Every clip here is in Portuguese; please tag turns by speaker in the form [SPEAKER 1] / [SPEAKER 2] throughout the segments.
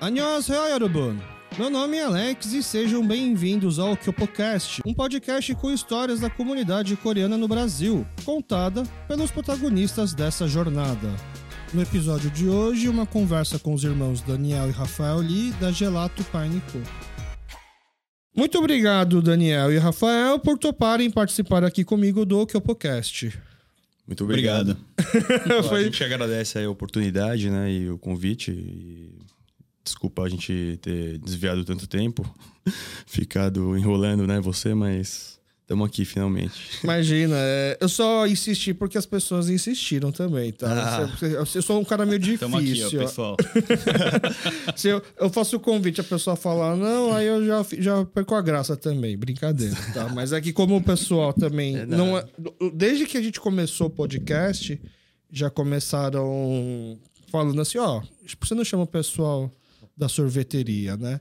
[SPEAKER 1] Annyeonghaseyo, Yorubun! Meu nome é Alex e sejam bem-vindos ao Kyopocast, um podcast com histórias da comunidade coreana no Brasil, contada pelos protagonistas dessa jornada. No episódio de hoje, uma conversa com os irmãos Daniel e Rafael Lee da Gelato Pine Co. Muito obrigado, Daniel e Rafael, por toparem participar aqui comigo do Kyopocast.
[SPEAKER 2] Muito obrigado.
[SPEAKER 1] Foi-
[SPEAKER 2] A gente agradece aí a oportunidade, né, e o convite. e Desculpa a gente ter desviado tanto tempo, ficado enrolando, né, você, mas estamos aqui finalmente.
[SPEAKER 1] Imagina, é, eu só insisti porque as pessoas insistiram também, tá? Eu, eu sou um cara meio
[SPEAKER 3] Ah. Tamo aqui,
[SPEAKER 1] difícil.
[SPEAKER 3] ó, pessoal.
[SPEAKER 1] Se eu, eu faço o convite, a pessoa fala não, aí eu já, fi- já perco a graça também. Brincadeira, tá? Mas é que como o pessoal também... não é- desde que a gente começou o podcast, já começaram falando assim, ó, tipo, você não chama o pessoal da sorveteria, né?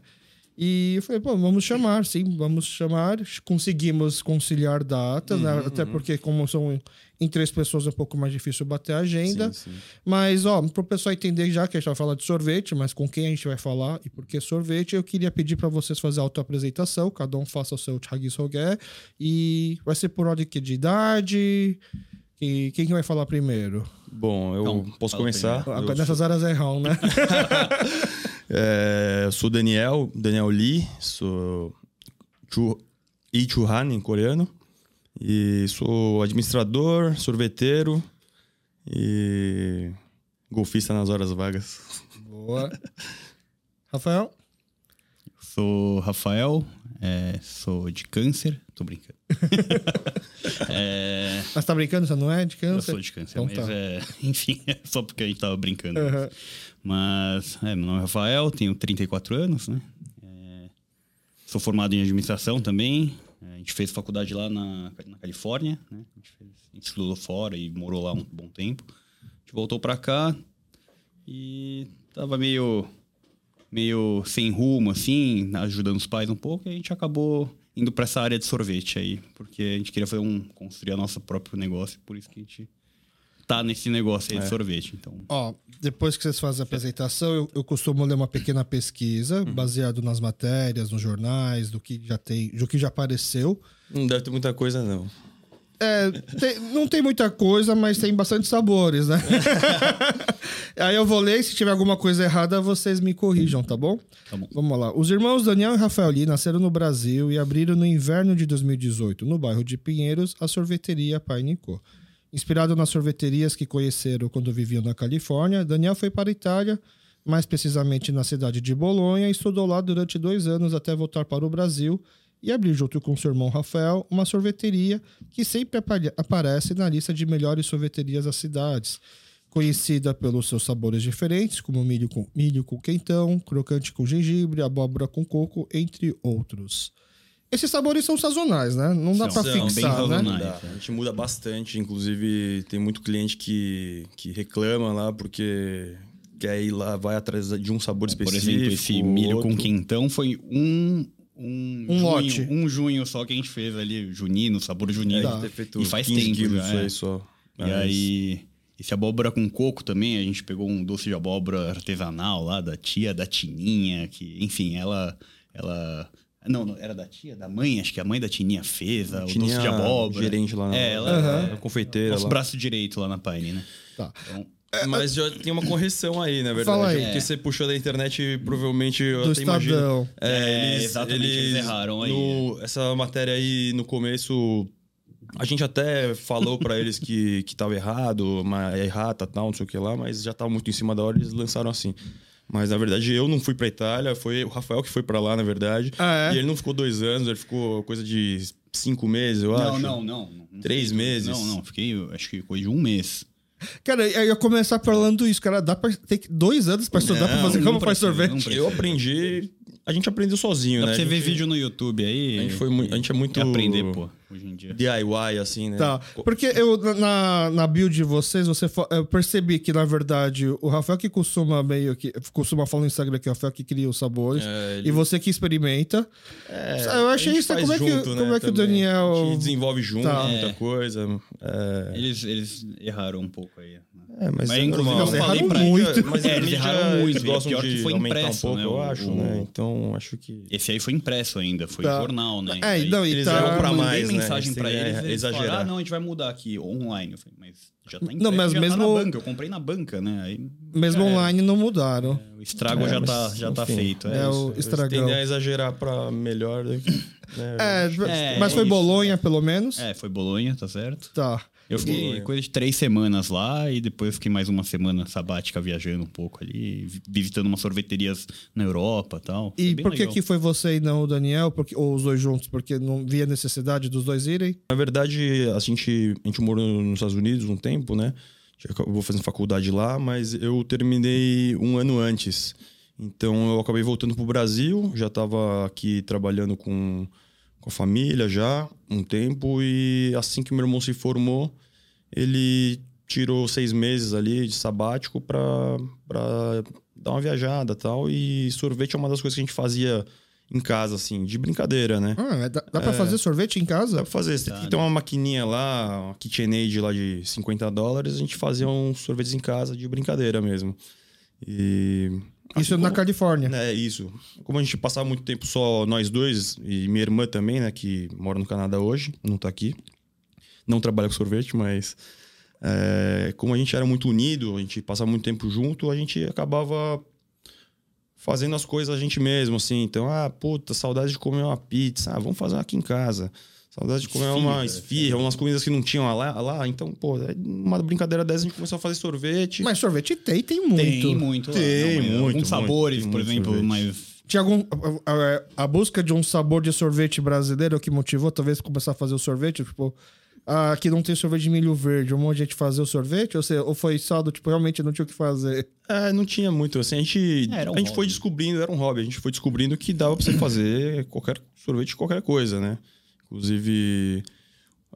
[SPEAKER 1] E eu falei, pô, vamos chamar, sim, vamos chamar. Conseguimos conciliar data, né? até porque como são em três pessoas é um pouco mais difícil bater a agenda.
[SPEAKER 2] Sim, sim.
[SPEAKER 1] Mas, ó, pro pessoal entender já que a gente vai falar de sorvete, mas com quem a gente vai falar e por que sorvete, eu queria pedir para vocês fazer a autoapresentação, cada um faça o seu Chagui Sogué. E vai ser por ordem que de idade. E quem que vai falar primeiro?
[SPEAKER 2] Bom, eu
[SPEAKER 3] Então,
[SPEAKER 2] posso
[SPEAKER 3] fala
[SPEAKER 2] começar.
[SPEAKER 1] Agora,
[SPEAKER 2] Eu
[SPEAKER 1] nessas áreas é Raul, né?
[SPEAKER 2] É, eu sou Daniel, Daniel Lee, sou Chu, Ichuhan em coreano. E sou administrador, sorveteiro e golfista nas horas vagas.
[SPEAKER 1] Boa. Rafael?
[SPEAKER 3] Sou Rafael, é, sou de câncer. Tô brincando. É,
[SPEAKER 1] Mas tá brincando? Você não é de
[SPEAKER 3] eu
[SPEAKER 1] câncer?
[SPEAKER 3] sou de câncer,
[SPEAKER 1] Então
[SPEAKER 3] mas
[SPEAKER 1] tá.
[SPEAKER 3] é, enfim, é só porque a gente tava brincando.
[SPEAKER 1] Aham.
[SPEAKER 3] Mas, é, meu nome é Rafael, tenho 34 anos, né? É, sou formado em administração também. É, a gente fez faculdade lá na, na Califórnia, né? A gente, fez, a gente estudou fora e morou lá um bom tempo. A gente voltou pra cá e tava meio, meio sem rumo, assim, ajudando os pais um pouco. E a gente acabou indo pra essa área de sorvete aí, porque a gente queria fazer um, construir o nosso próprio negócio, por isso que a gente tá nesse negócio aí de sorvete. Então,
[SPEAKER 1] Ó, depois que vocês fazem a apresentação, eu, eu costumo ler uma pequena pesquisa,
[SPEAKER 3] Uhum.
[SPEAKER 1] baseado nas matérias, nos jornais, do que já tem, do que já apareceu.
[SPEAKER 2] Não deve ter muita coisa, não.
[SPEAKER 1] É, tem- não tem muita coisa, mas tem bastante sabores, né? Aí eu vou ler e se tiver alguma coisa errada, vocês me corrijam, tá bom?
[SPEAKER 3] tá bom.
[SPEAKER 1] Vamos lá. Os irmãos Daniel e Rafael Lee nasceram no Brasil e abriram no inverno de 2018, no bairro de Pinheiros, a sorveteria Pai Nico. Inspirado nas sorveterias que conheceram quando viviam na Califórnia, Daniel foi para a Itália, mais precisamente na cidade de Bolonha, e estudou lá durante dois anos até voltar para o Brasil e abrir, junto com seu irmão Rafael, uma sorveteria que sempre apalha- aparece na lista de melhores sorveterias das cidades conhecida pelos seus sabores diferentes, como milho com, milho com quentão, crocante com gengibre, abóbora com coco, entre outros. Esses sabores são sazonais, né? Não dá
[SPEAKER 3] São,
[SPEAKER 1] pra
[SPEAKER 3] são, bem
[SPEAKER 1] fixar, né?
[SPEAKER 3] sazonais.
[SPEAKER 2] Não dá. A gente muda bastante, inclusive tem muito cliente que, que reclama lá porque quer ir lá, vai atrás de um sabor
[SPEAKER 3] Por
[SPEAKER 2] específico.
[SPEAKER 3] exemplo, esse milho com
[SPEAKER 2] outro.
[SPEAKER 3] quentão foi um. Um,
[SPEAKER 1] Um
[SPEAKER 3] junho,
[SPEAKER 1] lote.
[SPEAKER 3] Um junho só que a gente fez ali, junino, sabor
[SPEAKER 2] É,
[SPEAKER 3] junino.
[SPEAKER 2] a gente tem feito
[SPEAKER 3] E faz
[SPEAKER 2] 15
[SPEAKER 3] tempo
[SPEAKER 2] quilos
[SPEAKER 3] já,
[SPEAKER 2] disso
[SPEAKER 3] é.
[SPEAKER 2] aí só.
[SPEAKER 3] E aí, esse abóbora com coco também, a gente pegou um doce de abóbora artesanal lá da tia, da tininha, que, enfim, ela. ela não, não, era da tia, da mãe, acho que a mãe da tininha fez, a- o
[SPEAKER 2] Tinha
[SPEAKER 3] doce de abóbora.
[SPEAKER 2] gerente lá.
[SPEAKER 3] É, ela
[SPEAKER 1] Aham.
[SPEAKER 2] era confeiteira
[SPEAKER 3] Nosso
[SPEAKER 2] lá.
[SPEAKER 3] braço direito lá na Pine, né?
[SPEAKER 1] Tá.
[SPEAKER 3] Então,
[SPEAKER 2] Mas já tem uma correção aí, na verdade.
[SPEAKER 1] Fala aí.
[SPEAKER 2] Porque você puxou da internet provavelmente... eu
[SPEAKER 1] Do
[SPEAKER 2] até imagino.
[SPEAKER 1] Estadão.
[SPEAKER 3] É, exatamente, eles erraram aí. é.
[SPEAKER 2] no- essa matéria aí, no começo, a gente até falou pra eles que, que tava errado, uma errata tal, não sei o que lá, mas já tava muito em cima da hora eles lançaram assim. Mas, na verdade, eu não fui pra Itália, foi o Rafael que foi pra lá, na verdade.
[SPEAKER 1] Ah, é?
[SPEAKER 2] E ele não ficou dois anos, ele ficou coisa de cinco meses, eu
[SPEAKER 3] não,
[SPEAKER 2] acho.
[SPEAKER 3] não, não, não, não.
[SPEAKER 2] Três
[SPEAKER 3] sei,
[SPEAKER 2] meses.
[SPEAKER 3] Não, não, fiquei, eu acho que coisa de um mês.
[SPEAKER 1] Cara, eu ia começar falando isso, cara. Dá pra ter que- dois anos pra estudar pra fazer
[SPEAKER 3] não
[SPEAKER 1] como faz
[SPEAKER 3] precisa,
[SPEAKER 1] sorvete.
[SPEAKER 3] não precisa.
[SPEAKER 2] Eu aprendi... A gente aprendeu sozinho,
[SPEAKER 3] Dá
[SPEAKER 2] né?
[SPEAKER 3] pra você
[SPEAKER 2] A
[SPEAKER 3] ver
[SPEAKER 2] gente-
[SPEAKER 3] vídeo no YouTube aí.
[SPEAKER 2] A gente, foi, mui- a gente é muito...
[SPEAKER 3] e aprender, pô, hoje em dia.
[SPEAKER 2] DIY,
[SPEAKER 3] É.
[SPEAKER 2] assim, né?
[SPEAKER 1] Tá, porque eu, na, na build de vocês, você, fa- eu percebi que, na verdade, o Rafael que costuma meio que... Costuma falar no Instagram que é o Rafael que cria os sabores.
[SPEAKER 2] É,
[SPEAKER 1] E você que experimenta. eu achei isso. Como é que,
[SPEAKER 3] né,
[SPEAKER 2] né,
[SPEAKER 1] como é que o Daniel...
[SPEAKER 2] A gente desenvolve junto
[SPEAKER 1] Tá.
[SPEAKER 2] muita coisa. É,
[SPEAKER 3] Eles, eles erraram um pouco aí. né?
[SPEAKER 2] É, mas,
[SPEAKER 3] Mas,
[SPEAKER 2] é
[SPEAKER 3] inclusive,
[SPEAKER 2] normal.
[SPEAKER 3] eu
[SPEAKER 1] Eles
[SPEAKER 3] falei
[SPEAKER 1] erraram
[SPEAKER 3] pra
[SPEAKER 1] muito.
[SPEAKER 2] Mas a
[SPEAKER 3] É, eles
[SPEAKER 2] mídia,
[SPEAKER 3] erraram muito,
[SPEAKER 2] Eles
[SPEAKER 3] e é
[SPEAKER 2] gostam
[SPEAKER 3] pior
[SPEAKER 2] de
[SPEAKER 3] que foi
[SPEAKER 2] aumentar
[SPEAKER 3] impresso,
[SPEAKER 2] um pouco,
[SPEAKER 3] né,
[SPEAKER 2] eu
[SPEAKER 3] o-
[SPEAKER 2] acho,
[SPEAKER 3] o-
[SPEAKER 2] né? Então, acho que...
[SPEAKER 3] Esse aí foi impresso ainda, foi
[SPEAKER 1] Tá.
[SPEAKER 3] jornal, né?
[SPEAKER 1] É,
[SPEAKER 3] Aí
[SPEAKER 1] não, e
[SPEAKER 2] Eles
[SPEAKER 1] tá-
[SPEAKER 2] erram pra
[SPEAKER 3] mandei
[SPEAKER 2] mais, né?
[SPEAKER 3] mensagem
[SPEAKER 2] Eles
[SPEAKER 3] pra
[SPEAKER 2] têm-
[SPEAKER 3] eles,
[SPEAKER 2] é,
[SPEAKER 3] eles
[SPEAKER 2] exagerar.
[SPEAKER 3] falaram, ah, não, a gente vai mudar aqui, online. Eu falei, mas já tá impresso,
[SPEAKER 1] Não, mas
[SPEAKER 3] já tá
[SPEAKER 1] mesmo-
[SPEAKER 3] na banca, eu comprei na banca, né? Aí
[SPEAKER 1] Mesmo
[SPEAKER 3] já era.
[SPEAKER 1] online não mudaram.
[SPEAKER 3] O estrago
[SPEAKER 2] É,
[SPEAKER 3] já,
[SPEAKER 2] mas,
[SPEAKER 3] tá, já tá
[SPEAKER 2] enfim,
[SPEAKER 3] feito. É,
[SPEAKER 1] é
[SPEAKER 3] isso.
[SPEAKER 1] o-
[SPEAKER 2] Eles
[SPEAKER 1] estragão.
[SPEAKER 2] tendem a exagerar pra melhor. né?
[SPEAKER 1] É,
[SPEAKER 3] É,
[SPEAKER 1] mas foi
[SPEAKER 3] isso.
[SPEAKER 1] Bolonha, pelo menos.
[SPEAKER 3] É, foi Bolonha, tá certo?
[SPEAKER 1] Tá.
[SPEAKER 3] Eu fiquei
[SPEAKER 2] Bolonha.
[SPEAKER 3] coisa de três semanas lá e depois fiquei mais uma semana sabática viajando um pouco ali, vi- visitando umas sorveterias na Europa e tal. Foi
[SPEAKER 1] E
[SPEAKER 3] é bem
[SPEAKER 1] por que,
[SPEAKER 3] legal.
[SPEAKER 1] que foi você e não o Daniel? Porque, ou os dois juntos? Porque não via necessidade dos dois irem?
[SPEAKER 2] Na verdade, a gente, a gente morou nos Estados Unidos um tempo, né? A gente acabou fazendo faculdade lá, mas eu terminei um ano antes. Então eu acabei voltando pro Brasil, já estava aqui trabalhando com, com a família já um tempo e assim que meu irmão se formou, ele tirou seis meses ali de sabático para dar uma viajada e tal. E sorvete é uma das coisas que a gente fazia em casa, assim, de brincadeira, né?
[SPEAKER 1] Ah, é- dá, dá pra fazer sorvete em
[SPEAKER 2] Dá
[SPEAKER 1] casa?
[SPEAKER 2] pra fazer. Você tem que ter uma maquininha lá, uma KitchenAid lá de 50 dólares, a gente fazia uns sorvetes em casa de brincadeira mesmo. E.
[SPEAKER 1] Isso
[SPEAKER 2] assim
[SPEAKER 1] na
[SPEAKER 2] como-
[SPEAKER 1] Califórnia.
[SPEAKER 2] É, isso. Como a gente passava muito tempo só nós dois, e minha irmã também, né, que mora no Canadá hoje, não tá aqui. Não trabalha com sorvete, mas. é, como a gente era muito unido, a gente passava muito tempo junto, a gente acabava fazendo as coisas a gente mesmo, assim. Então, ah, puta, saudade de comer uma pizza. Ah, vamos fazer aqui em casa. Saudade de comer uma
[SPEAKER 3] Esfirra,
[SPEAKER 2] esfirra, umas comidas que não tinham lá. lá. Então, pô, aí numa brincadeira dessa a gente começou a fazer sorvete.
[SPEAKER 1] Mas sorvete tem, tem muito.
[SPEAKER 3] Tem muito. lá.
[SPEAKER 2] Tem
[SPEAKER 3] Não, mas
[SPEAKER 2] muito, muito,
[SPEAKER 3] Alguns sabores,
[SPEAKER 2] tem
[SPEAKER 3] por
[SPEAKER 2] muito
[SPEAKER 3] exemplo,
[SPEAKER 2] sorvete.
[SPEAKER 3] mas...
[SPEAKER 1] Tinha algum. A, a- a busca de um sabor de sorvete brasileiro que motivou, talvez, começar a fazer o sorvete? Tipo, ah, aqui não tem sorvete de milho verde, um monte de gente fazer o sorvete? Ou, seja, ou foi só do tipo, realmente não tinha o que fazer?
[SPEAKER 2] É, não tinha muito. Assim, a gente,
[SPEAKER 3] É, era um
[SPEAKER 2] a gente foi
[SPEAKER 3] hobby.
[SPEAKER 2] descobrindo, era um hobby, a gente foi descobrindo que dava pra você fazer qualquer sorvete de qualquer coisa, né? Inclusive,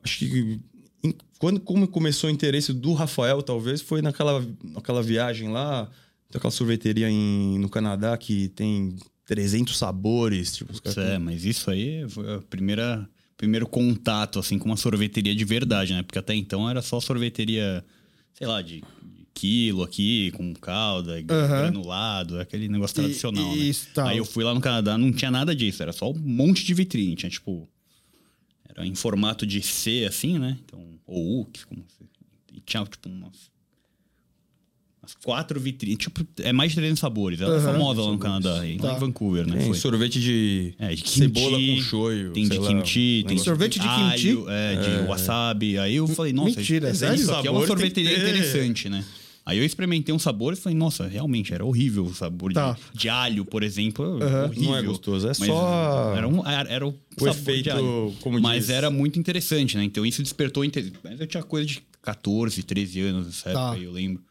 [SPEAKER 2] acho que em- quando como começou o interesse do Rafael, talvez, foi naquela, naquela viagem lá, daquela sorveteria em, no Canadá que tem 300 sabores. Tipo, os caras-
[SPEAKER 3] Isso é, mas isso aí foi a primeira... Primeiro contato, assim, com uma sorveteria de verdade, né? Porque até então era só sorveteria, sei lá, de de quilo aqui, com calda, granulado, aquele negócio tradicional,
[SPEAKER 1] E-
[SPEAKER 3] né?
[SPEAKER 1] e isso, tá.
[SPEAKER 3] Aí eu fui lá no Canadá, não tinha nada disso, era só um monte de vitrine, tinha tipo. Era em formato de C assim, né? Então, ou U, que como se- E tinha tipo umas. umas quatro vitrines, tipo, é mais de 300 sabores. Ela é
[SPEAKER 1] Aham.
[SPEAKER 3] famosa lá no Canadá, em- lá
[SPEAKER 1] Tá.
[SPEAKER 3] em Vancouver, né?
[SPEAKER 2] Tem
[SPEAKER 3] Foi.
[SPEAKER 2] sorvete de
[SPEAKER 3] É, de
[SPEAKER 2] cebola
[SPEAKER 3] kimchi,
[SPEAKER 2] com shoyu.
[SPEAKER 3] Tem de
[SPEAKER 2] sei lá,
[SPEAKER 3] kimchi,
[SPEAKER 2] um
[SPEAKER 3] tem
[SPEAKER 2] negócio-
[SPEAKER 1] Sorvete de kimchi?
[SPEAKER 3] alho, É, de wasabi. Aí eu falei, nossa,
[SPEAKER 1] Mentira,
[SPEAKER 3] isso
[SPEAKER 1] sério?
[SPEAKER 3] aqui é
[SPEAKER 2] Sabor tem
[SPEAKER 3] uma
[SPEAKER 2] que
[SPEAKER 3] sorveteria
[SPEAKER 2] ter.
[SPEAKER 3] interessante, né? Aí eu experimentei um sabor e falei, nossa, realmente era horrível o sabor de-
[SPEAKER 1] Tá.
[SPEAKER 3] de, alho, por exemplo. Horrível.
[SPEAKER 2] Não é gostoso, é
[SPEAKER 3] Mas
[SPEAKER 2] só
[SPEAKER 3] Era, um, era, era o,
[SPEAKER 2] o
[SPEAKER 3] sabor de
[SPEAKER 2] efeito,
[SPEAKER 3] alho.
[SPEAKER 2] como
[SPEAKER 3] Mas
[SPEAKER 2] diz.
[SPEAKER 3] era muito interessante, né? Então isso despertou interesse. Mas eu tinha coisa de 14, 13 anos nessa
[SPEAKER 1] Tá.
[SPEAKER 3] época, eu lembro.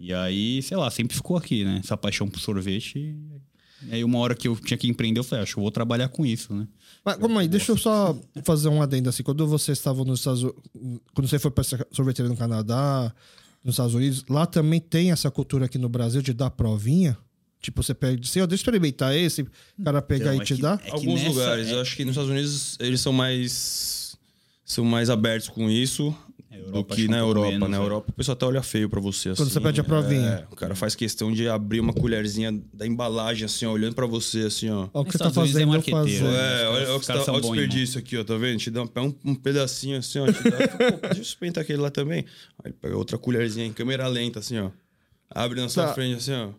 [SPEAKER 3] E aí, sei lá, sempre ficou aqui, né? Essa paixão por sorvete. E Aí uma hora que eu tinha que empreender, eu falei, acho que eu vou trabalhar com isso, né?
[SPEAKER 1] Mas, calma aí, deixa eu só fazer um adendo assim. Quando você estava nos Estados Unidos, quando você foi para essa sorveteria no Canadá, nos Estados Unidos, lá também tem essa cultura aqui no Brasil de dar provinha? Tipo, você pega e diz assim, ó, deixa eu experimentar esse, o cara pegar
[SPEAKER 3] Então,
[SPEAKER 1] e
[SPEAKER 3] é
[SPEAKER 1] te
[SPEAKER 3] que-
[SPEAKER 1] dar.
[SPEAKER 3] é que
[SPEAKER 2] alguns
[SPEAKER 3] nessa-
[SPEAKER 2] lugares.
[SPEAKER 3] é-
[SPEAKER 2] Eu acho que nos Estados Unidos eles são mais são mais abertos com isso
[SPEAKER 3] A
[SPEAKER 2] do
[SPEAKER 3] Europa
[SPEAKER 2] que
[SPEAKER 3] acho
[SPEAKER 2] na
[SPEAKER 3] um pouco
[SPEAKER 2] Europa.
[SPEAKER 3] menos,
[SPEAKER 2] na
[SPEAKER 3] né?
[SPEAKER 2] Europa o pessoal até olha feio pra você.
[SPEAKER 1] Quando
[SPEAKER 2] assim,
[SPEAKER 1] você pede a provinha.
[SPEAKER 2] é, o cara faz questão de abrir uma colherzinha da embalagem, assim, ó, olhando pra você, assim, ó.
[SPEAKER 1] Ó, o que você tá
[SPEAKER 3] Estados Unidos é
[SPEAKER 1] fazendo, eu
[SPEAKER 3] marqueteiro,
[SPEAKER 1] fazer.
[SPEAKER 3] né?
[SPEAKER 2] É,
[SPEAKER 3] Os
[SPEAKER 2] olha,
[SPEAKER 3] caras-
[SPEAKER 2] olha o
[SPEAKER 3] os
[SPEAKER 2] que tá,
[SPEAKER 3] caras são
[SPEAKER 2] olha o
[SPEAKER 3] bons em
[SPEAKER 2] desperdício aqui, ó, tá vendo? Te dá um, pega um, um pedacinho assim, ó. Te dá, Pô, deixa eu experimentar aquele lá também. Aí pega outra colherzinha em câmera lenta, assim, ó. Abre na sua
[SPEAKER 1] Tá.
[SPEAKER 2] frente, assim, ó.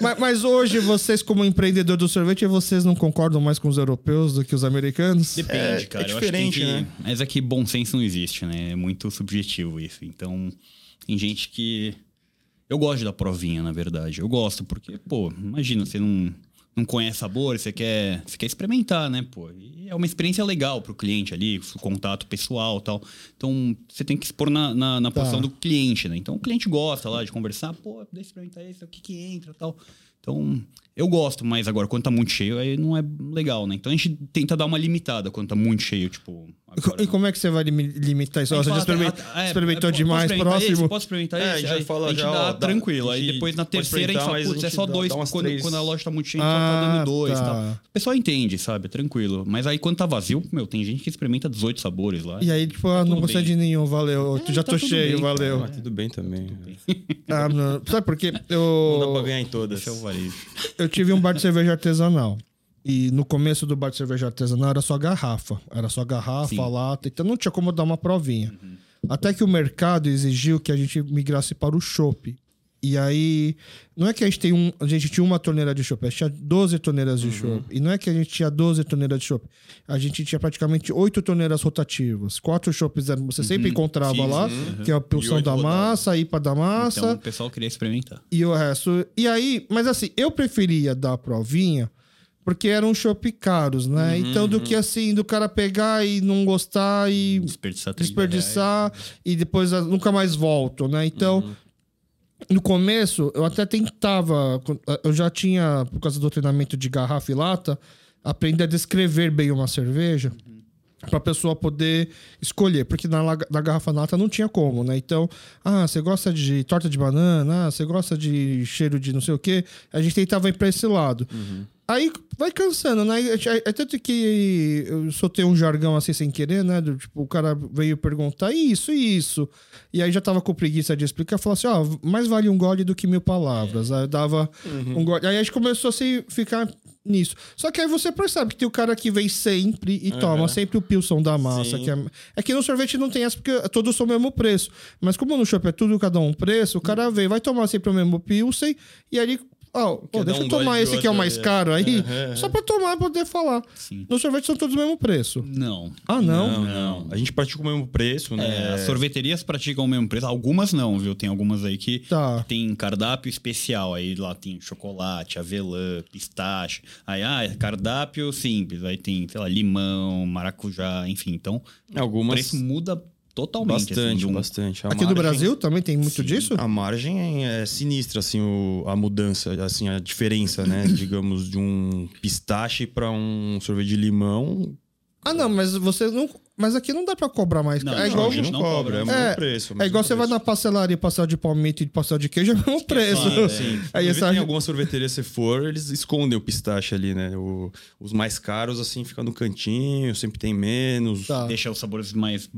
[SPEAKER 1] Mas, mas hoje, vocês, como empreendedor do sorvete, vocês não concordam mais com os europeus do que os americanos?
[SPEAKER 3] Depende,
[SPEAKER 2] É-
[SPEAKER 3] cara.
[SPEAKER 2] é
[SPEAKER 3] eu acho que tem
[SPEAKER 2] diferente,
[SPEAKER 3] que-
[SPEAKER 2] né?
[SPEAKER 3] Mas é que bom senso não existe, né? É muito subjetivo isso. Então, tem gente que. Eu gosto da provinha, na verdade. Eu gosto, porque, pô, imagina, você não, não conhece sabor, você quer, você quer experimentar, né, pô? E é uma experiência legal pro cliente ali, o contato pessoal e tal. Então, você tem que expor na, na, na
[SPEAKER 1] Tá.
[SPEAKER 3] posição do cliente, né? Então, o cliente gosta lá de conversar, pô, deixa eu experimentar isso, o que que entra e tal. Então, eu gosto, mas agora, quando tá muito cheio, aí não é legal, né? Então, a gente tenta dar uma limitada quando tá muito cheio, tipo, Agora
[SPEAKER 1] E
[SPEAKER 3] não.
[SPEAKER 1] como é que você vai limi- limitar isso?
[SPEAKER 3] A
[SPEAKER 1] Ó,
[SPEAKER 3] gente
[SPEAKER 1] Então, Você já
[SPEAKER 3] fala,
[SPEAKER 1] experimen-
[SPEAKER 3] ah, é,
[SPEAKER 1] experimentou
[SPEAKER 3] é, po-
[SPEAKER 1] demais,
[SPEAKER 3] posso experimentar
[SPEAKER 1] próximo.
[SPEAKER 3] Esse, posso experimentar
[SPEAKER 2] É,
[SPEAKER 3] esse?
[SPEAKER 2] a gente
[SPEAKER 3] Aí
[SPEAKER 2] já fala,
[SPEAKER 3] a gente
[SPEAKER 2] já, ó, dá-
[SPEAKER 3] dá, tranquilo.
[SPEAKER 2] a
[SPEAKER 3] Aí
[SPEAKER 2] gente
[SPEAKER 3] depois na
[SPEAKER 2] pode
[SPEAKER 3] terceira a gente
[SPEAKER 2] experimentar,
[SPEAKER 3] fala,
[SPEAKER 2] mas a
[SPEAKER 3] putz, é
[SPEAKER 2] gente
[SPEAKER 3] só
[SPEAKER 2] dá-
[SPEAKER 3] dois.
[SPEAKER 2] dá umas
[SPEAKER 3] quando,
[SPEAKER 2] três.
[SPEAKER 3] quando a loja tá muito cheia,
[SPEAKER 1] Ah,
[SPEAKER 3] só tá dando dois.
[SPEAKER 1] tá.
[SPEAKER 3] Tá. O pessoal entende, sabe? É Tranquilo. Mas aí quando tá vazio, meu, tem gente que experimenta 18 sabores lá.
[SPEAKER 1] E aí, tipo, ah, não
[SPEAKER 3] Tá tudo
[SPEAKER 1] gostei
[SPEAKER 3] bem.
[SPEAKER 1] de nenhum, valeu.
[SPEAKER 3] É,
[SPEAKER 1] já
[SPEAKER 3] tá
[SPEAKER 1] tô
[SPEAKER 3] tudo
[SPEAKER 1] cheio,
[SPEAKER 3] bem, cara.
[SPEAKER 1] valeu.
[SPEAKER 2] Ah, tudo bem também.
[SPEAKER 1] Ah, não. Sabe por quê?
[SPEAKER 2] Não dá pra
[SPEAKER 1] Eu,
[SPEAKER 2] ganhar em todas.
[SPEAKER 3] Esse é o varejo.
[SPEAKER 1] eu tive um bar de cerveja artesanal. E no começo do bar de cerveja artesanal era só garrafa. Era só garrafa,
[SPEAKER 3] Sim.
[SPEAKER 1] lata. Então não tinha como dar uma provinha. Até que o mercado exigiu que a gente migrasse para o chopp. E aí, não é que a gente, tem um, a gente tinha uma torneira de chopp, a gente tinha 12 torneiras
[SPEAKER 3] Uhum.
[SPEAKER 1] de chopp. E não é que a gente tinha 12 torneiras de chopp, a gente tinha praticamente 8 torneiras rotativas. Quatro chopps eram- você sempre
[SPEAKER 3] Uhum.
[SPEAKER 1] encontrava
[SPEAKER 3] Sim,
[SPEAKER 1] lá,
[SPEAKER 3] sim.
[SPEAKER 1] que é a pulsão
[SPEAKER 2] oito
[SPEAKER 1] da
[SPEAKER 2] rodadas.
[SPEAKER 1] massa, a IPA da massa
[SPEAKER 3] Então o pessoal queria experimentar.
[SPEAKER 1] e o resto. E aí, mas assim, eu preferia dar a provinha porque eram chopp caros, né? então, do que assim, do cara pegar e não gostar e
[SPEAKER 3] Desperdiçar 30
[SPEAKER 1] desperdiçar e depois ah, nunca mais volto, né? Então, no começo, eu até tentava, quando- ah, eu já tinha, por causa do treinamento de garrafa e lata, aprender a descrever bem uma cerveja. Pra pessoa poder escolher, porque na, la- na garrafa lata não tinha como, né? Então, ah, você gosta de torta de banana, ah, você gosta de cheiro de não sei o quê. A gente tentava ir pra esse lado. Aí vai cansando, né? É, é tanto que eu soltei um jargão assim sem querer, né? Do, tipo, o cara veio perguntar isso e isso. E aí já tava com preguiça de explicar. Falou assim: ó, mais vale um gole do que mil palavras. Aí eu dava um gole. Aí a gente começou a se ficar nisso. Só que aí você percebe que tem o cara que vem sempre e toma sempre o pilsão da massa.
[SPEAKER 2] Sim.
[SPEAKER 1] Que é, é que no sorvete não tem essa porque todos são o mesmo preço. Mas como no shopping é tudo cada um preço, o cara vem, vai tomar sempre o mesmo pilsen e aí. ó, Pô,
[SPEAKER 2] Quer
[SPEAKER 1] deixa
[SPEAKER 2] dar
[SPEAKER 1] eu
[SPEAKER 2] um
[SPEAKER 1] tomar
[SPEAKER 2] gole
[SPEAKER 1] esse
[SPEAKER 2] pro
[SPEAKER 1] que é o
[SPEAKER 2] outro
[SPEAKER 1] mais
[SPEAKER 2] ali.
[SPEAKER 1] caro aí,
[SPEAKER 2] Aham.
[SPEAKER 1] só pra tomar e poder falar.
[SPEAKER 3] é. Sim.
[SPEAKER 1] Nos sorvetes são todos o mesmo preço.
[SPEAKER 3] Não.
[SPEAKER 1] Ah, não?
[SPEAKER 2] Não, não. A gente pratica o mesmo preço,
[SPEAKER 3] É,
[SPEAKER 2] né?
[SPEAKER 3] As sorveterias praticam o mesmo preço. Algumas não, viu? Tem algumas aí que
[SPEAKER 1] Tá.
[SPEAKER 3] tem cardápio especial. Aí lá tem chocolate, avelã, pistache. Aí, ah, é cardápio simples. Aí tem, sei lá, limão, maracujá, enfim. Então, o
[SPEAKER 2] Algumas.
[SPEAKER 3] preço muda totalmente. assim,
[SPEAKER 2] Bastante,
[SPEAKER 3] de um-
[SPEAKER 2] bastante. A
[SPEAKER 1] Aqui do
[SPEAKER 2] margem-
[SPEAKER 1] Brasil também tem muito
[SPEAKER 3] Sim.
[SPEAKER 1] disso?
[SPEAKER 2] A margem é sinistra, assim, o- a mudança, assim, a diferença, né? Digamos, de um pistache pra um sorvete de limão.
[SPEAKER 1] Ah, não, mas você não. Mas aqui não dá pra cobrar mais.
[SPEAKER 3] Não,
[SPEAKER 1] é
[SPEAKER 3] não,
[SPEAKER 1] igual.
[SPEAKER 3] a gente não cobra,
[SPEAKER 2] é o
[SPEAKER 1] é-
[SPEAKER 2] mesmo preço.
[SPEAKER 1] É igual você vai na pastelaria, pastel de palmito e pastel de queijo, é o mesmo preço.
[SPEAKER 3] Sim,
[SPEAKER 2] Sim.
[SPEAKER 1] Aí
[SPEAKER 2] Aí
[SPEAKER 1] essa-
[SPEAKER 2] tem alguma sorveteria, se for, eles escondem o pistache ali, né? O- os mais caros, assim, ficam no cantinho, sempre tem menos.
[SPEAKER 1] Tá.
[SPEAKER 3] Deixa os sabores mais,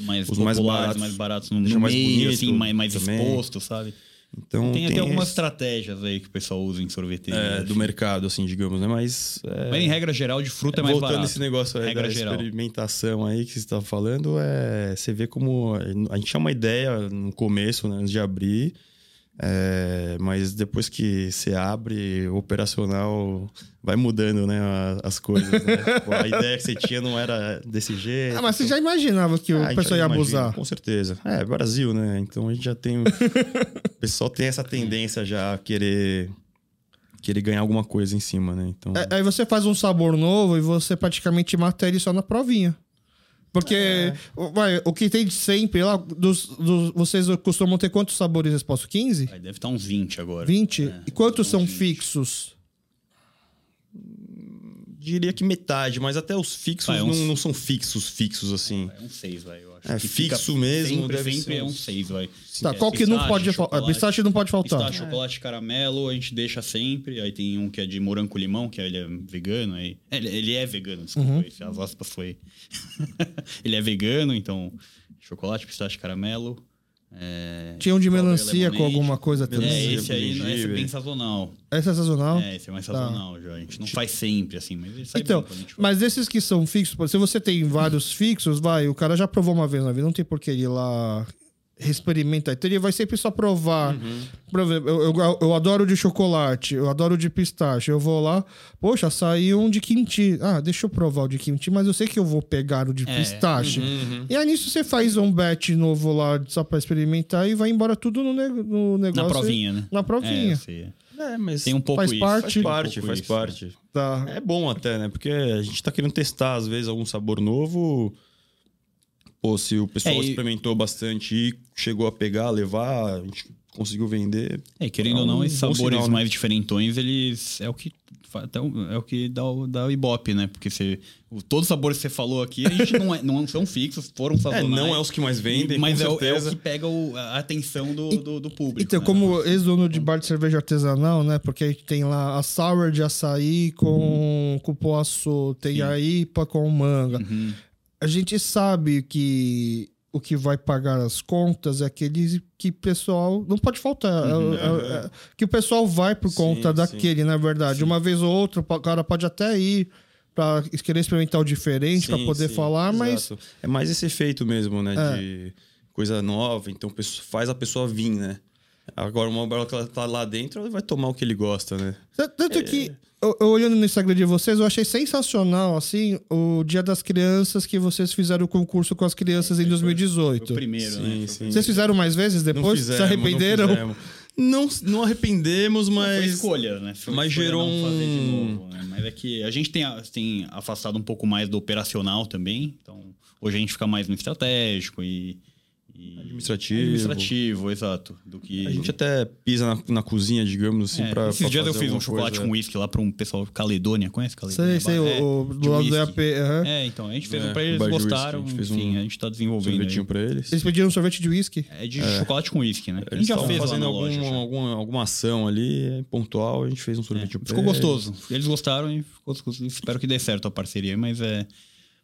[SPEAKER 3] mais
[SPEAKER 2] Ah. Os mais
[SPEAKER 3] populares, mais
[SPEAKER 2] baratos.
[SPEAKER 3] baratos, no,
[SPEAKER 2] Deixa
[SPEAKER 3] no
[SPEAKER 2] mais
[SPEAKER 3] meio,
[SPEAKER 2] bonito
[SPEAKER 3] assim, mais, mais
[SPEAKER 2] também.
[SPEAKER 3] exposto, sabe?
[SPEAKER 2] Então,
[SPEAKER 3] Tem,
[SPEAKER 2] tem,
[SPEAKER 3] até algumas
[SPEAKER 2] esse-
[SPEAKER 3] estratégias aí que o pessoal usa em sorveteria.
[SPEAKER 2] é, do
[SPEAKER 3] assim.
[SPEAKER 2] mercado, assim, digamos, né? Mas. é,
[SPEAKER 3] Mas em regra geral, de fruta é mais
[SPEAKER 2] Voltando
[SPEAKER 3] barato.
[SPEAKER 2] esse negócio aí
[SPEAKER 3] Regra
[SPEAKER 2] da
[SPEAKER 3] geral.
[SPEAKER 2] experimentação aí que você estava falando, é, você vê como a gente tinha uma ideia no começo, né, antes de abrir, é, mas depois que você abre, o operacional vai mudando, né, a- as coisas. né? Tipo, a ideia que você tinha não era desse jeito.
[SPEAKER 1] Ah, mas você já imaginava que
[SPEAKER 2] Ah,
[SPEAKER 1] o
[SPEAKER 2] a gente
[SPEAKER 1] pessoal ia
[SPEAKER 2] imagina,
[SPEAKER 1] abusar.
[SPEAKER 2] Com certeza. É, Brasil, né? Então a gente já tem. o pessoal tem essa tendência já a querer, querer ganhar alguma coisa em cima, né? Então.
[SPEAKER 1] É, Aí você faz um sabor novo e você praticamente mata ele só na provinha. Porque o- vai, o que tem de sempre lá, dos, dos- vocês costumam ter quantos sabores expostos? 15?
[SPEAKER 3] Aí deve estar uns 20 agora.
[SPEAKER 1] 20?
[SPEAKER 3] É,
[SPEAKER 1] e quantos são
[SPEAKER 3] 20.
[SPEAKER 1] fixos?
[SPEAKER 2] Diria que metade, mas até os fixos
[SPEAKER 3] Ah, é
[SPEAKER 2] não,
[SPEAKER 3] uns-
[SPEAKER 2] não são fixos, fixos assim.
[SPEAKER 3] É um 6, vai, eu acho.
[SPEAKER 2] É,
[SPEAKER 3] Que
[SPEAKER 2] fixo
[SPEAKER 3] fica
[SPEAKER 2] mesmo,
[SPEAKER 3] Sempre,
[SPEAKER 2] deve
[SPEAKER 3] sempre
[SPEAKER 2] ser
[SPEAKER 3] é um
[SPEAKER 2] uns-
[SPEAKER 3] 6, vai.
[SPEAKER 1] Tá,
[SPEAKER 3] É,
[SPEAKER 1] qual que não
[SPEAKER 3] pistache,
[SPEAKER 1] pode faltar?
[SPEAKER 3] chocolate.
[SPEAKER 1] Pistache não pode faltar.
[SPEAKER 3] Pistache, chocolate, caramelo, a gente deixa sempre. Aí tem um que é de morango com limão, que ele é vegano. Aí... Ele, ele é vegano,
[SPEAKER 1] Uhum.
[SPEAKER 3] desculpa. esse- As aspas foi. ele é vegano, então chocolate, pistache, caramelo. É...
[SPEAKER 1] Tinha um de
[SPEAKER 3] strawberry
[SPEAKER 1] melancia com
[SPEAKER 3] lemonade.
[SPEAKER 1] alguma coisa
[SPEAKER 3] É,
[SPEAKER 1] também.
[SPEAKER 2] Melancia.
[SPEAKER 3] esse aí esse é
[SPEAKER 2] gengibre.
[SPEAKER 3] bem sazonal.
[SPEAKER 1] Essa é sazonal?
[SPEAKER 3] É, esse é mais sazonal já. A gente não faz sempre, assim, mas ele sai
[SPEAKER 1] Então,
[SPEAKER 3] bem quando a gente faz.
[SPEAKER 1] mas esses que são fixos, pô, se você tem vários fixos, vai, o cara já provou uma vez na vida, não tem por que ir lá experimentar. Então ele vai sempre só provar.
[SPEAKER 3] Uhum.
[SPEAKER 1] Por exemplo, eu, eu, eu adoro de chocolate, eu adoro de pistache. Eu vou lá, poxa, saiu um de quinti. Ah, deixa eu provar o de quinti, mas eu sei que eu vou pegar o de
[SPEAKER 3] É.
[SPEAKER 1] pistache. E aí nisso você faz um bet novo lá só pra experimentar e vai embora tudo no, neg- no negócio.
[SPEAKER 3] Na provinha, né?
[SPEAKER 1] Na
[SPEAKER 3] É,
[SPEAKER 1] provinha.
[SPEAKER 3] assim,
[SPEAKER 2] É, mas
[SPEAKER 3] tem um pouco
[SPEAKER 1] Faz
[SPEAKER 3] isso.
[SPEAKER 1] parte.
[SPEAKER 2] faz
[SPEAKER 1] tem um
[SPEAKER 2] parte,
[SPEAKER 3] pouco
[SPEAKER 2] faz
[SPEAKER 3] isso,
[SPEAKER 2] parte.
[SPEAKER 1] Tá.
[SPEAKER 2] É bom até, né? Porque a gente tá querendo testar, às vezes, algum sabor novo. Pô, se o pessoal
[SPEAKER 3] É, e-
[SPEAKER 2] experimentou bastante e chegou a pegar, levar, a gente conseguiu vender.
[SPEAKER 3] É, querendo
[SPEAKER 2] É
[SPEAKER 3] ou não,
[SPEAKER 2] um
[SPEAKER 3] esses
[SPEAKER 2] bom
[SPEAKER 3] sabores
[SPEAKER 2] sinal, né?
[SPEAKER 3] mais diferentões, eles é o que fa- até o- é o que dá o, dá o ibope, né? Porque você, o- todos os sabores que você falou aqui, a gente não, é- não são fixos, foram
[SPEAKER 2] É,
[SPEAKER 3] sazonais.
[SPEAKER 2] não é os que mais vendem,
[SPEAKER 3] Tá Mas
[SPEAKER 2] com
[SPEAKER 3] é, o- é
[SPEAKER 2] certeza.
[SPEAKER 3] o que pega o- a atenção do, do, do público.
[SPEAKER 1] Então,
[SPEAKER 3] né?
[SPEAKER 1] como ex-dono
[SPEAKER 2] Uhum.
[SPEAKER 1] de bar de cerveja artesanal, né? Porque aí tem lá a sour de açaí
[SPEAKER 2] Uhum.
[SPEAKER 1] com cupuaçu, tem a IPA com manga.
[SPEAKER 3] Uhum.
[SPEAKER 1] A gente sabe que o que vai pagar as contas é aquele que o pessoal não pode faltar. É o- é- é- que o pessoal vai por
[SPEAKER 2] Uhum. Sim,
[SPEAKER 1] conta
[SPEAKER 2] sim.
[SPEAKER 1] daquele, na verdade. Uma vez ou outra, o cara pode até ir para querer experimentar o diferente, para
[SPEAKER 2] Sim,
[SPEAKER 1] poder
[SPEAKER 2] sim,
[SPEAKER 1] falar, mas É.
[SPEAKER 2] exato. É mais esse efeito mesmo, né? De coisa nova, então pesso- faz a pessoa vir, né? Agora, uma hora que ela tá lá dentro, ela vai tomar o que ele gosta, né?
[SPEAKER 1] T- Tanto
[SPEAKER 3] É.
[SPEAKER 1] que, eu, eu olhando no Instagram de vocês, eu achei sensacional, assim, o Dia das Crianças que vocês fizeram o concurso com as crianças em
[SPEAKER 3] É, Foi o
[SPEAKER 1] 2018.
[SPEAKER 3] primeiro, né? Foi-
[SPEAKER 2] sim.
[SPEAKER 1] Vocês fizeram mais vezes
[SPEAKER 2] Não
[SPEAKER 1] depois?
[SPEAKER 2] fizemos,
[SPEAKER 1] Se arrependeram?
[SPEAKER 2] Não, fizemos. não, não arrependemos,
[SPEAKER 3] Foi
[SPEAKER 2] mas.
[SPEAKER 3] escolha, né? Foi
[SPEAKER 2] mas
[SPEAKER 3] escolha
[SPEAKER 2] gerou
[SPEAKER 3] não fazer de
[SPEAKER 2] um-
[SPEAKER 3] novo, né? Mas é que a gente tem, a- tem afastado um pouco mais do operacional também. Então, hoje a gente fica mais no estratégico e. e-
[SPEAKER 2] Administrativo.
[SPEAKER 3] Administrativo, exato. Do que.
[SPEAKER 2] A gente até pisa na, na cozinha, digamos assim,
[SPEAKER 3] É,
[SPEAKER 2] pra.
[SPEAKER 3] esses
[SPEAKER 2] pra
[SPEAKER 3] dias eu
[SPEAKER 2] fazer
[SPEAKER 3] fiz um
[SPEAKER 2] alguma
[SPEAKER 3] chocolate
[SPEAKER 2] coisa. né,
[SPEAKER 3] com uísque lá pra um pessoal Caledônia, conhece
[SPEAKER 1] Sei,
[SPEAKER 3] Caledônia?
[SPEAKER 1] sei,
[SPEAKER 3] Bar- é,
[SPEAKER 1] o, o
[SPEAKER 3] de
[SPEAKER 1] do lado do
[SPEAKER 3] uísque.
[SPEAKER 1] AP. aham.
[SPEAKER 3] É, então, a gente fez
[SPEAKER 2] É,
[SPEAKER 3] um pra
[SPEAKER 2] um
[SPEAKER 3] eles,
[SPEAKER 2] bar de whisky,
[SPEAKER 3] gostaram,
[SPEAKER 2] a gente fez
[SPEAKER 3] enfim,
[SPEAKER 2] um
[SPEAKER 3] a gente tá desenvolvendo.
[SPEAKER 2] Sorvetinho
[SPEAKER 3] aí.
[SPEAKER 2] pra eles.
[SPEAKER 1] Eles pediram um sorvete de uísque?
[SPEAKER 3] É de chocolate com uísque, né? A
[SPEAKER 2] Eles
[SPEAKER 3] gente já
[SPEAKER 2] tavam
[SPEAKER 3] fez lá
[SPEAKER 2] fazendo
[SPEAKER 3] na
[SPEAKER 2] algum- tipo
[SPEAKER 3] loja. já.
[SPEAKER 2] alguma, alguma ação ali, é, pontual, a gente fez um sorvete pra
[SPEAKER 3] É, Ficou
[SPEAKER 2] eles.
[SPEAKER 3] gostoso. Eles gostaram e ficou, ficou- espero que dê certo a parceria, mas é.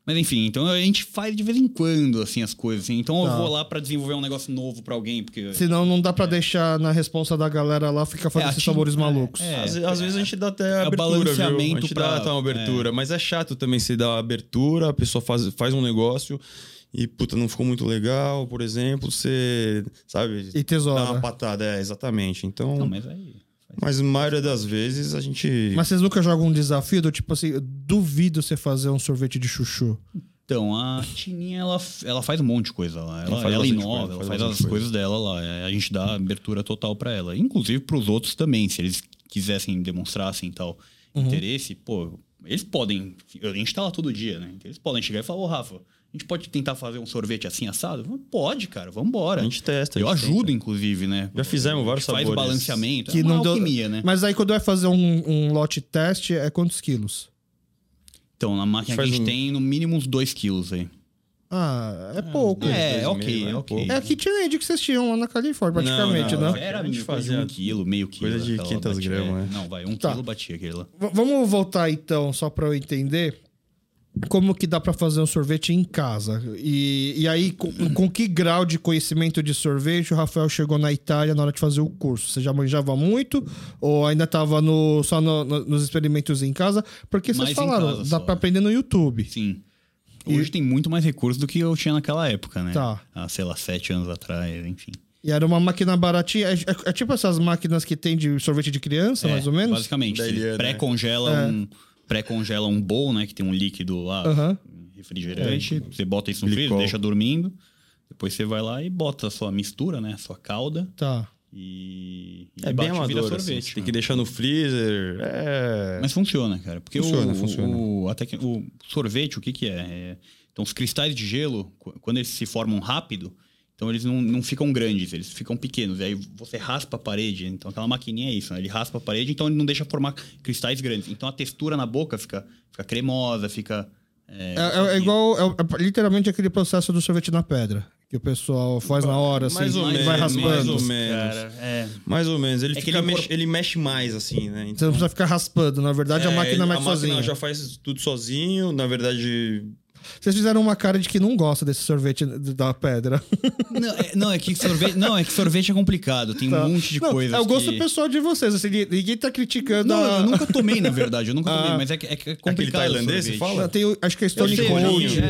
[SPEAKER 3] Mas enfim, então a gente faz de vez em quando assim as coisas. assim. Então eu
[SPEAKER 1] Tá.
[SPEAKER 3] vou lá pra desenvolver um negócio novo pra alguém, porque
[SPEAKER 1] Senão não dá pra deixar na responsa da galera lá ficar fazendo
[SPEAKER 3] É, a
[SPEAKER 1] esses
[SPEAKER 3] tin-
[SPEAKER 1] sabores
[SPEAKER 3] é,
[SPEAKER 1] malucos.
[SPEAKER 3] é.
[SPEAKER 2] Às, às vezes a gente dá até abertura, viu?
[SPEAKER 3] balanceamento
[SPEAKER 2] A gente
[SPEAKER 3] pra-
[SPEAKER 2] dá até uma abertura, mas é chato também se dá abertura, a pessoa faz, faz um negócio e, puta, não ficou muito legal, por exemplo, você, sabe,
[SPEAKER 1] E
[SPEAKER 2] dá
[SPEAKER 1] tesoura.
[SPEAKER 2] uma patada, é, exatamente. Então,
[SPEAKER 3] não,
[SPEAKER 2] mas...
[SPEAKER 3] mas aí faz-
[SPEAKER 2] a maioria das vezes a gente...
[SPEAKER 1] Mas vocês nunca jogam um desafio do tipo assim, eu duvido você fazer um sorvete de chuchu.
[SPEAKER 3] Então, a Tininha, ela, ela faz um monte de coisa lá. Ela,
[SPEAKER 2] Ela faz
[SPEAKER 3] ela
[SPEAKER 2] bastante
[SPEAKER 3] inova,
[SPEAKER 2] coisa,
[SPEAKER 3] ela
[SPEAKER 2] faz
[SPEAKER 3] faz,
[SPEAKER 2] bastante
[SPEAKER 3] as coisas dela lá. É, A gente dá abertura total pra ela. Inclusive pros outros também, se eles quisessem, demonstrassem tal
[SPEAKER 2] Uhum.
[SPEAKER 3] interesse, pô, eles podem. A gente tá lá todo dia, né? Então, Eles podem chegar e falar, ô Rafa, a gente pode tentar fazer um sorvete assim assado? Vamos, Pode, cara, vambora.
[SPEAKER 2] A gente testa. a
[SPEAKER 3] Eu
[SPEAKER 2] gente
[SPEAKER 3] ajudo,
[SPEAKER 2] tenta.
[SPEAKER 3] inclusive, né?
[SPEAKER 2] Já fizemos vários
[SPEAKER 3] a gente Faz o
[SPEAKER 2] sabores.
[SPEAKER 3] balanceamento.
[SPEAKER 1] Que
[SPEAKER 3] é uma
[SPEAKER 1] não deu-
[SPEAKER 3] alquimia, né?
[SPEAKER 1] Mas aí quando vai fazer um, um lote teste, é quantos quilos?
[SPEAKER 3] Então, na máquina que a
[SPEAKER 2] Faz
[SPEAKER 3] gente
[SPEAKER 2] um-
[SPEAKER 3] tem, no mínimo, uns 2 quilos aí.
[SPEAKER 1] Ah, é pouco.
[SPEAKER 2] dois,
[SPEAKER 3] é,
[SPEAKER 2] dois e
[SPEAKER 3] ok,
[SPEAKER 2] meio,
[SPEAKER 3] é
[SPEAKER 2] é
[SPEAKER 3] ok.
[SPEAKER 2] pouco.
[SPEAKER 1] É a KitchenAid que vocês tinham lá na Califórnia,
[SPEAKER 2] Não,
[SPEAKER 1] praticamente,
[SPEAKER 2] não,
[SPEAKER 1] né?
[SPEAKER 2] não.
[SPEAKER 3] Era
[SPEAKER 2] A gente
[SPEAKER 3] meio coisa de
[SPEAKER 2] fazia
[SPEAKER 3] um quilo, meio quilo.
[SPEAKER 2] coisa de
[SPEAKER 3] aquela
[SPEAKER 2] 500
[SPEAKER 3] batia.
[SPEAKER 2] gramas, né?
[SPEAKER 3] Não, vai, um
[SPEAKER 1] Tá.
[SPEAKER 3] quilo batia aquele lá.
[SPEAKER 1] V- vamos voltar então, só para eu entender. Como que dá para fazer um sorvete em casa? E, e aí, com, com que grau de conhecimento de sorvete o Rafael chegou na Itália na hora de fazer o curso? Você já manjava muito? Ou ainda estava no, só no- no- nos experimentos em casa? Porque vocês
[SPEAKER 3] Mais em
[SPEAKER 1] falaram, dá
[SPEAKER 3] casa só. é.
[SPEAKER 1] para aprender no YouTube.
[SPEAKER 3] Sim. Hoje tem muito mais recursos do que eu tinha naquela época, né?
[SPEAKER 1] Tá.
[SPEAKER 3] Há, sei lá, sete anos atrás, enfim.
[SPEAKER 1] E era uma máquina baratinha. É, é- é tipo essas máquinas que tem de sorvete de criança,
[SPEAKER 3] Tá
[SPEAKER 1] mais ou menos?
[SPEAKER 3] É, Basicamente,
[SPEAKER 2] Daí
[SPEAKER 3] você
[SPEAKER 2] é, né?
[SPEAKER 3] pré-congela um. Pré-congela um bowl, né? Que tem um líquido lá,
[SPEAKER 1] Aham.
[SPEAKER 3] refrigerante. Você bota isso no
[SPEAKER 2] Glicol.
[SPEAKER 3] freezer, deixa dormindo. Depois você vai lá e bota a sua mistura, né? A sua calda.
[SPEAKER 1] Tá.
[SPEAKER 3] E, e
[SPEAKER 2] É bem
[SPEAKER 3] bate e vira
[SPEAKER 2] amador, assim,
[SPEAKER 3] sorvete.
[SPEAKER 2] você tem
[SPEAKER 3] né?
[SPEAKER 2] que deixar no freezer, é...
[SPEAKER 3] Mas funciona, cara. Porque
[SPEAKER 2] Funciona,
[SPEAKER 3] o,
[SPEAKER 2] funciona.
[SPEAKER 3] O, a tec- o sorvete, o que que é? É, Então, os cristais de gelo, qu- quando eles se formam rápido, então eles não, não ficam grandes, eles ficam pequenos. E aí você raspa a parede. Então, aquela maquininha é isso, né? Ele raspa a parede, então ele não deixa formar cristais grandes. Então, a textura na boca fica, fica cremosa, fica... É,
[SPEAKER 1] É, é- é igual, é, é literalmente aquele processo do sorvete na pedra, que o pessoal faz na hora, assim,
[SPEAKER 2] Mais ou
[SPEAKER 1] vai
[SPEAKER 2] menos,
[SPEAKER 1] raspando.
[SPEAKER 2] mais ou menos.
[SPEAKER 3] Cara, é.
[SPEAKER 2] Mais ou menos, ele,
[SPEAKER 3] É que
[SPEAKER 2] fica
[SPEAKER 3] ele
[SPEAKER 2] mex-
[SPEAKER 3] incorpora-
[SPEAKER 2] ele mexe mais, assim, né?
[SPEAKER 1] Você não precisa ficar raspando, na verdade a
[SPEAKER 2] É,
[SPEAKER 1] máquina
[SPEAKER 2] ele-
[SPEAKER 1] mais sozinha.
[SPEAKER 2] já faz tudo sozinho, na verdade.
[SPEAKER 1] Vocês fizeram uma cara de que não gosta desse sorvete da pedra.
[SPEAKER 3] Não, é, não, é que sorvete, não, é que sorvete é complicado. Tem um monte de
[SPEAKER 1] Não,
[SPEAKER 3] coisa.
[SPEAKER 1] É o gosto
[SPEAKER 3] que...
[SPEAKER 1] pessoal de vocês, assim, ninguém tá criticando
[SPEAKER 3] Não,
[SPEAKER 1] a...
[SPEAKER 3] eu nunca tomei, na verdade. Eu nunca
[SPEAKER 1] Ah.
[SPEAKER 3] tomei, mas é, que- é que é complicado.
[SPEAKER 2] tailandês, você
[SPEAKER 3] sorvete.
[SPEAKER 2] fala?
[SPEAKER 1] Tem o- acho que é
[SPEAKER 3] Eu
[SPEAKER 1] Stone
[SPEAKER 3] sei,
[SPEAKER 1] Cold.
[SPEAKER 2] Cold,
[SPEAKER 1] É.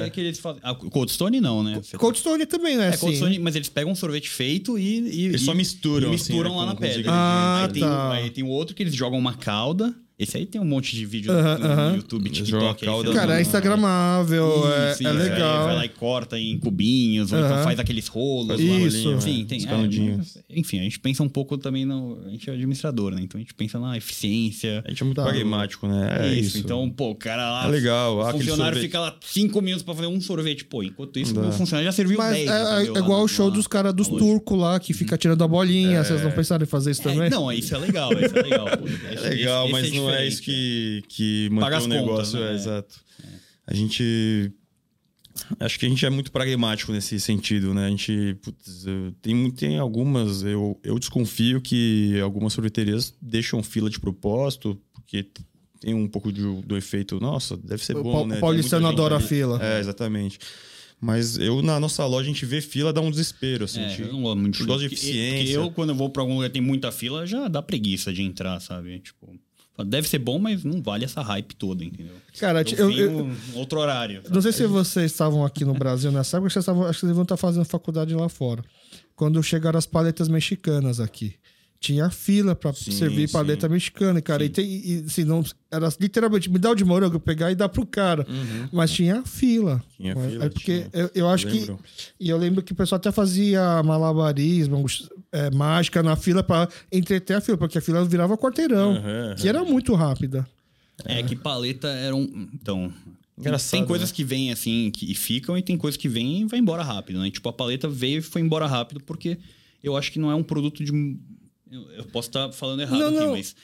[SPEAKER 3] é. Que, que eles fazem. Ah, Cold Stone não, né? Você-
[SPEAKER 1] Cold Stone também, né?
[SPEAKER 3] é,
[SPEAKER 1] assim,
[SPEAKER 3] Cold
[SPEAKER 1] né?
[SPEAKER 3] Stone, mas eles pegam um sorvete feito e. e
[SPEAKER 2] Eles
[SPEAKER 3] e-
[SPEAKER 2] só misturam,
[SPEAKER 3] e
[SPEAKER 2] assim,
[SPEAKER 3] misturam
[SPEAKER 2] né,
[SPEAKER 3] lá
[SPEAKER 2] com-
[SPEAKER 3] na
[SPEAKER 2] com os
[SPEAKER 3] pedra.
[SPEAKER 1] ingredientes.
[SPEAKER 3] aí, tem, um,
[SPEAKER 1] Ah, tá.
[SPEAKER 3] aí tem o outro que eles jogam uma calda. Esse aí tem um monte de vídeo
[SPEAKER 1] Aham,
[SPEAKER 3] no,
[SPEAKER 1] aham.
[SPEAKER 3] no YouTube,
[SPEAKER 2] Eles
[SPEAKER 3] TikTok.
[SPEAKER 2] jogam
[SPEAKER 3] aí,
[SPEAKER 2] a calda
[SPEAKER 3] sei lá.
[SPEAKER 1] Cara, é instagramável, é,
[SPEAKER 3] Isso,
[SPEAKER 1] é
[SPEAKER 3] isso, aí
[SPEAKER 1] legal.
[SPEAKER 3] Vai lá e corta em cubinhos, ou
[SPEAKER 1] Aham.
[SPEAKER 3] então faz aqueles rolos.
[SPEAKER 2] Faz
[SPEAKER 3] lá.
[SPEAKER 1] Isso.
[SPEAKER 3] Sim,
[SPEAKER 2] né?
[SPEAKER 3] tem.
[SPEAKER 2] Os
[SPEAKER 3] é,
[SPEAKER 2] canudinhos.
[SPEAKER 3] mas, enfim, a gente pensa um pouco também no. A gente é administrador, né? Então a gente pensa na eficiência.
[SPEAKER 2] A gente é muito
[SPEAKER 1] Tá.
[SPEAKER 2] pragmático, né? É isso.
[SPEAKER 3] Então, pô, o cara lá.
[SPEAKER 2] é legal.
[SPEAKER 3] O
[SPEAKER 2] ah, aquele
[SPEAKER 3] funcionário
[SPEAKER 2] sorvete.
[SPEAKER 3] fica lá cinco minutos pra fazer um sorvete. Pô, enquanto isso,
[SPEAKER 2] Dá.
[SPEAKER 3] o funcionário já serviu
[SPEAKER 1] Mas
[SPEAKER 3] 10.
[SPEAKER 1] é, é
[SPEAKER 3] entendeu? Ah, Lá
[SPEAKER 1] igual
[SPEAKER 3] no-
[SPEAKER 1] o show
[SPEAKER 3] lá-
[SPEAKER 1] dos caras dos
[SPEAKER 3] lá longe.
[SPEAKER 1] turcos lá, que fica tirando a bolinha. Vocês não pensaram em fazer isso
[SPEAKER 3] É,
[SPEAKER 1] também?
[SPEAKER 3] não, isso é legal, isso é legal. pô. Esse-
[SPEAKER 2] É legal,
[SPEAKER 3] esse-
[SPEAKER 2] mas
[SPEAKER 3] esse é
[SPEAKER 2] não é isso que, que mantém
[SPEAKER 3] Paga
[SPEAKER 2] o
[SPEAKER 3] as
[SPEAKER 2] negócio.
[SPEAKER 3] contas, né?
[SPEAKER 2] é,
[SPEAKER 3] É.
[SPEAKER 2] Exato. A gente. Acho que a gente é muito pragmático nesse sentido, né? A gente. putz, eu- tem, mu- tem algumas. Eu, eu desconfio que algumas sorveterias deixam fila de propósito, porque t- tem um pouco de- do efeito. Nossa, deve ser
[SPEAKER 1] O
[SPEAKER 2] bom,
[SPEAKER 1] pau-
[SPEAKER 2] né?
[SPEAKER 1] o
[SPEAKER 2] Tem
[SPEAKER 1] paulistano
[SPEAKER 2] muita gente
[SPEAKER 1] adora a
[SPEAKER 2] ali."
[SPEAKER 1] fila.
[SPEAKER 2] É, exatamente. Mas eu, na nossa loja, a gente vê fila, dá um desespero, assim. a
[SPEAKER 3] É,
[SPEAKER 2] gente-
[SPEAKER 3] eu não gosto muito
[SPEAKER 2] eu gosto de
[SPEAKER 3] Porque-
[SPEAKER 2] eficiência.
[SPEAKER 3] Porque eu, quando eu vou pra algum lugar que tem muita fila, já dá preguiça de entrar, sabe? Tipo, fala, deve ser bom, mas não vale essa hype toda, entendeu?
[SPEAKER 1] Cara, eu,
[SPEAKER 3] Eu, vi
[SPEAKER 1] eu-
[SPEAKER 3] um outro horário.
[SPEAKER 1] não sei se vocês estavam aqui no Brasil nessa época, vocês estavam, acho que vocês vão estar fazendo faculdade lá fora. Quando chegaram as paletas mexicanas aqui. Tinha fila pra
[SPEAKER 2] Sim,
[SPEAKER 1] servir
[SPEAKER 2] sim.
[SPEAKER 1] paleta mexicana, e, cara. E, tem, e, assim, não, era literalmente, me dá o de morango, eu pegar e dar pro cara.
[SPEAKER 3] Uhum.
[SPEAKER 1] Mas tinha fila.
[SPEAKER 2] Tinha
[SPEAKER 1] É,
[SPEAKER 2] fila,
[SPEAKER 1] É porque
[SPEAKER 2] tinha.
[SPEAKER 1] eu, eu acho que
[SPEAKER 2] Lembro.
[SPEAKER 1] E eu lembro que o pessoal até fazia malabarismo, é, mágica na fila pra entreter a fila, porque a fila virava quarteirão.
[SPEAKER 2] Aham,
[SPEAKER 1] Que era muito rápida.
[SPEAKER 3] É que paleta era um. Então.
[SPEAKER 2] Engraçado,
[SPEAKER 3] tem coisas
[SPEAKER 2] né?
[SPEAKER 3] que vêm assim que, e ficam, e tem coisas que vêm e vai embora rápido, né? Tipo, a paleta veio e foi embora rápido, porque eu acho que não é um produto de. um- Eu, eu posso estar falando errado
[SPEAKER 1] Não,
[SPEAKER 3] aqui,
[SPEAKER 1] não.
[SPEAKER 3] mas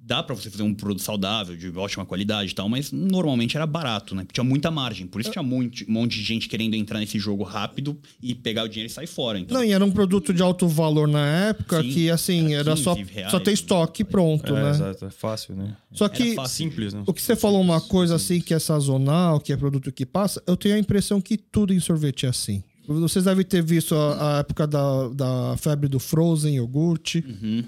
[SPEAKER 3] dá pra você fazer um produto saudável, de ótima qualidade e tal, mas normalmente era barato, né? Tinha muita margem. Por isso tinha muito, um monte de gente querendo entrar nesse jogo rápido e pegar o dinheiro e sair fora. Então,
[SPEAKER 1] Não, e era um produto de alto valor na época,
[SPEAKER 3] Sim,
[SPEAKER 1] que assim,
[SPEAKER 3] era
[SPEAKER 1] era só,
[SPEAKER 3] 15 reais,
[SPEAKER 1] só ter
[SPEAKER 3] né?
[SPEAKER 1] estoque pronto,
[SPEAKER 2] É,
[SPEAKER 1] né?
[SPEAKER 2] exato, é fácil, né?
[SPEAKER 1] Só
[SPEAKER 3] Era
[SPEAKER 1] que
[SPEAKER 3] fácil.
[SPEAKER 2] Simples, né?
[SPEAKER 1] o que você falou uma coisa assim que é sazonal, que é produto que passa, eu tenho a impressão que tudo em sorvete é assim. Vocês devem ter visto a, a época da, da febre do frozen, iogurte.
[SPEAKER 2] Uhum.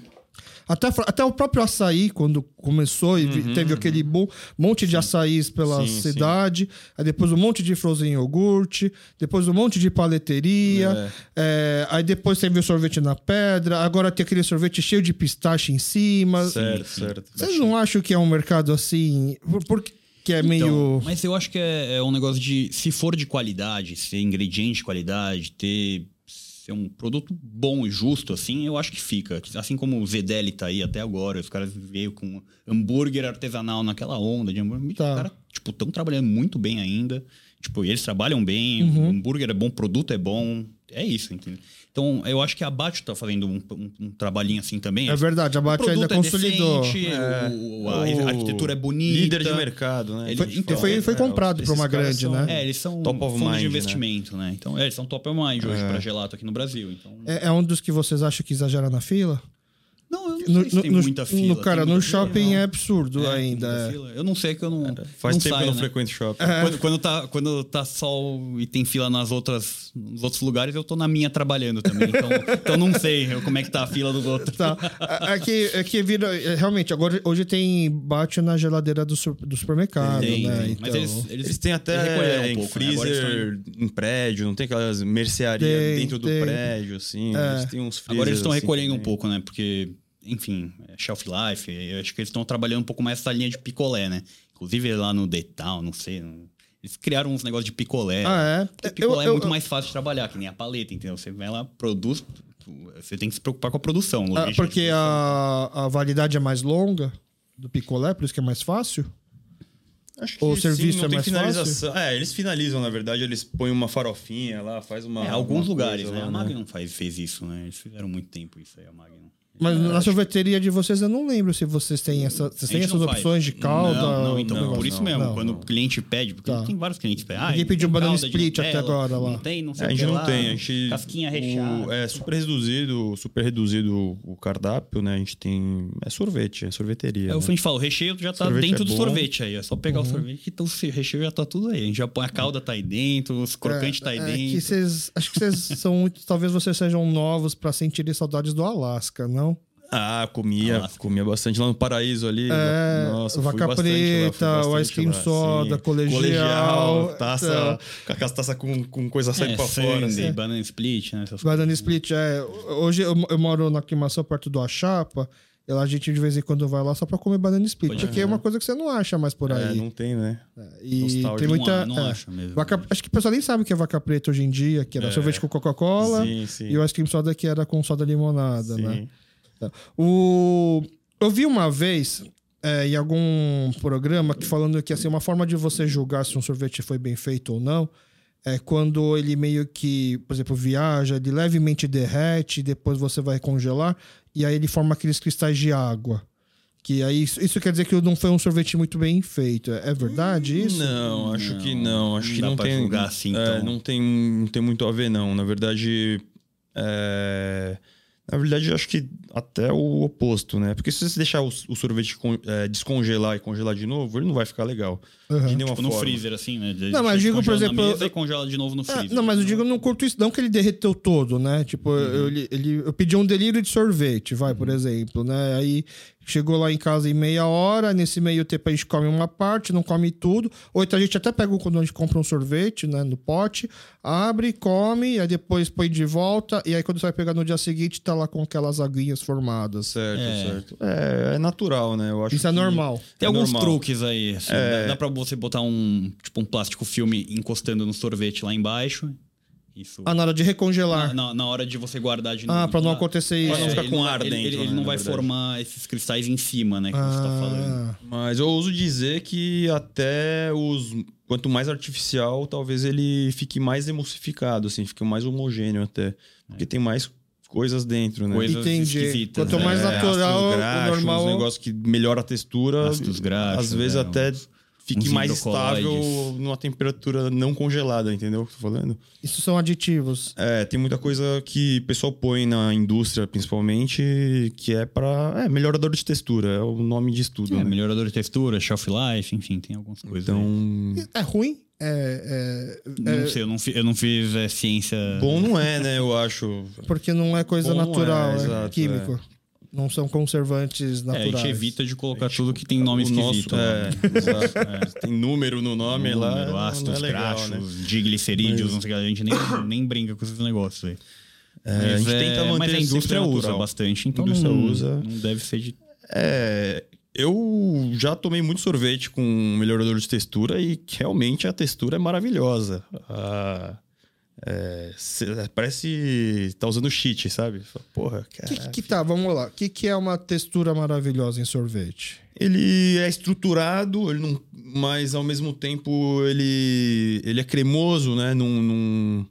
[SPEAKER 1] Até, fra- até o próprio açaí, quando começou e vi- teve aquele bom, monte de açaís pela
[SPEAKER 2] Uhum, Sim, sim.
[SPEAKER 1] cidade, aí depois um monte de frozen iogurte, depois um monte de paleteria, é, aí depois teve o sorvete na pedra, agora tem aquele sorvete cheio de pistache em cima.
[SPEAKER 2] Certo, certo.
[SPEAKER 1] Vocês não acham que é um mercado assim. por- Porque que é
[SPEAKER 3] Então,
[SPEAKER 1] meio.
[SPEAKER 3] mas eu acho que é, é um negócio de, se for de qualidade, ser ingrediente de qualidade, ter ser um produto bom e justo, assim, eu acho que fica. Assim como o Zedeli tá aí até agora, os caras veio com hambúrguer artesanal naquela onda de hambúrguer.
[SPEAKER 1] Tá.
[SPEAKER 3] Os caras, tipo, estão trabalhando muito bem ainda. Tipo, eles trabalham bem,
[SPEAKER 1] Uhum.
[SPEAKER 3] o hambúrguer é bom, o produto é bom. É isso, entendeu? Então, eu acho que a Bate tá fazendo um, um- um trabalhinho assim também.
[SPEAKER 1] É verdade, a
[SPEAKER 3] O
[SPEAKER 1] Bate
[SPEAKER 3] produto
[SPEAKER 1] ainda
[SPEAKER 3] é
[SPEAKER 1] consolidou. É.
[SPEAKER 3] decente, o- a
[SPEAKER 2] O
[SPEAKER 3] arquitetura é bonita.
[SPEAKER 2] Líder de mercado, né?
[SPEAKER 3] Ele-
[SPEAKER 2] Eles
[SPEAKER 3] então,
[SPEAKER 2] falam,
[SPEAKER 3] foi-
[SPEAKER 1] foi
[SPEAKER 2] é,
[SPEAKER 1] comprado
[SPEAKER 2] esses
[SPEAKER 1] por uma
[SPEAKER 2] caras
[SPEAKER 1] grande,
[SPEAKER 2] são-
[SPEAKER 1] né?
[SPEAKER 3] É, eles são
[SPEAKER 2] Top of
[SPEAKER 3] fundos de
[SPEAKER 2] mind, né?
[SPEAKER 3] investimento, né? Então, é, eles são top of mind hoje
[SPEAKER 2] É.
[SPEAKER 3] pra gelato aqui no Brasil. Então,
[SPEAKER 1] É, é um dos que vocês acham que exagera na fila?
[SPEAKER 3] não, eu não
[SPEAKER 1] No,
[SPEAKER 3] sei se tem
[SPEAKER 1] no-
[SPEAKER 3] muita
[SPEAKER 1] no-
[SPEAKER 3] fila.
[SPEAKER 1] no- cara,
[SPEAKER 3] tem
[SPEAKER 1] no
[SPEAKER 3] muita fila,
[SPEAKER 1] shopping
[SPEAKER 3] não.
[SPEAKER 1] é absurdo
[SPEAKER 3] É, tem muita
[SPEAKER 1] ainda.
[SPEAKER 3] fila. Eu não sei que eu não.
[SPEAKER 2] Faz tempo
[SPEAKER 3] não
[SPEAKER 2] que eu
[SPEAKER 3] saio,
[SPEAKER 2] não
[SPEAKER 3] né?
[SPEAKER 2] frequento shopping.
[SPEAKER 3] Quando, quando tá, quando tá sol e tem fila nas outras, nos outros lugares, eu tô na minha trabalhando também. Então, então não sei eu- como é que tá a fila dos outros.
[SPEAKER 1] Tá. É é que, é que vira. é, Realmente, agora hoje tem bate na geladeira do, sur- do supermercado,
[SPEAKER 3] Tem,
[SPEAKER 1] né?
[SPEAKER 3] tem.
[SPEAKER 1] Então,
[SPEAKER 3] Mas eles, eles,
[SPEAKER 2] Eles têm até
[SPEAKER 3] recolheram um
[SPEAKER 2] em
[SPEAKER 3] pouco, né? Agora eles estão
[SPEAKER 2] freezer em prédio, não tem aquelas mercearias
[SPEAKER 1] Tem,
[SPEAKER 2] dentro do
[SPEAKER 1] tem. É.
[SPEAKER 2] prédio, assim. Eles têm uns freezers.
[SPEAKER 3] Agora eles estão
[SPEAKER 2] assim
[SPEAKER 3] recolhendo um
[SPEAKER 2] também.
[SPEAKER 3] pouco, né? Porque, enfim, é shelf life, eu acho que eles estão trabalhando um pouco mais essa linha de picolé, né? Inclusive lá no Detal, não sei. não- Eles criaram uns negócios de picolé. né?
[SPEAKER 1] Ah, é?
[SPEAKER 3] Porque
[SPEAKER 1] Eu-
[SPEAKER 3] picolé é
[SPEAKER 1] eu-
[SPEAKER 3] muito mais fácil de trabalhar, que nem a paleta, entendeu? Você vai lá, produz. Você tem que se preocupar com a produção.
[SPEAKER 1] ah,
[SPEAKER 3] logística de
[SPEAKER 1] porque a, a validade é mais longa do picolé, por isso que é mais fácil.
[SPEAKER 2] Acho
[SPEAKER 1] O
[SPEAKER 2] sim,
[SPEAKER 1] serviço
[SPEAKER 2] não
[SPEAKER 1] é
[SPEAKER 2] tem
[SPEAKER 1] mais
[SPEAKER 2] finalização. É, eles finalizam, na verdade, eles põem uma farofinha lá, faz uma.
[SPEAKER 3] produção. É, alguns
[SPEAKER 2] alguma
[SPEAKER 3] lugares,
[SPEAKER 2] coisa
[SPEAKER 3] né?
[SPEAKER 2] lá,
[SPEAKER 3] A Magnum faz, fez isso, né? Eles fizeram muito tempo isso aí, a Magnum.
[SPEAKER 1] Mas na sorveteria de vocês eu não lembro se vocês têm, essa, vocês
[SPEAKER 3] É, A
[SPEAKER 1] têm
[SPEAKER 3] gente
[SPEAKER 1] essas
[SPEAKER 3] não faz.
[SPEAKER 1] opções de calda.
[SPEAKER 3] Não, não, então,
[SPEAKER 1] algum
[SPEAKER 2] não,
[SPEAKER 1] negócio.
[SPEAKER 3] por
[SPEAKER 1] assim?
[SPEAKER 3] isso mesmo,
[SPEAKER 1] Não.
[SPEAKER 3] quando o cliente pede, porque
[SPEAKER 1] Tá.
[SPEAKER 3] tem vários clientes que pedem. Ah,
[SPEAKER 1] Ninguém pediu
[SPEAKER 3] tem
[SPEAKER 1] banana
[SPEAKER 3] calda de
[SPEAKER 1] split até
[SPEAKER 3] Nutella,
[SPEAKER 1] agora lá.
[SPEAKER 3] Não tem, não
[SPEAKER 2] É,
[SPEAKER 3] sei
[SPEAKER 2] a
[SPEAKER 3] o que
[SPEAKER 2] gente não
[SPEAKER 3] lá,
[SPEAKER 2] tem, a gente.
[SPEAKER 3] Casquinha
[SPEAKER 2] o-
[SPEAKER 3] recheada.
[SPEAKER 2] é super reduzido, super reduzido o cardápio, né? A gente tem. É sorvete, é sorveteria.
[SPEAKER 3] É
[SPEAKER 2] né?
[SPEAKER 3] o que a gente fala, o recheio já tá
[SPEAKER 2] Sorvete
[SPEAKER 3] dentro
[SPEAKER 2] é
[SPEAKER 3] do
[SPEAKER 2] bom.
[SPEAKER 3] sorvete aí. É só pegar
[SPEAKER 1] Uhum.
[SPEAKER 3] o sorvete, então o recheio já tá tudo aí. A gente já põe a calda tá aí dentro, os crocantes tá aí
[SPEAKER 1] é
[SPEAKER 3] dentro.
[SPEAKER 1] que vocês- acho que vocês são muito. Talvez vocês sejam novos pra sentirem saudades do Alasca, não?
[SPEAKER 2] Ah, comia,
[SPEAKER 3] Nossa.
[SPEAKER 2] comia bastante lá no Paraíso ali.
[SPEAKER 1] É,
[SPEAKER 2] Nossa, fui
[SPEAKER 1] vaca
[SPEAKER 2] bastante lá, fui
[SPEAKER 1] preta, o
[SPEAKER 2] bastante
[SPEAKER 1] ice cream
[SPEAKER 2] lá,
[SPEAKER 1] soda,
[SPEAKER 2] sim.
[SPEAKER 1] colegial, é.
[SPEAKER 2] taça, com aquelas taças com, com coisa saindo
[SPEAKER 3] É,
[SPEAKER 2] pra fora.
[SPEAKER 3] sundae,
[SPEAKER 2] assim.
[SPEAKER 3] banana split, né? Essas
[SPEAKER 1] Guarani Split, é. Hoje eu, eu moro na queimação perto do Achapa. e lá a gente de vez em quando vai lá só pra comer banana split,
[SPEAKER 3] Pode
[SPEAKER 1] porque é uma coisa que você não acha mais por
[SPEAKER 2] É,
[SPEAKER 1] aí.
[SPEAKER 2] não tem, né?
[SPEAKER 1] e
[SPEAKER 2] nostálgico.
[SPEAKER 1] tem
[SPEAKER 3] Não
[SPEAKER 1] muita.
[SPEAKER 3] há- não
[SPEAKER 1] é,
[SPEAKER 3] acho É. mesmo. né.
[SPEAKER 1] vaca- acho que o pessoal nem sabe o que é vaca preta hoje em dia, que era sorvete com Coca-Cola
[SPEAKER 2] Sim, sim.
[SPEAKER 1] e o ice cream soda que era com soda limonada,
[SPEAKER 2] sim.
[SPEAKER 1] né? O... Eu vi uma vez é, em algum programa que falando que assim, uma forma de você julgar se um sorvete foi bem feito ou não é quando ele meio que, por exemplo, viaja, ele levemente derrete, depois você vai congelar e aí ele forma aqueles cristais de água. Que aí, isso isso quer dizer que não foi um sorvete muito bem feito. É é verdade isso?
[SPEAKER 2] Não, acho
[SPEAKER 3] Não,
[SPEAKER 2] que não. Acho
[SPEAKER 3] não
[SPEAKER 2] que
[SPEAKER 3] dá
[SPEAKER 2] não
[SPEAKER 3] pra
[SPEAKER 2] tem.
[SPEAKER 3] julgar assim,
[SPEAKER 2] é,
[SPEAKER 3] então.
[SPEAKER 2] não tem, não tem muito a ver, não. Na verdade. é, Na verdade, acho que até o oposto, né? Porque se você deixar o, o sorvete con- é, descongelar e congelar de novo, ele não vai ficar legal.
[SPEAKER 1] Aham.
[SPEAKER 2] De nenhuma
[SPEAKER 3] Tipo, no
[SPEAKER 2] forma.
[SPEAKER 3] freezer, assim, né?
[SPEAKER 1] Não, mas digo, por
[SPEAKER 3] Descongela na
[SPEAKER 1] exemplo,
[SPEAKER 3] mesa
[SPEAKER 1] eu-
[SPEAKER 3] e congela de novo no
[SPEAKER 1] É,
[SPEAKER 3] freezer.
[SPEAKER 1] não, mas eu digo, eu não curto isso. Não que ele derreteu todo, né? Tipo, eu, ele, ele- eu pedi um delírio de sorvete, vai, por exemplo, né? Aí chegou lá em casa em meia hora, nesse meio tempo a gente come uma parte, não come tudo. Ou então a gente até pega um- quando a gente compra um sorvete, né, no pote, abre, come, aí depois põe de volta. E aí quando você vai pegar no dia seguinte, tá lá com aquelas aguinhas formadas.
[SPEAKER 2] Certo,
[SPEAKER 3] É.
[SPEAKER 2] certo. É, é natural, né? Eu acho
[SPEAKER 1] Isso é
[SPEAKER 2] que-
[SPEAKER 1] normal.
[SPEAKER 3] Tem
[SPEAKER 2] É
[SPEAKER 3] alguns
[SPEAKER 2] normal.
[SPEAKER 3] truques aí. assim, Dá, dá pra você botar um, tipo, um plástico filme encostando no sorvete lá embaixo. Isso.
[SPEAKER 1] Ah, na hora de recongelar.
[SPEAKER 3] na, na hora de você guardar de novo.
[SPEAKER 1] Ah, pra não
[SPEAKER 3] lá.
[SPEAKER 1] acontecer
[SPEAKER 3] É,
[SPEAKER 1] isso.
[SPEAKER 2] Pra não ficar
[SPEAKER 3] ele
[SPEAKER 2] com
[SPEAKER 3] vai-
[SPEAKER 2] ar
[SPEAKER 3] ele-
[SPEAKER 2] dentro,
[SPEAKER 3] Ele,
[SPEAKER 2] né,
[SPEAKER 3] ele
[SPEAKER 2] na
[SPEAKER 3] não vai
[SPEAKER 2] verdade.
[SPEAKER 3] formar esses cristais em cima, né? Que você tá falando.
[SPEAKER 1] Ah,
[SPEAKER 2] Mas eu ouso dizer que até os. Quanto mais artificial, talvez ele fique mais emulsificado, assim, fique mais homogêneo até. Porque tem mais coisas dentro, né?
[SPEAKER 3] É. Coisas
[SPEAKER 1] entendi.
[SPEAKER 3] esquisitas,
[SPEAKER 1] Quanto
[SPEAKER 3] né?
[SPEAKER 1] Então, mais
[SPEAKER 2] É,
[SPEAKER 1] natural,
[SPEAKER 2] ácidos
[SPEAKER 1] o
[SPEAKER 2] graxos,
[SPEAKER 1] normal.
[SPEAKER 2] Uns negócios que melhora a textura.
[SPEAKER 3] Ácidos graxos,
[SPEAKER 2] às vezes
[SPEAKER 3] é,
[SPEAKER 2] até
[SPEAKER 3] uns-
[SPEAKER 2] fique
[SPEAKER 3] uns
[SPEAKER 2] mais
[SPEAKER 3] hidrocoloides.
[SPEAKER 2] estável numa temperatura não congelada, entendeu o que eu tô falando?
[SPEAKER 1] Isso são aditivos.
[SPEAKER 2] É, tem muita coisa que o pessoal põe na indústria, principalmente, que é pra. É, melhorador de textura, é o nome disso tudo.
[SPEAKER 3] É,
[SPEAKER 2] né?
[SPEAKER 3] melhorador de textura, shelf life, enfim, tem algumas coisas. aí.
[SPEAKER 2] Então.
[SPEAKER 1] É ruim? É, é-
[SPEAKER 3] não sei, eu não, fi- eu não fiz é, ciência.
[SPEAKER 2] Bom não é, né? Eu acho.
[SPEAKER 1] porque não é coisa
[SPEAKER 2] Bom,
[SPEAKER 1] natural,
[SPEAKER 2] é,
[SPEAKER 1] é,
[SPEAKER 2] exato,
[SPEAKER 1] químico. Não são conservantes
[SPEAKER 3] É, a
[SPEAKER 1] naturais.
[SPEAKER 3] gente evita de colocar tudo que tem nome
[SPEAKER 2] O nosso-
[SPEAKER 3] esquisito. né?
[SPEAKER 2] é, exato. Tem número no nome lá. não-
[SPEAKER 3] Número, ácidos,
[SPEAKER 2] não é legal,
[SPEAKER 3] graxos,
[SPEAKER 2] né?
[SPEAKER 3] diglicerídeos, não sei o que. A gente nem, nem brinca com esses negócios aí. Mas,
[SPEAKER 2] a gente
[SPEAKER 3] é,
[SPEAKER 2] tenta
[SPEAKER 3] mas
[SPEAKER 2] manter
[SPEAKER 3] a
[SPEAKER 2] sempre
[SPEAKER 3] indústria usa
[SPEAKER 2] natural.
[SPEAKER 3] bastante, então
[SPEAKER 2] A indústria
[SPEAKER 3] não,
[SPEAKER 2] usa.
[SPEAKER 3] não deve ser de...
[SPEAKER 2] É, eu já tomei muito sorvete com melhorador de textura e que realmente a textura é maravilhosa. Ah, é, cê- parece tá usando cheat, sabe? Fala, Porra,
[SPEAKER 1] O
[SPEAKER 2] cara.
[SPEAKER 1] que, que tá? Vamos lá. O que, que é uma textura maravilhosa em sorvete?
[SPEAKER 2] Ele é estruturado, ele não, mas ao mesmo tempo ele, ele é cremoso, né? Não, não,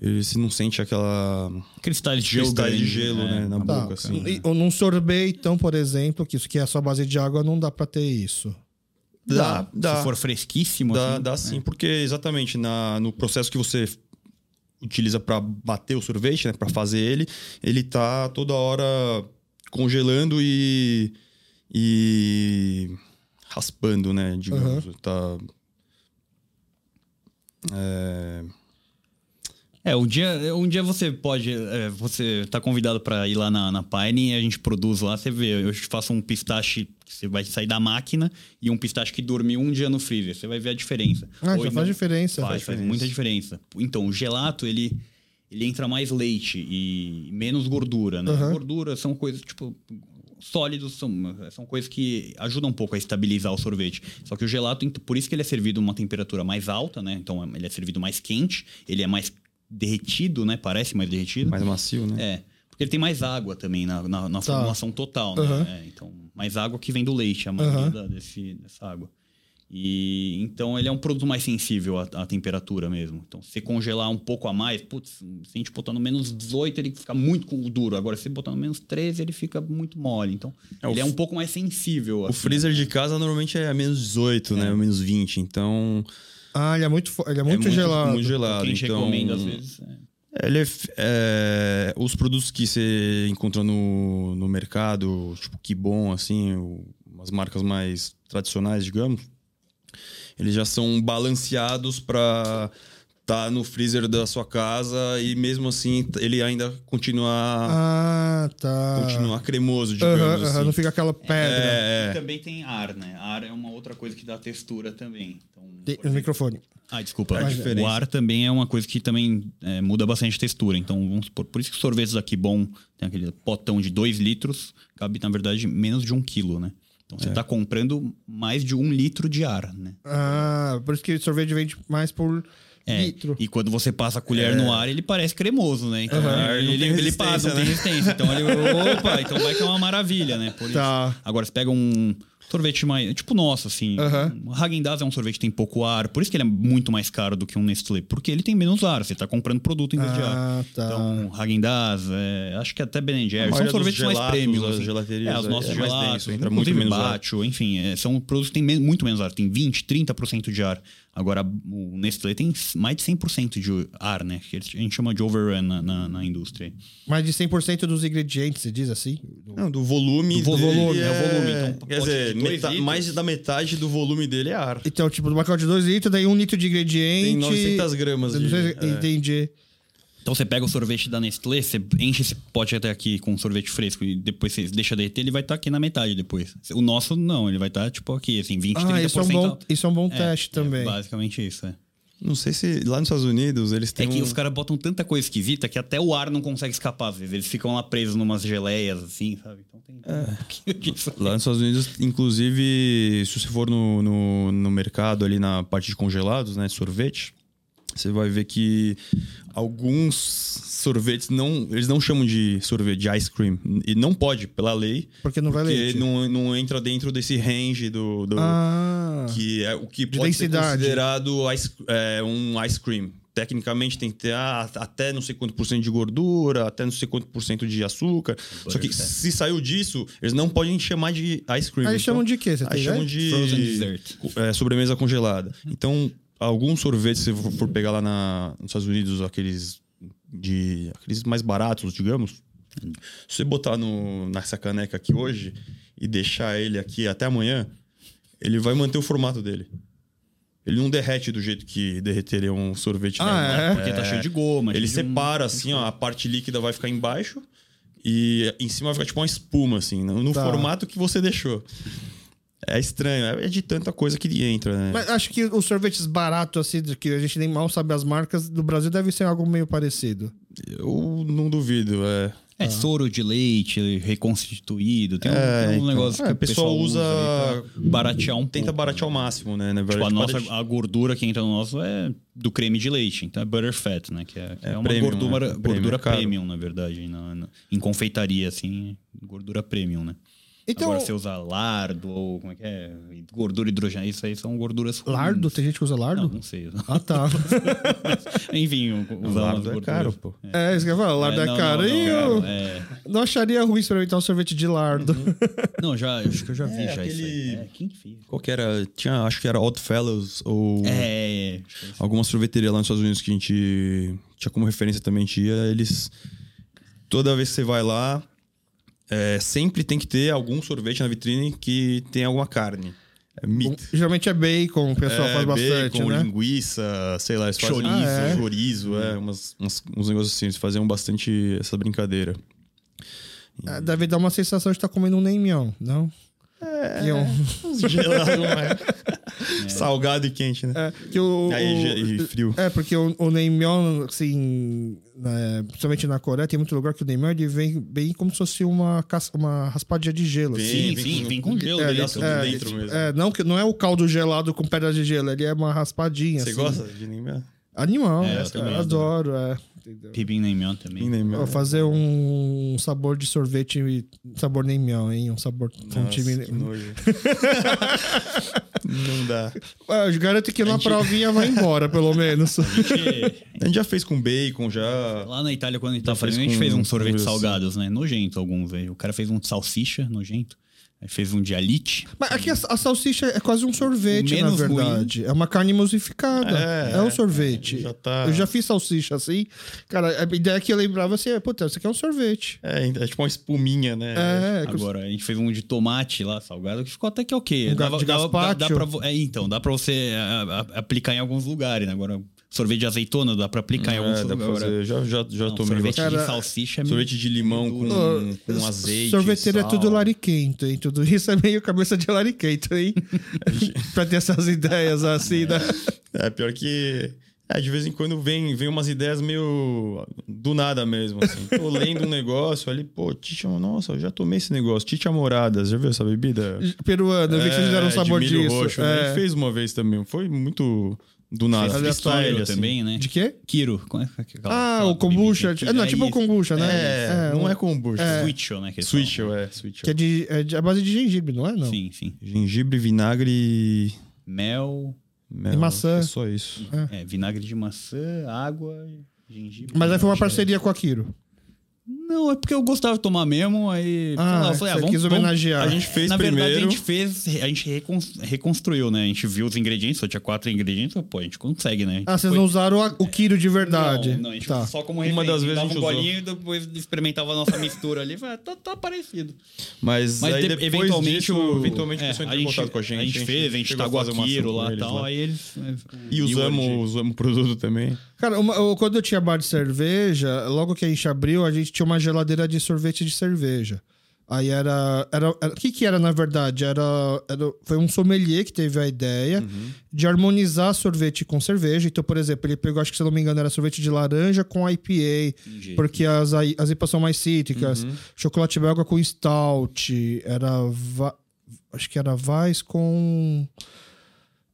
[SPEAKER 2] ele- você não sente aquela.
[SPEAKER 3] Cristais de gelo.
[SPEAKER 2] Cristais de
[SPEAKER 3] grande,
[SPEAKER 2] gelo, né, na
[SPEAKER 1] Tá.
[SPEAKER 2] boca, assim,
[SPEAKER 1] E- Ou num sorbet, então, por exemplo, que isso que é só base de água, não dá pra ter isso.
[SPEAKER 2] Dá, dá.
[SPEAKER 3] Se for fresquíssimo,
[SPEAKER 2] Dá,
[SPEAKER 3] assim,
[SPEAKER 2] dá sim, porque exatamente na, no processo que você utiliza para bater o sorvete, né, para fazer ele, ele tá toda hora congelando e e raspando, né, digamos, tá
[SPEAKER 3] É, um dia, um dia você pode. é, você tá convidado pra ir lá na, na Pine e a gente produz lá. Você vê, eu te faço um pistache que você vai sair da máquina e um pistache que dormiu um dia no freezer. Você vai ver a diferença.
[SPEAKER 1] Ah,
[SPEAKER 3] Ou então
[SPEAKER 1] já faz
[SPEAKER 3] não.
[SPEAKER 1] diferença.
[SPEAKER 3] Faz,
[SPEAKER 1] Faz
[SPEAKER 3] faz
[SPEAKER 2] diferença.
[SPEAKER 3] muita diferença. Então, o gelato, ele. Ele entra mais leite e menos gordura, né?
[SPEAKER 1] Aham.
[SPEAKER 3] Gordura são coisas, tipo, sólidos, são, são coisas que ajudam um pouco a estabilizar o sorvete. Só que o gelato, ent- por isso que ele é servido uma temperatura mais alta, né? Então ele é servido mais quente, ele é mais derretido, né? Parece mais derretido.
[SPEAKER 2] mais macio, né?
[SPEAKER 3] É. Porque ele tem mais água também na, na, na
[SPEAKER 1] Tá.
[SPEAKER 3] formulação total, né?
[SPEAKER 1] Aham.
[SPEAKER 3] É, então, mais água que vem do leite, a maioria
[SPEAKER 1] Aham.
[SPEAKER 3] da- desse, dessa água. E então ele é um produto mais sensível à, à temperatura mesmo. Então, se você congelar um pouco a mais, putz, se a gente botar no menos 18, ele fica muito cu- duro. Agora, se botar no menos 13, ele fica muito mole. Então,
[SPEAKER 2] É, o
[SPEAKER 3] ele é um
[SPEAKER 2] f-
[SPEAKER 3] pouco mais sensível. assim,
[SPEAKER 2] O
[SPEAKER 3] né?
[SPEAKER 2] freezer de casa normalmente é menos 18, né, menos 20, então
[SPEAKER 1] Ah, ele é muito, fo- ele é
[SPEAKER 2] é
[SPEAKER 1] muito gelado.
[SPEAKER 2] muito
[SPEAKER 3] O
[SPEAKER 2] gelado,
[SPEAKER 3] que a gente
[SPEAKER 2] então
[SPEAKER 3] recomenda às vezes. é.
[SPEAKER 2] Ele é, f- é, os produtos que você encontra no, no mercado, tipo que bom assim, o- umas marcas mais tradicionais, digamos, eles já são balanceados para estar no freezer da sua casa e mesmo assim t- ele ainda continuar
[SPEAKER 1] Ah, tá.
[SPEAKER 2] continuar cremoso, digamos
[SPEAKER 1] Aham, aham,
[SPEAKER 2] assim.
[SPEAKER 1] Não fica aquela pedra.
[SPEAKER 2] É,
[SPEAKER 3] E
[SPEAKER 2] é.
[SPEAKER 3] também tem ar, né? Ar é uma outra coisa que dá textura também. Então,
[SPEAKER 1] Tem-
[SPEAKER 3] por
[SPEAKER 1] No microfone.
[SPEAKER 3] Ah, desculpa.
[SPEAKER 2] A
[SPEAKER 3] o
[SPEAKER 2] diferença.
[SPEAKER 3] ar também é uma coisa que também é, muda bastante a textura. Então, vamos supor, por isso que os sorvetes aqui bom tem aquele potão de 2 litros, cabe, na verdade, menos de um quilo, né? Então você está comprando mais de um litro de ar, né?
[SPEAKER 1] Ah, por isso que sorvete vende mais por
[SPEAKER 3] É,
[SPEAKER 1] litro.
[SPEAKER 3] E quando você passa a colher no ar, ele parece cremoso, né? Então,
[SPEAKER 2] Aham.
[SPEAKER 3] ele,
[SPEAKER 2] Não
[SPEAKER 3] ele,
[SPEAKER 2] tem
[SPEAKER 3] ele
[SPEAKER 2] resistência,
[SPEAKER 3] passa, não tem resistência. Então ele. Opa, então vai que é uma maravilha, né? Por isso.
[SPEAKER 1] Tá.
[SPEAKER 3] Agora, você pega um Sorvete mais. Tipo nosso, assim.
[SPEAKER 1] Aham.
[SPEAKER 3] O Hagen Dazs é um sorvete que tem pouco ar, por isso que ele é muito mais caro do que um Nestlé. Porque ele tem menos ar, você tá comprando produto em vez de ar.
[SPEAKER 1] Ah, tá.
[SPEAKER 3] Então, Hagen Dazs, é, acho que até Ben
[SPEAKER 2] A
[SPEAKER 3] Jerry's. São
[SPEAKER 2] maioria
[SPEAKER 3] sorvetes
[SPEAKER 2] dos
[SPEAKER 3] mais
[SPEAKER 2] gelatos,
[SPEAKER 3] prêmios.
[SPEAKER 2] as
[SPEAKER 3] assim.
[SPEAKER 2] gelaterias,
[SPEAKER 3] É, os
[SPEAKER 2] é,
[SPEAKER 3] nossos
[SPEAKER 2] é mais
[SPEAKER 3] gelatos.
[SPEAKER 2] denso, entra
[SPEAKER 3] inclusive
[SPEAKER 2] muito menos ar.
[SPEAKER 3] Batio, enfim, é, são produtos que têm men- muito menos ar. Tem 20, 30% de ar. Agora, o Nestlé tem mais de 100% de ar, né? Que A gente chama de overrun na, na, na indústria.
[SPEAKER 1] Mais de 100% dos ingredientes, se diz assim? Do-
[SPEAKER 2] Não, do volume.
[SPEAKER 3] Do volume,
[SPEAKER 2] dele
[SPEAKER 3] é o volume, então,
[SPEAKER 2] quer
[SPEAKER 3] pode
[SPEAKER 2] dizer,
[SPEAKER 3] de dois
[SPEAKER 2] meta-
[SPEAKER 3] litros.
[SPEAKER 2] mais da metade do volume dele é ar.
[SPEAKER 1] Então, tipo, do macau de 2 litros, daí 1 um litro de ingrediente.
[SPEAKER 2] Tem 900 gramas de- é.
[SPEAKER 1] Entendi.
[SPEAKER 3] Então você pega o sorvete da Nestlé, você enche esse pote até aqui com sorvete fresco e depois você deixa derreter, ele vai estar aqui na metade depois. O nosso não, ele vai estar tipo aqui, assim, 20,
[SPEAKER 1] Ah,
[SPEAKER 3] 30%.
[SPEAKER 1] isso é um bom, isso é um bom
[SPEAKER 3] É,
[SPEAKER 1] teste
[SPEAKER 3] é
[SPEAKER 1] também.
[SPEAKER 3] basicamente isso, é.
[SPEAKER 2] Não sei se lá nos Estados Unidos eles
[SPEAKER 3] É
[SPEAKER 2] têm.
[SPEAKER 3] que
[SPEAKER 2] um-
[SPEAKER 3] os caras botam tanta coisa esquisita que até o ar não consegue escapar, às vezes. Eles ficam lá presos numas geleias, assim, sabe? Então tem
[SPEAKER 2] É.
[SPEAKER 3] um pouquinho disso.
[SPEAKER 2] Lá nos Estados Unidos, inclusive, se você for no, no, no mercado ali na parte de congelados, né, sorvete, você vai ver que alguns sorvetes não, eles não chamam de sorvete de ice cream e não pode pela lei,
[SPEAKER 1] Porque não vai
[SPEAKER 2] porque
[SPEAKER 1] leite.
[SPEAKER 2] não, não entra dentro desse range do, do-
[SPEAKER 1] Ah,
[SPEAKER 2] que é o que pode
[SPEAKER 1] densidade.
[SPEAKER 2] ser considerado ice- é, um ice cream. Tecnicamente tem que ter ah, até não sei quanto por cento de gordura, até não sei quanto por cento de açúcar. Só que se saiu disso, eles não podem chamar de ice cream.
[SPEAKER 1] Aí
[SPEAKER 2] Então,
[SPEAKER 1] chamam de quê? Você
[SPEAKER 2] aí
[SPEAKER 1] tem
[SPEAKER 2] chamam
[SPEAKER 1] ideia?
[SPEAKER 2] de
[SPEAKER 3] Frozen dessert.
[SPEAKER 2] é, sobremesa congelada. Então, alguns sorvetes, se for for pegar lá na- nos Estados Unidos, aqueles de aqueles mais baratos, digamos, se você botar no, nessa caneca aqui hoje e deixar ele aqui até amanhã, ele vai manter o formato dele. Ele não derrete do jeito que derreteria um sorvete
[SPEAKER 1] Ah,
[SPEAKER 2] normal.
[SPEAKER 1] é?
[SPEAKER 3] Porque tá cheio de goma.
[SPEAKER 2] Ele
[SPEAKER 3] cheio de um-
[SPEAKER 2] separa, assim, ó, a parte líquida vai ficar embaixo e em cima vai ficar tipo uma espuma, assim, no, no
[SPEAKER 1] Tá.
[SPEAKER 2] formato que você deixou. É estranho, é de tanta coisa que entra, né?
[SPEAKER 1] Mas acho que os sorvetes baratos, assim, do que a gente nem mal sabe as marcas, do Brasil deve ser algo meio parecido.
[SPEAKER 2] Eu não duvido, é.
[SPEAKER 3] É soro de leite reconstituído. Tem um, tem um
[SPEAKER 2] então.
[SPEAKER 3] negócio
[SPEAKER 2] É,
[SPEAKER 3] que
[SPEAKER 2] o pessoal usa-
[SPEAKER 3] aí pra baratear um
[SPEAKER 2] Tenta
[SPEAKER 3] pouco.
[SPEAKER 2] baratear ao máximo, né? Na
[SPEAKER 3] Tipo, a
[SPEAKER 2] verdade,
[SPEAKER 3] nossa
[SPEAKER 2] para-
[SPEAKER 3] a gordura que entra no nosso é do creme de leite, então é butterfat, né? Que é, que é uma
[SPEAKER 2] premium,
[SPEAKER 3] gordura,
[SPEAKER 2] né? É premium, é
[SPEAKER 3] gordura
[SPEAKER 2] caro.
[SPEAKER 3] premium, na verdade. na- na- em confeitaria, assim, gordura premium, né?
[SPEAKER 1] Então,
[SPEAKER 3] Agora, você usa lardo ou como é que é? Gordura hidrogenada, isso aí são gorduras. ruins.
[SPEAKER 1] lardo? Tem gente que usa lardo?
[SPEAKER 3] Não, não sei.
[SPEAKER 1] Ah, tá.
[SPEAKER 3] Enfim, usar
[SPEAKER 2] O
[SPEAKER 3] umas
[SPEAKER 2] lardo é
[SPEAKER 3] gorduras.
[SPEAKER 2] caro, pô.
[SPEAKER 1] É, isso que eu ia falar, lardo é,
[SPEAKER 3] não,
[SPEAKER 1] caro.
[SPEAKER 3] não,
[SPEAKER 1] e
[SPEAKER 3] não,
[SPEAKER 1] eu
[SPEAKER 3] é.
[SPEAKER 1] não acharia ruim experimentar um sorvete de lardo.
[SPEAKER 3] Não, já, acho que eu já vi
[SPEAKER 2] É,
[SPEAKER 3] já isso aí.
[SPEAKER 2] aquele-
[SPEAKER 3] É, quem que fez?
[SPEAKER 2] Qual que era? Tinha, acho que era Oddfellows ou
[SPEAKER 3] É, acho que é isso.
[SPEAKER 2] alguma sorveteria lá nos Estados Unidos que a gente tinha como referência também, tinha. Eles. Toda vez que você vai lá, é, sempre tem que ter algum sorvete na vitrine que tem alguma carne. É meat.
[SPEAKER 1] Geralmente é bacon, o pessoal
[SPEAKER 2] É,
[SPEAKER 1] faz bastante,
[SPEAKER 2] bacon,
[SPEAKER 1] né?
[SPEAKER 2] linguiça, sei lá, eles fazem
[SPEAKER 3] Chorizo.
[SPEAKER 1] Ah, é?
[SPEAKER 2] chorizo, é, umas, umas- uns negócios assim, eles faziam bastante essa brincadeira.
[SPEAKER 1] Ah, Deve dar uma sensação de estar comendo um neimião, não? É. Que, um-
[SPEAKER 2] Gelado, é? Salgado e quente, né?
[SPEAKER 1] é, que o,
[SPEAKER 2] Aí,
[SPEAKER 1] o-
[SPEAKER 2] ge- e frio.
[SPEAKER 1] É, porque o, o Neymon, assim, né, principalmente na Coreia, tem muito lugar que o Neymon ele vem bem como se fosse uma, cas- uma raspadinha de gelo.
[SPEAKER 2] Vem,
[SPEAKER 1] assim.
[SPEAKER 3] Sim,
[SPEAKER 2] vem
[SPEAKER 3] sim,
[SPEAKER 2] com-
[SPEAKER 3] vem com gelo
[SPEAKER 1] É,
[SPEAKER 3] dentro.
[SPEAKER 2] aço de
[SPEAKER 1] é,
[SPEAKER 2] dentro mesmo.
[SPEAKER 1] É, não, que- não é o caldo gelado com pedra de gelo, ele é uma raspadinha.
[SPEAKER 2] Você
[SPEAKER 1] assim.
[SPEAKER 2] gosta de Nimbé?
[SPEAKER 1] Animal,
[SPEAKER 3] É, eu
[SPEAKER 1] é,
[SPEAKER 3] também
[SPEAKER 1] eu adoro, é. Entendeu?
[SPEAKER 3] Pibim Neymon também.
[SPEAKER 2] né?
[SPEAKER 1] Vou fazer um sabor de sorvete, sabor Neymon, hein? Um sabor com time.
[SPEAKER 2] Não dá.
[SPEAKER 1] Ah, eu garanto que na provinha vai embora, pelo menos.
[SPEAKER 3] Que-
[SPEAKER 1] É.
[SPEAKER 2] A gente já fez com bacon, já.
[SPEAKER 3] Lá na Itália, quando a gente tava
[SPEAKER 2] fez
[SPEAKER 3] fazendo, a gente
[SPEAKER 2] com-
[SPEAKER 3] fez um
[SPEAKER 2] com
[SPEAKER 3] sorvete de
[SPEAKER 2] isso.
[SPEAKER 3] salgados, né? Nojento alguns aí. O cara fez um de salsicha, nojento. Aí fez um de alite.
[SPEAKER 1] Mas aqui a, a salsicha é quase um sorvete,
[SPEAKER 3] Menos
[SPEAKER 1] na verdade. É uma carne emulsificada. É,
[SPEAKER 2] É,
[SPEAKER 1] um
[SPEAKER 2] é.
[SPEAKER 1] sorvete.
[SPEAKER 2] Já tá-
[SPEAKER 1] Eu já fiz salsicha assim. Cara, a ideia que eu lembrava assim é, puta, isso aqui é um sorvete.
[SPEAKER 2] É, é tipo uma espuminha, né?
[SPEAKER 1] É, é que-
[SPEAKER 3] Agora, a gente fez um de tomate lá, salgado, que ficou até que ok.
[SPEAKER 1] Um de
[SPEAKER 3] dá,
[SPEAKER 1] gazpacho.
[SPEAKER 3] dá pra, vo- é, então, dá pra você a- a- aplicar em alguns lugares, né? Agora, sorvete de azeitona dá pra aplicar em alguns
[SPEAKER 2] É, dá pra
[SPEAKER 3] lugares. Agora,
[SPEAKER 2] fazer. Já, já, já
[SPEAKER 3] um não,
[SPEAKER 2] tomei
[SPEAKER 3] sorvete
[SPEAKER 2] bastante.
[SPEAKER 1] Cara,
[SPEAKER 3] de salsicha é meio-
[SPEAKER 2] Sorvete de limão com, com
[SPEAKER 1] Ah,
[SPEAKER 2] azeite.
[SPEAKER 1] Sorveteiro é
[SPEAKER 2] sal.
[SPEAKER 1] tudo lariquento, hein? Tudo isso é meio cabeça de lariquento, hein? pra ter essas ideias assim, né?
[SPEAKER 2] É, pior que. É, de vez em quando vem, vem umas ideias meio do nada mesmo. Assim. Tô lendo um negócio ali, pô, Tite, nossa, eu já tomei esse negócio. Tite Amorada, já viu essa bebida?
[SPEAKER 1] Peruano, eu vi que vocês deram um
[SPEAKER 2] É,
[SPEAKER 1] sabor
[SPEAKER 2] de milho
[SPEAKER 1] disso.
[SPEAKER 2] roxo. né?
[SPEAKER 1] é.
[SPEAKER 2] Ele fez uma vez também. Foi muito do nada.
[SPEAKER 1] Aleatório
[SPEAKER 2] Freestyle, assim.
[SPEAKER 3] também, né?
[SPEAKER 1] De quê?
[SPEAKER 3] Kiro. Como é que é aquela-
[SPEAKER 1] Ah,
[SPEAKER 3] aquela
[SPEAKER 1] o kombucha.
[SPEAKER 3] bebida
[SPEAKER 1] É, não,
[SPEAKER 3] que-
[SPEAKER 1] tipo o
[SPEAKER 3] aí-
[SPEAKER 1] kombucha, né?
[SPEAKER 2] É, não
[SPEAKER 1] um-
[SPEAKER 2] é kombucha. Sweet,
[SPEAKER 3] Switch, né? que eles
[SPEAKER 2] Switch,
[SPEAKER 3] falam.
[SPEAKER 2] é. Switch.
[SPEAKER 1] Que é, de, é de- a base de gengibre, não é? Não.
[SPEAKER 3] Sim, sim.
[SPEAKER 2] Gengibre, vinagre
[SPEAKER 3] Mel,
[SPEAKER 2] mel,
[SPEAKER 1] E maçã.
[SPEAKER 2] É só isso.
[SPEAKER 3] é, vinagre de maçã, água, gengibre.
[SPEAKER 1] Mas aí foi uma
[SPEAKER 3] mel,
[SPEAKER 1] parceria com a Kiro.
[SPEAKER 3] Não, é porque eu gostava de tomar mesmo, aí. sei lá,
[SPEAKER 1] Ah,
[SPEAKER 3] eu falei, ah,
[SPEAKER 1] você
[SPEAKER 3] vamos,
[SPEAKER 1] quis
[SPEAKER 3] vamos-
[SPEAKER 1] homenagear.
[SPEAKER 2] A gente fez
[SPEAKER 3] Na
[SPEAKER 2] primeiro.
[SPEAKER 3] verdade, a gente fez, a gente recon- reconstruiu, né? A gente viu os ingredientes, só tinha quatro ingredientes, pô, a gente consegue, né?
[SPEAKER 1] Ah, vocês
[SPEAKER 3] Foi-
[SPEAKER 1] não usaram a- o Kiro de verdade.
[SPEAKER 3] Não, não, a gente
[SPEAKER 1] tá.
[SPEAKER 3] só como
[SPEAKER 2] Uma
[SPEAKER 3] referência,
[SPEAKER 2] das vezes
[SPEAKER 3] dava
[SPEAKER 2] a gente
[SPEAKER 3] um
[SPEAKER 2] usou.
[SPEAKER 3] golinho e depois experimentava a nossa mistura ali, e falava, tá, tá parecido.
[SPEAKER 2] Mas,
[SPEAKER 3] Mas
[SPEAKER 2] aí
[SPEAKER 3] de-
[SPEAKER 2] depois
[SPEAKER 3] eventualmente,
[SPEAKER 2] disso,
[SPEAKER 3] o-
[SPEAKER 2] eventualmente
[SPEAKER 3] é,
[SPEAKER 2] a pessoa
[SPEAKER 3] a
[SPEAKER 2] entrou em
[SPEAKER 3] gente,
[SPEAKER 2] contato com a gente.
[SPEAKER 3] a gente fez, a gente
[SPEAKER 2] chegou
[SPEAKER 3] tá com
[SPEAKER 2] fazer uma ação
[SPEAKER 3] aquilo
[SPEAKER 2] com
[SPEAKER 3] lá e
[SPEAKER 2] eles
[SPEAKER 3] tal, aí eles... é,
[SPEAKER 2] E usamos,
[SPEAKER 3] o
[SPEAKER 2] usamos o produto também.
[SPEAKER 1] Cara, uma- eu- quando eu tinha bar de cerveja, logo que a gente abriu, a gente tinha uma geladeira de sorvete de cerveja. Aí era. era- era- O que, que era, na verdade? Era, era- Foi um sommelier que teve a ideia
[SPEAKER 3] Uhum.
[SPEAKER 1] de harmonizar sorvete com cerveja. Então, por exemplo, ele pegou, acho que se eu não me engano, era sorvete de laranja com IPA.
[SPEAKER 3] Entendi. Uhum.
[SPEAKER 1] Porque as, I- as IPAs são mais cítricas. Chocolate belga com stout. Era. va- Acho que era Vaz com.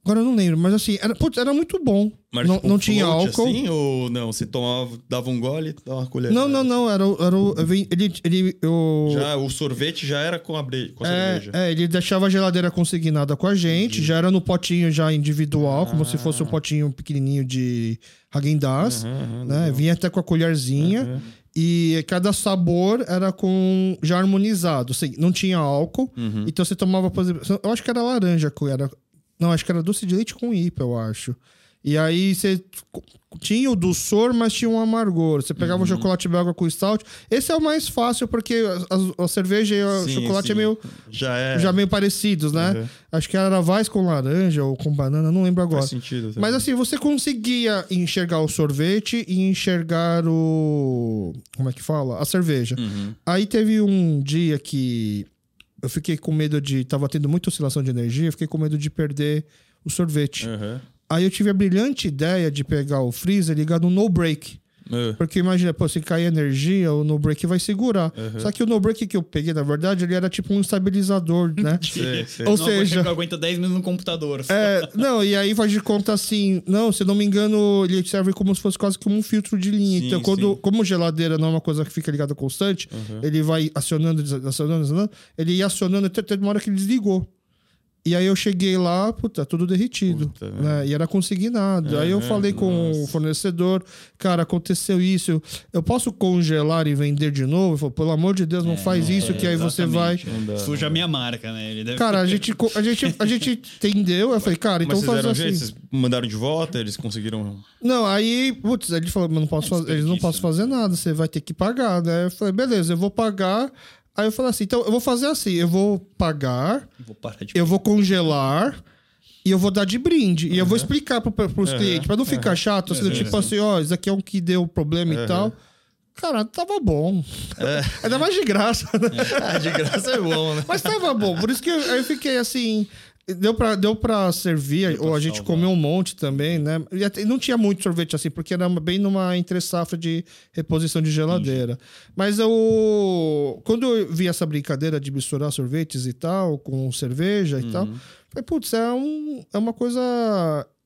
[SPEAKER 1] Agora eu não lembro, mas assim, era, putz, era muito bom. não
[SPEAKER 2] tipo,
[SPEAKER 1] não tinha
[SPEAKER 2] float,
[SPEAKER 1] álcool.
[SPEAKER 2] Assim, ou não? Você tomava, dava um gole, dava uma colher.
[SPEAKER 1] Não, não, não. Era, o- era o. eu vi- Ele. ele eu,
[SPEAKER 2] Já, o sorvete já era com a, bre... com a
[SPEAKER 1] é,
[SPEAKER 2] cerveja. Uhum.
[SPEAKER 1] é, ele deixava a geladeira consignada com a gente. Já era no potinho já individual, como se fosse um
[SPEAKER 2] Ah.
[SPEAKER 1] potinho pequenininho de Hagen Dazs.
[SPEAKER 2] Aham,
[SPEAKER 1] né? Vinha até com a colherzinha.
[SPEAKER 2] Uhum.
[SPEAKER 1] E cada sabor era com já harmonizado. Assim, não tinha álcool.
[SPEAKER 2] Uhum.
[SPEAKER 1] Então você tomava, por exemplo. Eu acho que era laranja que era. Não, acho que era doce de leite com IPA, eu acho. E aí você co- tinha o doçor, mas tinha um amargor. Você pegava o
[SPEAKER 2] Uhum.
[SPEAKER 1] chocolate belga com stout. Esse é o mais fácil, porque a, a- a cerveja e o
[SPEAKER 2] Sim,
[SPEAKER 1] chocolate é
[SPEAKER 2] sim.
[SPEAKER 1] meio,
[SPEAKER 2] Já é.
[SPEAKER 1] já meio parecidos, né?
[SPEAKER 2] Uhum.
[SPEAKER 1] Acho que era Vaz com laranja ou com banana, não lembro agora.
[SPEAKER 2] Faz sentido. tá?
[SPEAKER 1] Mas assim, você conseguia enxergar o sorvete e enxergar o. Como é que fala? A cerveja.
[SPEAKER 2] Uhum.
[SPEAKER 1] Aí teve um dia que eu fiquei com medo de. Tava tendo muita oscilação de energia, eu fiquei com medo de perder o sorvete.
[SPEAKER 2] Aham.
[SPEAKER 1] Aí eu tive a brilhante ideia de pegar o freezer e ligar no no break.
[SPEAKER 2] É.
[SPEAKER 1] Porque imagina, pô, se cair energia, o no break vai segurar.
[SPEAKER 2] Uhum.
[SPEAKER 1] Só que o no break que eu peguei, na verdade, ele era tipo um estabilizador, né?
[SPEAKER 2] Sei, sei.
[SPEAKER 1] Ou seja,
[SPEAKER 3] Aguenta 10 minutos no computador.
[SPEAKER 1] é, não, e aí faz de conta assim, não, se eu não me engano, ele serve como se fosse quase como um filtro de linha.
[SPEAKER 2] Sim,
[SPEAKER 1] então, quando,
[SPEAKER 2] sim. Uhum.
[SPEAKER 1] como geladeira não é uma coisa que fica ligada constante, ele vai acionando, desacionando, acionando, ele ia acionando até até uma hora que ele desligou. E aí eu cheguei lá, puta, tudo derretido.
[SPEAKER 2] Puta,
[SPEAKER 1] né? E era consignado. aí eu
[SPEAKER 2] Aham,
[SPEAKER 1] falei com o
[SPEAKER 2] nossa.
[SPEAKER 1] fornecedor, cara, aconteceu isso. eu- Eu posso congelar e vender de novo? Ele falou, pelo amor de Deus, não
[SPEAKER 2] É,
[SPEAKER 1] faz isso, que aí você vai.
[SPEAKER 2] Não dá,
[SPEAKER 3] É, Suja a minha marca, né? Ele deve
[SPEAKER 1] Cara, a gente, co- a gente, a gente entendeu. Eu falei, cara,
[SPEAKER 2] Mas
[SPEAKER 1] então
[SPEAKER 2] vocês
[SPEAKER 1] faz
[SPEAKER 2] deram um
[SPEAKER 1] assim.
[SPEAKER 2] jeito? Vocês mandaram de volta? Eles conseguiram.
[SPEAKER 1] Não, aí, putz, ele falou, mas não posso fazer, eles não posso fazer nada, você vai ter que pagar, né? Eu falei, beleza, eu vou pagar. Aí eu falei assim, então eu vou fazer assim, eu vou pagar,
[SPEAKER 3] Vou parar de...
[SPEAKER 1] eu vou congelar e eu vou dar de brinde. E eu vou explicar pro, pros clientes, pra não ficar chato, assim, tipo assim, ó, isso aqui é um que deu problema e tal. Cara, tava bom. Ainda mais de graça, né?
[SPEAKER 3] Ah,
[SPEAKER 2] de graça é bom, né?
[SPEAKER 1] Mas tava bom, por isso que eu, eu fiquei assim. Deu pra, deu pra servir, ou a gente
[SPEAKER 3] salvar.
[SPEAKER 1] comeu um monte também, né? E até- não tinha muito sorvete assim, porque era bem numa entre-safra de reposição de geladeira. Mas eu. Quando eu vi essa brincadeira de misturar sorvetes e tal, com cerveja e tal, falei, putz, é, um, é uma coisa.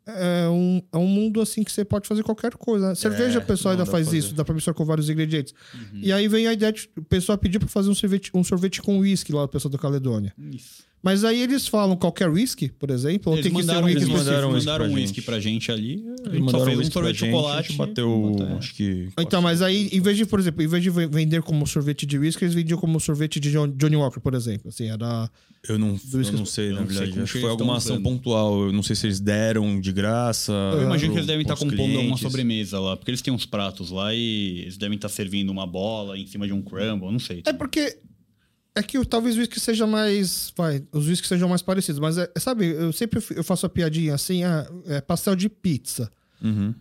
[SPEAKER 1] É um, é um mundo assim que você pode fazer qualquer coisa. né? Cerveja, o pessoal
[SPEAKER 2] É, não
[SPEAKER 1] ainda
[SPEAKER 2] dá
[SPEAKER 1] faz
[SPEAKER 2] pra Uhum.
[SPEAKER 1] isso, dá pra misturar com vários ingredientes. E aí vem a ideia de o pessoal pedir pra fazer um sorvete, um sorvete com uísque lá, o pessoal da Caledônia.
[SPEAKER 3] Isso.
[SPEAKER 1] Mas aí eles falam qualquer uísque, por exemplo, ou
[SPEAKER 3] Eles
[SPEAKER 1] tem que ser
[SPEAKER 3] mandaram,
[SPEAKER 1] um
[SPEAKER 3] eles
[SPEAKER 1] uísque
[SPEAKER 2] específico. Mandaram
[SPEAKER 3] mandaram,
[SPEAKER 2] um uísque
[SPEAKER 3] mandaram um
[SPEAKER 2] pra
[SPEAKER 3] uísque
[SPEAKER 2] gente.
[SPEAKER 3] pra gente ali. A
[SPEAKER 2] Eles
[SPEAKER 3] gente só
[SPEAKER 2] mandaram
[SPEAKER 3] fez um
[SPEAKER 2] isso pra
[SPEAKER 3] sorvete de
[SPEAKER 2] gente, A
[SPEAKER 3] chocolate.
[SPEAKER 2] gente bateu,
[SPEAKER 3] Puta, é.
[SPEAKER 2] acho que.
[SPEAKER 1] Então, mas aí, em vez de, por exemplo, em vez de ve- vender como sorvete de uísque, eles vendiam como sorvete de John- Johnny Walker, por exemplo. Assim, era.
[SPEAKER 2] Eu não, eu
[SPEAKER 1] uísque-
[SPEAKER 2] não sei,
[SPEAKER 3] eu
[SPEAKER 2] na
[SPEAKER 3] não sei
[SPEAKER 2] verdade.
[SPEAKER 3] como
[SPEAKER 2] Acho que
[SPEAKER 3] que
[SPEAKER 2] foi
[SPEAKER 3] eles
[SPEAKER 2] alguma
[SPEAKER 3] estão
[SPEAKER 2] ação
[SPEAKER 3] usando.
[SPEAKER 2] pontual. Eu não sei se eles deram de graça.
[SPEAKER 3] Eu imagino que
[SPEAKER 2] pro-
[SPEAKER 3] eles devem estar
[SPEAKER 2] pros
[SPEAKER 3] compondo alguma
[SPEAKER 2] clientes.
[SPEAKER 3] sobremesa lá, porque eles têm uns pratos lá e eles devem estar servindo uma bola em cima de um crumble, não sei. tipo,
[SPEAKER 1] É porque. É que o- talvez o uísque seja mais. Vai, os uísques sejam mais parecidos. Mas, é- sabe, eu sempre f- eu faço a piadinha assim, ah, é pastel de é pizza.
[SPEAKER 2] Uhum.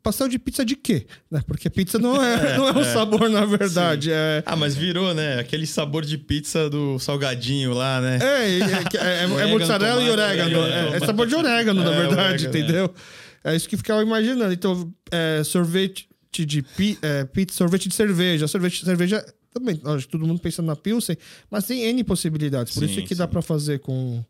[SPEAKER 1] pastel de pizza de quê? Né? Porque pizza não é, não é um sabor, na verdade. É,
[SPEAKER 2] Ah, mas virou, né? Aquele sabor de pizza do salgadinho lá, né?
[SPEAKER 1] é, é, é- é
[SPEAKER 2] Orégano,
[SPEAKER 1] mozzarela e
[SPEAKER 2] tomate,
[SPEAKER 1] orégano.
[SPEAKER 2] orégano.
[SPEAKER 1] É, é sabor de orégano, na
[SPEAKER 2] É,
[SPEAKER 1] verdade,
[SPEAKER 2] orégano,
[SPEAKER 1] entendeu? É. isso que ficava imaginando. Então, é, sorvete de pi- é, pizza, sorvete de cerveja, sorvete de cerveja também. Lógico, todo mundo pensando na Pilsen, mas tem N possibilidades. Por
[SPEAKER 2] Sim,
[SPEAKER 1] isso que dá
[SPEAKER 2] sim.
[SPEAKER 1] pra fazer com,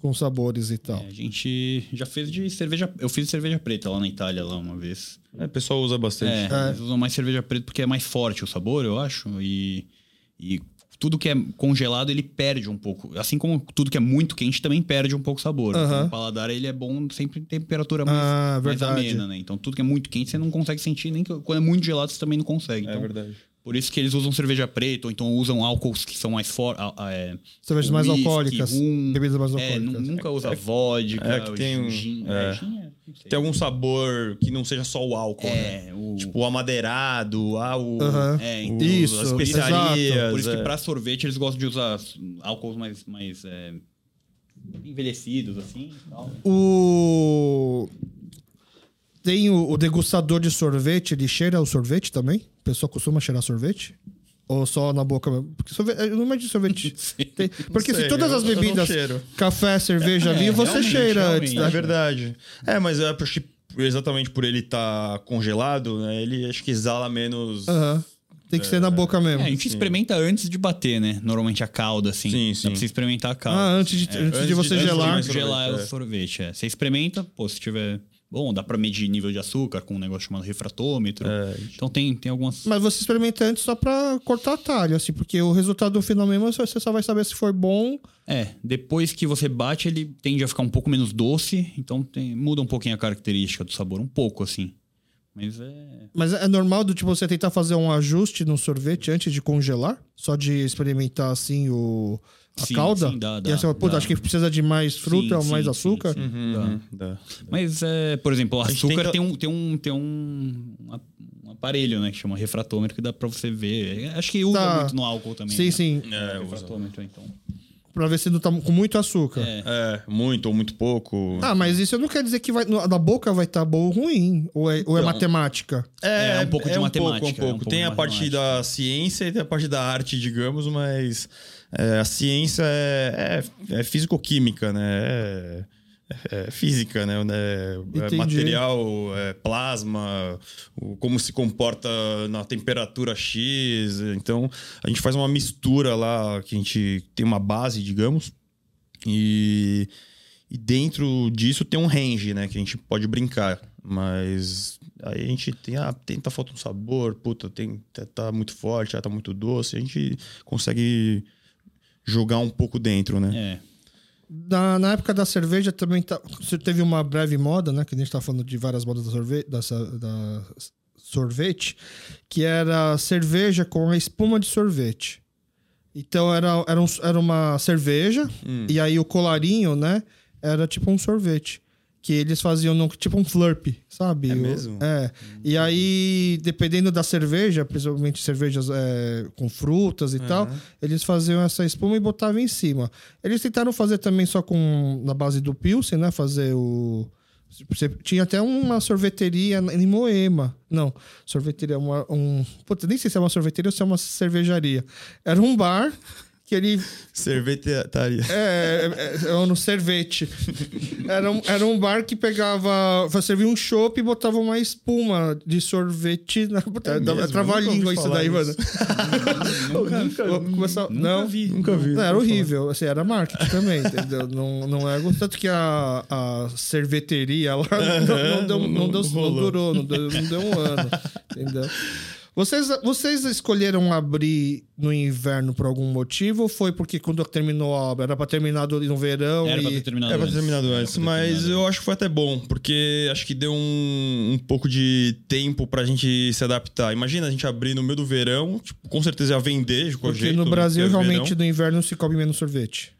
[SPEAKER 1] com sabores e tal.
[SPEAKER 3] É, a gente já fez de cerveja. Eu fiz cerveja preta lá na Itália lá uma vez.
[SPEAKER 2] É, o pessoal usa
[SPEAKER 3] É,
[SPEAKER 2] bastante.
[SPEAKER 3] eles usam mais cerveja preta porque é mais forte o sabor, eu acho. E, e tudo que é congelado, ele perde um pouco. Assim como tudo que é muito quente também perde um pouco o sabor.
[SPEAKER 1] Aham.
[SPEAKER 3] Então, O paladar, ele é bom sempre em temperatura mais,
[SPEAKER 2] É
[SPEAKER 1] Ah,
[SPEAKER 3] mais
[SPEAKER 1] verdade.
[SPEAKER 3] amena, né? Então, tudo que é muito quente, você não consegue sentir. Nem que- quando é muito gelado, você também não consegue. Então,
[SPEAKER 2] É verdade.
[SPEAKER 3] por isso que eles usam cerveja preta, ou então usam álcools que são mais fortes.
[SPEAKER 1] Cervejas mais alcoólicas, bebidas mais
[SPEAKER 3] É, nu-
[SPEAKER 1] alcoólicas.
[SPEAKER 3] nunca usa vodka,
[SPEAKER 2] é que tem um-
[SPEAKER 3] gin,
[SPEAKER 2] é.
[SPEAKER 3] é, gin é- não sei.
[SPEAKER 2] Tem algum sabor que não seja só o álcool, né?
[SPEAKER 3] É, o...
[SPEAKER 2] Tipo, o amadeirado, ah, o...
[SPEAKER 1] Aham.
[SPEAKER 3] é,
[SPEAKER 2] o-
[SPEAKER 3] então,
[SPEAKER 1] Isso,
[SPEAKER 2] as especiarias.
[SPEAKER 1] exato.
[SPEAKER 3] Por isso
[SPEAKER 2] é.
[SPEAKER 3] que pra sorvete eles gostam de usar álcools mais, mais é, envelhecidos, assim. e Tal.
[SPEAKER 1] O. Tem o, o degustador de sorvete, ele cheira o sorvete também? O pessoal costuma cheirar sorvete? Ou só na boca mesmo? Porque sorvete, eu não imagino sorvete. Tem- porque
[SPEAKER 2] sei,
[SPEAKER 1] se todas
[SPEAKER 2] eu-
[SPEAKER 1] as
[SPEAKER 2] eu não
[SPEAKER 1] bebidas,
[SPEAKER 2] cheiro.
[SPEAKER 1] café, cerveja, vinho, você
[SPEAKER 3] realmente,
[SPEAKER 1] cheira antes.
[SPEAKER 3] realmente.
[SPEAKER 2] É
[SPEAKER 1] né?
[SPEAKER 2] verdade. É, mas eu acho que exatamente por ele estar congelado, né? Ele acho que exala menos.
[SPEAKER 1] Aham. Tem que ser na boca
[SPEAKER 3] É,
[SPEAKER 1] mesmo.
[SPEAKER 3] a gente experimenta antes de bater, né? Normalmente a calda, assim.
[SPEAKER 2] Sim, sim.
[SPEAKER 3] Dá pra você experimentar a calda.
[SPEAKER 1] ah, antes de, antes
[SPEAKER 2] assim, é, antes
[SPEAKER 1] de você
[SPEAKER 2] de- antes de
[SPEAKER 1] gelar.
[SPEAKER 2] mais-
[SPEAKER 3] Gelar, gelar é
[SPEAKER 2] sorvete,
[SPEAKER 3] o
[SPEAKER 2] é.
[SPEAKER 3] sorvete, é. Você experimenta, pô, se tiver... Bom, dá pra medir nível de açúcar com um negócio chamado refratômetro.
[SPEAKER 2] É,
[SPEAKER 3] Então tem, tem algumas...
[SPEAKER 1] Mas você experimenta antes só pra cortar talho, assim, porque o resultado final mesmo você só vai saber se foi bom.
[SPEAKER 3] É, depois que você bate, ele tende a ficar um pouco menos doce, então tem- muda um pouquinho a característica do sabor, um pouco assim. Mas é.
[SPEAKER 1] Mas é normal do tipo você tentar fazer um ajuste no sorvete antes de congelar? Só de experimentar assim o a
[SPEAKER 3] Sim,
[SPEAKER 1] calda?
[SPEAKER 3] sim, dá,
[SPEAKER 1] e aí
[SPEAKER 3] dá,
[SPEAKER 1] você fala, puta,
[SPEAKER 3] dá.
[SPEAKER 1] acho que precisa de mais fruta
[SPEAKER 3] Sim,
[SPEAKER 1] ou
[SPEAKER 3] sim,
[SPEAKER 1] mais
[SPEAKER 3] sim,
[SPEAKER 1] açúcar?
[SPEAKER 3] sim.
[SPEAKER 2] Uhum, dá.
[SPEAKER 3] Mas é, por exemplo, o
[SPEAKER 2] gente
[SPEAKER 3] açúcar
[SPEAKER 2] tenta-
[SPEAKER 3] tem, um, tem, um, tem um, um aparelho, né? Que chama refratômetro, que dá pra você ver. É, Acho que usa
[SPEAKER 1] Tá.
[SPEAKER 3] muito no álcool também.
[SPEAKER 1] Sim,
[SPEAKER 3] né?
[SPEAKER 1] sim.
[SPEAKER 2] É,
[SPEAKER 3] É,
[SPEAKER 2] usa.
[SPEAKER 3] refratômetro, então.
[SPEAKER 1] Pra ver se não tá com muito açúcar.
[SPEAKER 3] É.
[SPEAKER 2] É, muito ou muito pouco.
[SPEAKER 1] Ah, mas isso não quer dizer que vai, no- na boca vai estar tá bom ou ruim. Ou é, ou é
[SPEAKER 2] Então.
[SPEAKER 1] matemática.
[SPEAKER 3] É, um pouco de matemática,
[SPEAKER 2] pouco, um
[SPEAKER 3] é um
[SPEAKER 2] pouco.
[SPEAKER 3] pouco
[SPEAKER 2] tem
[SPEAKER 3] de
[SPEAKER 2] a parte
[SPEAKER 3] matemática.
[SPEAKER 2] da ciência e tem a parte da arte, digamos, mas é, a ciência é, é, é físico-química, né? É, é física, né? É, é
[SPEAKER 1] Entendi.
[SPEAKER 2] material, é plasma, o- como se comporta na temperatura X. Então, a gente faz uma mistura lá, que a gente tem uma base, digamos, e, e dentro disso tem um range, né? Que a gente pode brincar. Mas aí a gente tem, ah, tenta falta um sabor, puta, tem, tá- tá muito forte, ah, tá muito doce. A gente consegue jogar um pouco dentro, né?
[SPEAKER 3] É.
[SPEAKER 1] Na, na época da cerveja também tá- você teve uma breve moda, né? Que a gente tá falando de várias modas da sorvete, da, sa- da sorvete, que era cerveja com a espuma de sorvete. Então era, era, um- era uma cerveja,
[SPEAKER 2] Hum.
[SPEAKER 1] e aí o colarinho, né? Era tipo um sorvete. Que eles faziam num- tipo um flurp, sabe?
[SPEAKER 2] É
[SPEAKER 1] O-
[SPEAKER 2] mesmo? Hum.
[SPEAKER 1] É. E aí, dependendo da cerveja, principalmente cervejas é, com frutas e tal, eles faziam essa espuma e botavam em cima. Eles tentaram fazer também só com na base do Pilsen, né? Fazer o. você- Tinha até uma sorveteria em Moema. Não, sorveteria, uma, um. Puta, nem sei se é uma sorveteria ou se é uma cervejaria. Era um bar que ele
[SPEAKER 2] Cervetaria.
[SPEAKER 1] é, é, é, ou no sorvete. Era um, era um bar que pegava. Servia um chopp e botava uma espuma de sorvete. Na, puta,
[SPEAKER 2] mesmo?
[SPEAKER 1] é trava-língua
[SPEAKER 2] Eu nunca ouvi
[SPEAKER 1] isso
[SPEAKER 2] falar
[SPEAKER 1] daí, mano.
[SPEAKER 2] Nunca, nunca,
[SPEAKER 1] Vou começar- não,
[SPEAKER 3] vi.
[SPEAKER 2] nunca vi.
[SPEAKER 1] Não, era horrível. Assim, era marketing também, entendeu? Não, não é Tanto que a, a cerveteria lá não, não deu, não,
[SPEAKER 2] Não
[SPEAKER 1] deu- não
[SPEAKER 2] rolou.
[SPEAKER 1] durou, não deu, não deu um ano, entendeu? Vocês, vocês escolheram abrir no inverno por algum motivo ou foi porque quando terminou a obra? Era pra terminar do- no verão
[SPEAKER 3] Era pra
[SPEAKER 1] e...
[SPEAKER 3] ter terminado
[SPEAKER 2] Era é pra ter terminado
[SPEAKER 3] Era
[SPEAKER 2] antes,
[SPEAKER 3] É pra ter
[SPEAKER 2] mas
[SPEAKER 3] terminado
[SPEAKER 2] eu acho que foi até bom, porque acho que deu um, um pouco de tempo pra gente se adaptar. Imagina a gente abrir no meio do verão, tipo, com certeza ia vender de qualquer
[SPEAKER 1] Porque
[SPEAKER 2] jeito.
[SPEAKER 1] no Brasil,
[SPEAKER 2] porque é
[SPEAKER 1] realmente,
[SPEAKER 2] verão.
[SPEAKER 1] no inverno se come menos sorvete.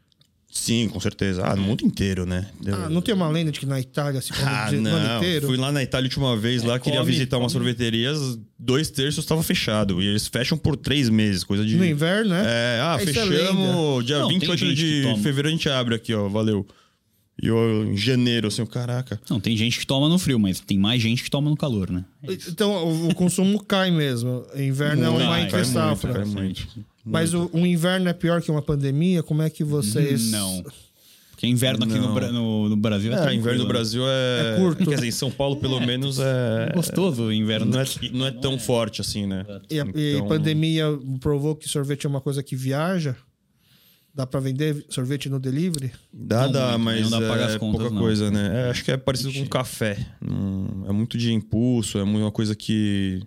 [SPEAKER 2] Sim, com certeza. Ah, no mundo inteiro, né? Deu-
[SPEAKER 1] É. Ah, não tem uma lenda de que na Itália se come
[SPEAKER 2] Ah,
[SPEAKER 1] de- no ano
[SPEAKER 2] não.
[SPEAKER 1] inteiro? É,
[SPEAKER 2] Fui lá na Itália a última vez, lá queria
[SPEAKER 3] come,
[SPEAKER 2] visitar umas sorveterias, dois terços estava fechado. E eles fecham por três meses, coisa de.
[SPEAKER 1] No inverno, né?
[SPEAKER 2] É, ah,
[SPEAKER 1] Isso é
[SPEAKER 2] fechamos. dia
[SPEAKER 3] Não, tem
[SPEAKER 2] 28
[SPEAKER 3] gente que
[SPEAKER 2] de
[SPEAKER 3] toma.
[SPEAKER 2] fevereiro a gente abre aqui, ó. Valeu. E eu, em janeiro, assim, eu, caraca.
[SPEAKER 3] Não, tem gente que toma no frio, mas tem mais gente que toma no calor, né? É isso.
[SPEAKER 1] Então, o, o consumo cai mesmo. Inverno é
[SPEAKER 2] Muito,
[SPEAKER 1] uma
[SPEAKER 3] cai,
[SPEAKER 1] entre
[SPEAKER 2] cai muito,
[SPEAKER 1] safra.
[SPEAKER 3] é
[SPEAKER 2] cai muito.
[SPEAKER 1] Mas o, um inverno é pior que uma pandemia? Como é que vocês.
[SPEAKER 3] Não. Porque inverno aqui no,
[SPEAKER 2] Não.
[SPEAKER 3] Bra- no- no Brasil é,
[SPEAKER 2] É,
[SPEAKER 3] tranquilo,
[SPEAKER 2] inverno no
[SPEAKER 3] né?
[SPEAKER 2] Brasil é.
[SPEAKER 1] É curto.
[SPEAKER 2] Quer dizer, em São Paulo, pelo menos, é.
[SPEAKER 3] Gostoso o inverno
[SPEAKER 2] Não é,
[SPEAKER 3] daqui.
[SPEAKER 2] não é tão forte assim, né?
[SPEAKER 1] E a e a
[SPEAKER 2] Então-
[SPEAKER 1] pandemia provou que sorvete é uma coisa que viaja? Dá pra vender sorvete no delivery?
[SPEAKER 2] Dá,
[SPEAKER 3] Não
[SPEAKER 2] dá,
[SPEAKER 1] né?
[SPEAKER 3] muito,
[SPEAKER 2] mas
[SPEAKER 3] não dá pra pagar
[SPEAKER 2] é
[SPEAKER 3] as contas,
[SPEAKER 2] pouca
[SPEAKER 3] não.
[SPEAKER 2] coisa, né? É, acho que é parecido com
[SPEAKER 3] Ixi.
[SPEAKER 2] café. Hum, é muito de impulso, é muito uma coisa que.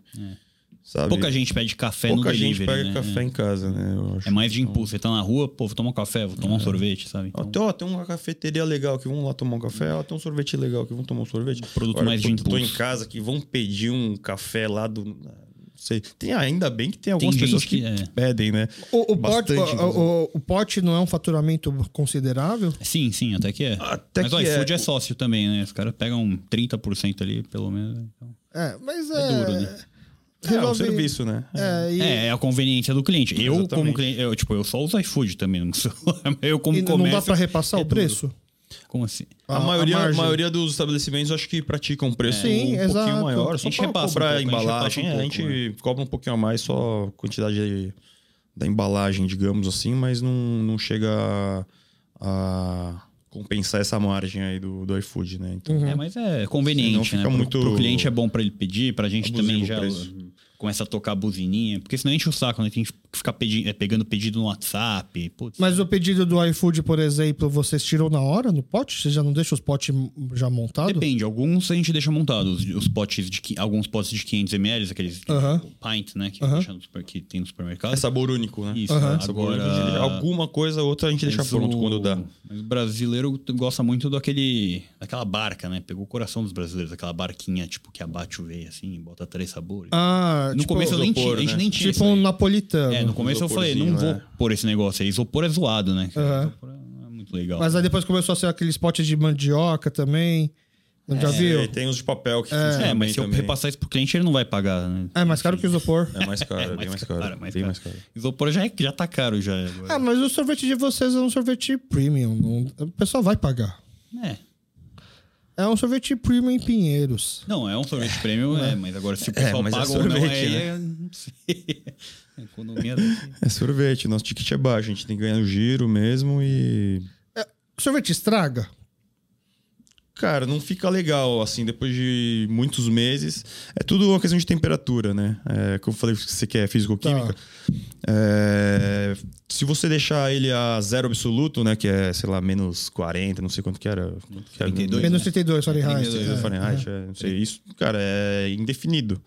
[SPEAKER 2] Sabe?
[SPEAKER 3] É. Pouca gente pede café
[SPEAKER 2] Pouca
[SPEAKER 3] no
[SPEAKER 2] gente pega
[SPEAKER 3] delivery, né?
[SPEAKER 2] café
[SPEAKER 3] É.
[SPEAKER 2] em casa, né? Eu acho.
[SPEAKER 3] É mais de impulso. Você tá na rua, pô, vou tomar um café, vou
[SPEAKER 2] É.
[SPEAKER 3] tomar um sorvete, sabe?
[SPEAKER 2] Ó,
[SPEAKER 3] Então,
[SPEAKER 2] tem, ó, tem uma cafeteria legal que vão lá tomar um café. Ó, tem um sorvete legal que vão tomar um sorvete.
[SPEAKER 3] produto
[SPEAKER 2] Agora,
[SPEAKER 3] mais de
[SPEAKER 2] pô, tô em
[SPEAKER 3] impulso.
[SPEAKER 2] casa que vão pedir um café lá do. Não sei. Tem, ah, ainda bem que tem algumas
[SPEAKER 3] gente
[SPEAKER 2] pessoas que,
[SPEAKER 3] que- é.
[SPEAKER 2] pedem, né?
[SPEAKER 1] O, o pote,
[SPEAKER 2] Bastante,
[SPEAKER 1] o, o- o pote não é um faturamento considerável?
[SPEAKER 3] Sim, sim, até que é.
[SPEAKER 2] Até
[SPEAKER 3] mas
[SPEAKER 2] que
[SPEAKER 3] o iFood
[SPEAKER 2] é.
[SPEAKER 3] é sócio também, né? Os caras pegam 30% ali, pelo menos. então.
[SPEAKER 1] É, mas é.
[SPEAKER 3] duro, né?
[SPEAKER 2] É um
[SPEAKER 1] resolve-
[SPEAKER 2] serviço, né?
[SPEAKER 1] É, e,
[SPEAKER 3] É, é a conveniência do cliente. Eu, como
[SPEAKER 2] Exatamente.
[SPEAKER 3] cliente, eu, tipo, eu só uso iFood também, não sou. Eu, como
[SPEAKER 1] e não
[SPEAKER 3] um comércio.
[SPEAKER 1] dá pra repassar
[SPEAKER 3] é
[SPEAKER 1] o
[SPEAKER 3] duro.
[SPEAKER 1] preço?
[SPEAKER 3] Como assim?
[SPEAKER 2] A,
[SPEAKER 1] a
[SPEAKER 2] maioria, a
[SPEAKER 1] margem.
[SPEAKER 2] maioria dos estabelecimentos acho que praticam um preço
[SPEAKER 1] Sim,
[SPEAKER 2] um
[SPEAKER 1] exato.
[SPEAKER 2] pouquinho maior. Só
[SPEAKER 3] A gente
[SPEAKER 2] para
[SPEAKER 3] repassa um
[SPEAKER 2] cobrar a
[SPEAKER 3] pouco, a gente
[SPEAKER 2] embalagem.
[SPEAKER 3] repassa um
[SPEAKER 2] é, A
[SPEAKER 3] pouco,
[SPEAKER 2] gente, cobra um pouquinho a mais, só a quantidade de- da embalagem, digamos assim, mas não, não chega a, a compensar essa margem aí do, do iFood, né? Então,
[SPEAKER 1] Uhum.
[SPEAKER 3] É, mas é
[SPEAKER 2] Senão
[SPEAKER 3] conveniente,
[SPEAKER 2] fica
[SPEAKER 3] né? Pro,
[SPEAKER 2] muito
[SPEAKER 3] pro cliente é bom pra ele pedir, pra gente
[SPEAKER 2] abusivo
[SPEAKER 3] também
[SPEAKER 2] o
[SPEAKER 3] já
[SPEAKER 2] preço.
[SPEAKER 3] começa a tocar a buzininha. Porque senão enche o saco, né? Tem que ficar pedi- é, pegando pedido no WhatsApp. Putz.
[SPEAKER 1] Mas o pedido do iFood, por exemplo, vocês tiram na hora no pote? Vocês já não deixam os potes já montados?
[SPEAKER 3] Depende, alguns a gente deixa montados. Os, os potes de qui- alguns potes de 500 ml, aqueles
[SPEAKER 1] Aham.
[SPEAKER 3] o pint, né, que,
[SPEAKER 1] Aham.
[SPEAKER 3] deixa no super- que tem no supermercado.
[SPEAKER 2] é sabor único, né?
[SPEAKER 3] Isso,
[SPEAKER 1] Aham.
[SPEAKER 2] É sabor único.
[SPEAKER 3] agora-
[SPEAKER 2] Alguma coisa ou outra a gente deixa
[SPEAKER 3] Mas
[SPEAKER 2] pronto
[SPEAKER 3] o-
[SPEAKER 2] quando dá.
[SPEAKER 3] Mas o brasileiro gosta muito daquele, daquela barca, né? Pegou o coração dos brasileiros, aquela barquinha tipo que abate o veio assim, bota três sabores.
[SPEAKER 1] Ah,
[SPEAKER 3] no
[SPEAKER 1] tipo,
[SPEAKER 3] começo eu nem tinha,
[SPEAKER 2] isopor,
[SPEAKER 3] a gente
[SPEAKER 2] né?
[SPEAKER 3] nem tinha.
[SPEAKER 1] tipo
[SPEAKER 3] isso
[SPEAKER 1] um
[SPEAKER 3] aí.
[SPEAKER 1] napolitano.
[SPEAKER 3] É, no começo eu falei, não vou
[SPEAKER 2] isoporzinho, né?"
[SPEAKER 3] pôr esse negócio aí. Isopor é zoado, né?
[SPEAKER 1] Aham.
[SPEAKER 3] Isopor não é muito legal.
[SPEAKER 2] Então.
[SPEAKER 1] Mas aí depois começou a ser aqueles potes de mandioca também. Não já
[SPEAKER 2] É, e
[SPEAKER 1] viu?
[SPEAKER 2] tem os de papel que
[SPEAKER 3] é,
[SPEAKER 2] funcionam bem
[SPEAKER 3] mas se eu
[SPEAKER 2] também.
[SPEAKER 3] repassar isso pro cliente, ele não vai pagar, né?
[SPEAKER 1] É mais caro que o isopor.
[SPEAKER 2] É mais caro, é
[SPEAKER 3] mais
[SPEAKER 2] bem mais
[SPEAKER 3] caro,
[SPEAKER 2] caro.
[SPEAKER 3] mais
[SPEAKER 2] bem
[SPEAKER 3] caro.
[SPEAKER 2] mais caro.
[SPEAKER 3] Isopor já, é, já tá caro já.
[SPEAKER 1] Ah, mas o sorvete de vocês é um sorvete premium. não- O pessoal vai pagar.
[SPEAKER 3] É.
[SPEAKER 1] É um sorvete premium em Pinheiros.
[SPEAKER 3] Não, é um sorvete prêmio, é, mas agora se o pessoal
[SPEAKER 2] mas é
[SPEAKER 3] paga ou não,
[SPEAKER 2] sorvete,
[SPEAKER 3] aí
[SPEAKER 2] né?
[SPEAKER 3] é, não sei. A economia daqui.
[SPEAKER 2] É sorvete, nosso ticket é baixo, a gente tem que ganhar no giro mesmo e.
[SPEAKER 1] O sorvete estraga?
[SPEAKER 2] Cara, não fica legal, assim, depois de muitos meses. É tudo uma questão de temperatura, né? É, como eu falei que você quer físico-química.
[SPEAKER 1] Tá.
[SPEAKER 2] É, se você deixar ele a zero absoluto, né? Que é, sei lá, menos 40, não sei quanto que era. Quanto que era
[SPEAKER 3] 32,
[SPEAKER 1] Menos
[SPEAKER 3] né?
[SPEAKER 1] 32 Fahrenheit.
[SPEAKER 3] 32
[SPEAKER 1] é,
[SPEAKER 2] 32 Fahrenheit, é, não sei. Isso, cara, é indefinido.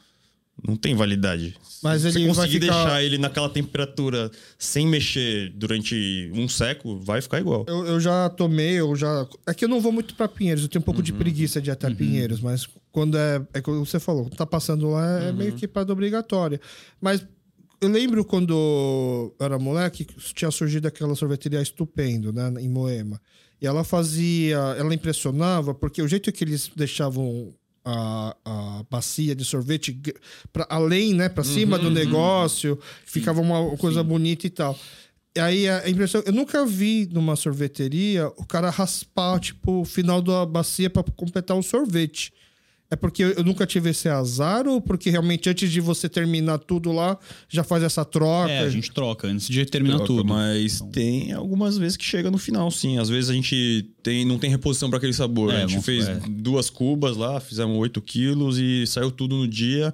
[SPEAKER 2] Não tem validade.
[SPEAKER 1] Mas
[SPEAKER 2] Se
[SPEAKER 1] ele
[SPEAKER 2] você
[SPEAKER 1] vai
[SPEAKER 2] conseguir
[SPEAKER 1] ficar-
[SPEAKER 2] deixar ele naquela temperatura sem mexer durante um século, vai ficar igual.
[SPEAKER 1] Eu, eu já tomei, eu já. É que eu não vou muito pra Pinheiros, eu tenho um pouco de preguiça de ir até Pinheiros, mas quando é. É como você falou, tá passando lá, é meio que parada obrigatória. Mas eu lembro quando eu era moleque, tinha surgido aquela sorveteria estupendo, né, em Moema. E ela fazia. Ela impressionava, porque o jeito que eles deixavam. A, a bacia de sorvete gr- pra, além, né? Pra cima
[SPEAKER 3] Uhum,
[SPEAKER 1] do negócio, ficava uma coisa bonita e tal. E aí a impressão. Eu nunca vi numa sorveteria o cara raspar, tipo, o final da bacia pra completar um sorvete. É porque eu eu nunca tive esse azar ou porque realmente antes de você terminar tudo lá, já faz essa troca?
[SPEAKER 3] É, a gente troca antes de terminar
[SPEAKER 2] Troca,
[SPEAKER 3] tudo. Então-
[SPEAKER 2] Mas tem algumas vezes que chega no final, sim. Às vezes a gente tem, não tem reposição para aquele sabor.
[SPEAKER 3] É,
[SPEAKER 2] a gente
[SPEAKER 3] vamos-
[SPEAKER 2] fez
[SPEAKER 3] é.
[SPEAKER 2] duas cubas lá, fizemos 8 quilos e saiu tudo no dia.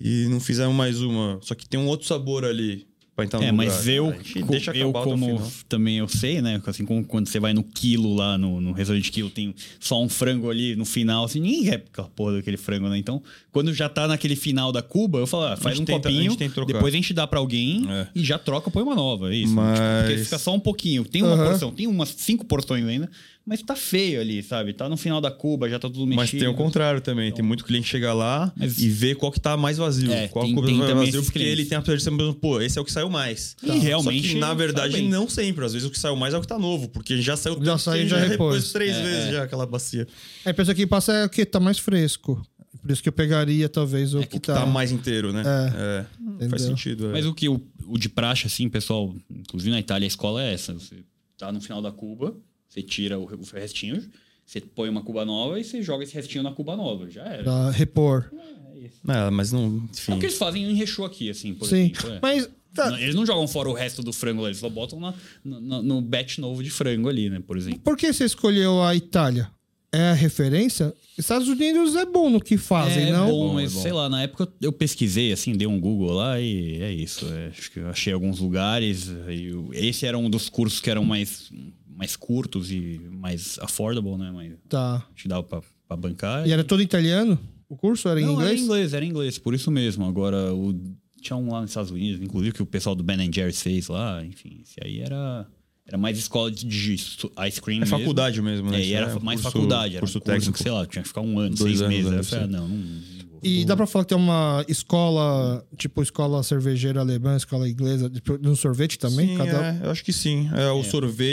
[SPEAKER 2] E não fizemos mais uma. Só que tem um outro sabor ali pra entrar no
[SPEAKER 3] É, mas
[SPEAKER 2] lugar.
[SPEAKER 3] eu,
[SPEAKER 2] então, A gente
[SPEAKER 3] co-
[SPEAKER 2] deixa
[SPEAKER 3] eu
[SPEAKER 2] acabar até o
[SPEAKER 3] como
[SPEAKER 2] final.
[SPEAKER 3] também eu sei, né? Assim, como quando você vai no quilo lá, no, no restaurante quilo, tem só um frango ali no final, assim, ninguém quer aquela porra daquele frango, né? Então, quando já tá naquele final da Cuba, eu falo, ah, faz
[SPEAKER 2] gente
[SPEAKER 3] um
[SPEAKER 2] tenta- a
[SPEAKER 3] copinho,
[SPEAKER 2] gente tenta trocar.
[SPEAKER 3] depois a gente dá pra alguém
[SPEAKER 2] É.
[SPEAKER 3] e já troca, põe uma nova, é isso.
[SPEAKER 2] Mas-
[SPEAKER 3] Tipo, porque fica só um pouquinho, tem uma
[SPEAKER 1] Aham.
[SPEAKER 3] porção, tem umas cinco porções ainda, mas tá feio ali, sabe? Tá no final da Cuba, já tá tudo mexido.
[SPEAKER 2] Mas tem o contrário também. Tem muito cliente que chega lá
[SPEAKER 3] né? Então, Mas-
[SPEAKER 2] e vê qual que tá mais vazio.
[SPEAKER 3] É,
[SPEAKER 2] qual
[SPEAKER 3] tem-
[SPEAKER 2] cuba
[SPEAKER 3] tem
[SPEAKER 2] tá mais
[SPEAKER 3] também
[SPEAKER 2] vazio,
[SPEAKER 3] esses
[SPEAKER 2] porque
[SPEAKER 3] clientes.
[SPEAKER 2] ele tem a percepção, pô, esse é o que saiu mais.
[SPEAKER 3] E realmente
[SPEAKER 2] Só que, na
[SPEAKER 3] sai
[SPEAKER 2] verdade,
[SPEAKER 3] bem.
[SPEAKER 2] não sempre. Às vezes o que saiu mais é o que tá novo, porque já saiu
[SPEAKER 1] Já
[SPEAKER 2] tanto
[SPEAKER 1] saiu,
[SPEAKER 2] que
[SPEAKER 1] já repôs.
[SPEAKER 2] três
[SPEAKER 3] É,
[SPEAKER 2] vezes já aquela bacia.
[SPEAKER 1] A impressão que passa é o que tá mais fresco. Por isso que eu pegaria
[SPEAKER 3] É,
[SPEAKER 1] talvez o que,
[SPEAKER 2] O que
[SPEAKER 1] tá.
[SPEAKER 2] tá, mais inteiro, né? É.
[SPEAKER 1] Entendeu?
[SPEAKER 2] faz sentido. é.
[SPEAKER 3] Mas o que o, o de praxe, assim, pessoal, inclusive na Itália, a escola é essa. Você tá no final da Cuba, Você tira o, o restinho, você põe uma cuba nova e você joga esse restinho na cuba nova. Já era.
[SPEAKER 1] Pra repor.
[SPEAKER 3] É, isso.
[SPEAKER 2] Ah, mas não.
[SPEAKER 3] É o
[SPEAKER 2] Enfim.
[SPEAKER 3] que eles fazem em rechô aqui, assim, por
[SPEAKER 1] Sim.
[SPEAKER 3] exemplo. é.
[SPEAKER 1] Mas. tá,
[SPEAKER 3] Não, Eles não jogam fora o resto do frango lá, eles só botam na- no, no, no batch novo de frango ali, né? Por exemplo.
[SPEAKER 1] Por que você escolheu a Itália? É a referência? Estados Unidos é bom no que fazem,
[SPEAKER 3] é
[SPEAKER 1] não?
[SPEAKER 3] bom,
[SPEAKER 2] Bom, é
[SPEAKER 3] mas
[SPEAKER 2] bom.
[SPEAKER 3] sei lá, na época eu- eu pesquisei, assim, dei um Google lá e é isso. é, acho que eu achei alguns lugares. E eu- esse era um dos cursos que eram mais, mais curtos e mais affordable, né? Mas
[SPEAKER 1] Tá.
[SPEAKER 3] te dava pra, pra bancar.
[SPEAKER 1] E era todo italiano? O curso era em
[SPEAKER 3] Não,
[SPEAKER 1] inglês?
[SPEAKER 3] Era inglês, era inglês, por isso mesmo. Agora, o- tinha um lá nos Estados Unidos, inclusive, que o pessoal do Ben Jerry's fez lá, enfim, esse aí era, era mais escola de de su- ice cream.
[SPEAKER 2] É faculdade mesmo, né?
[SPEAKER 3] né? É, e
[SPEAKER 2] Isso
[SPEAKER 3] era
[SPEAKER 2] é
[SPEAKER 3] mais
[SPEAKER 2] curso-
[SPEAKER 3] faculdade, era
[SPEAKER 2] curso
[SPEAKER 3] um curso
[SPEAKER 2] técnico.
[SPEAKER 3] que, sei lá, tinha que ficar um ano,
[SPEAKER 2] Dois
[SPEAKER 3] seis
[SPEAKER 2] anos,
[SPEAKER 3] meses. Aí
[SPEAKER 2] né?
[SPEAKER 3] eu falei, ah,
[SPEAKER 2] Sim.
[SPEAKER 3] não, não- não vou.
[SPEAKER 1] E dá pra falar que tem uma escola, tipo escola cervejeira alemã, escola inglesa, de pro- de um sorvete também?
[SPEAKER 2] Sim,
[SPEAKER 1] cada...
[SPEAKER 2] é, eu acho que sim. É, o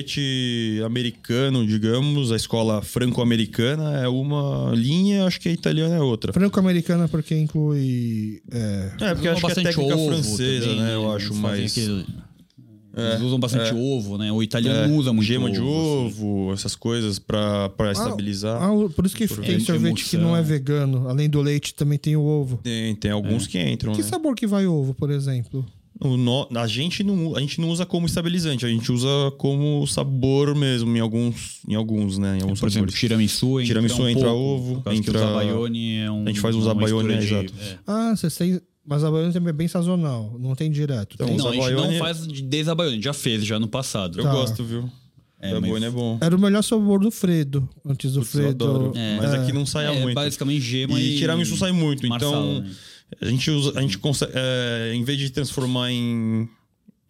[SPEAKER 2] sorvete americano, digamos, a escola franco-americana é uma linha, acho que a italiana é outra.
[SPEAKER 1] Franco-americana, porque inclui. é,
[SPEAKER 2] É, porque
[SPEAKER 3] Usam
[SPEAKER 2] acho que é
[SPEAKER 3] bastante
[SPEAKER 2] técnica
[SPEAKER 3] ovo
[SPEAKER 2] francesa,
[SPEAKER 3] também,
[SPEAKER 2] né? Eu
[SPEAKER 3] Eles
[SPEAKER 2] acho
[SPEAKER 3] fazem
[SPEAKER 2] mais.
[SPEAKER 3] aquele- Eles usam bastante ovo, né? O italiano
[SPEAKER 2] É,
[SPEAKER 3] não usa muito
[SPEAKER 2] gema de
[SPEAKER 3] ovo. assim.
[SPEAKER 2] ovo, essas coisas pra, pra estabilizar.
[SPEAKER 1] ah, por isso que tem
[SPEAKER 3] Sorvete,
[SPEAKER 1] sorvete que não é
[SPEAKER 3] emulsão.
[SPEAKER 1] vegano. Além do leite, também tem o ovo.
[SPEAKER 2] Tem, tem alguns que entram,
[SPEAKER 1] Que
[SPEAKER 2] né?
[SPEAKER 1] sabor que vai ovo, por exemplo?
[SPEAKER 2] O no- a, gente não, a gente não usa como estabilizante, a gente usa como sabor mesmo, em alguns, em alguns né? Em alguns
[SPEAKER 3] Por exemplo,
[SPEAKER 2] sabores.
[SPEAKER 3] tiramisu entra
[SPEAKER 2] Tiramisu
[SPEAKER 3] um
[SPEAKER 2] entra
[SPEAKER 3] pouco,
[SPEAKER 2] ovo,
[SPEAKER 3] por causa que
[SPEAKER 2] entra-
[SPEAKER 3] o zabaione é um...
[SPEAKER 2] A gente faz um
[SPEAKER 3] uma
[SPEAKER 2] zabaione,
[SPEAKER 3] mistura
[SPEAKER 2] exato.
[SPEAKER 3] de- é.
[SPEAKER 1] Ah, você tem. Mas a banana também é bem sazonal, não tem direto.
[SPEAKER 2] Então,
[SPEAKER 1] Tem-
[SPEAKER 2] usa
[SPEAKER 3] não, a gente
[SPEAKER 2] Zabaione-
[SPEAKER 3] não faz de- desde a Baione, já fez já no passado.
[SPEAKER 2] Eu
[SPEAKER 1] Tá.
[SPEAKER 2] gosto, viu?
[SPEAKER 3] É,
[SPEAKER 2] É,
[SPEAKER 3] mas-
[SPEAKER 2] é bom.
[SPEAKER 1] Era o melhor sabor do Fredo, antes do
[SPEAKER 2] Putz, eu
[SPEAKER 1] Fredo.
[SPEAKER 2] adoro. Mas aqui não saia
[SPEAKER 3] É,
[SPEAKER 2] muito.
[SPEAKER 3] basicamente gema
[SPEAKER 2] E tiramisu sai muito,
[SPEAKER 3] marsala,
[SPEAKER 2] então
[SPEAKER 3] né?
[SPEAKER 2] a gente usa, a gente consegue, é, em vez de transformar em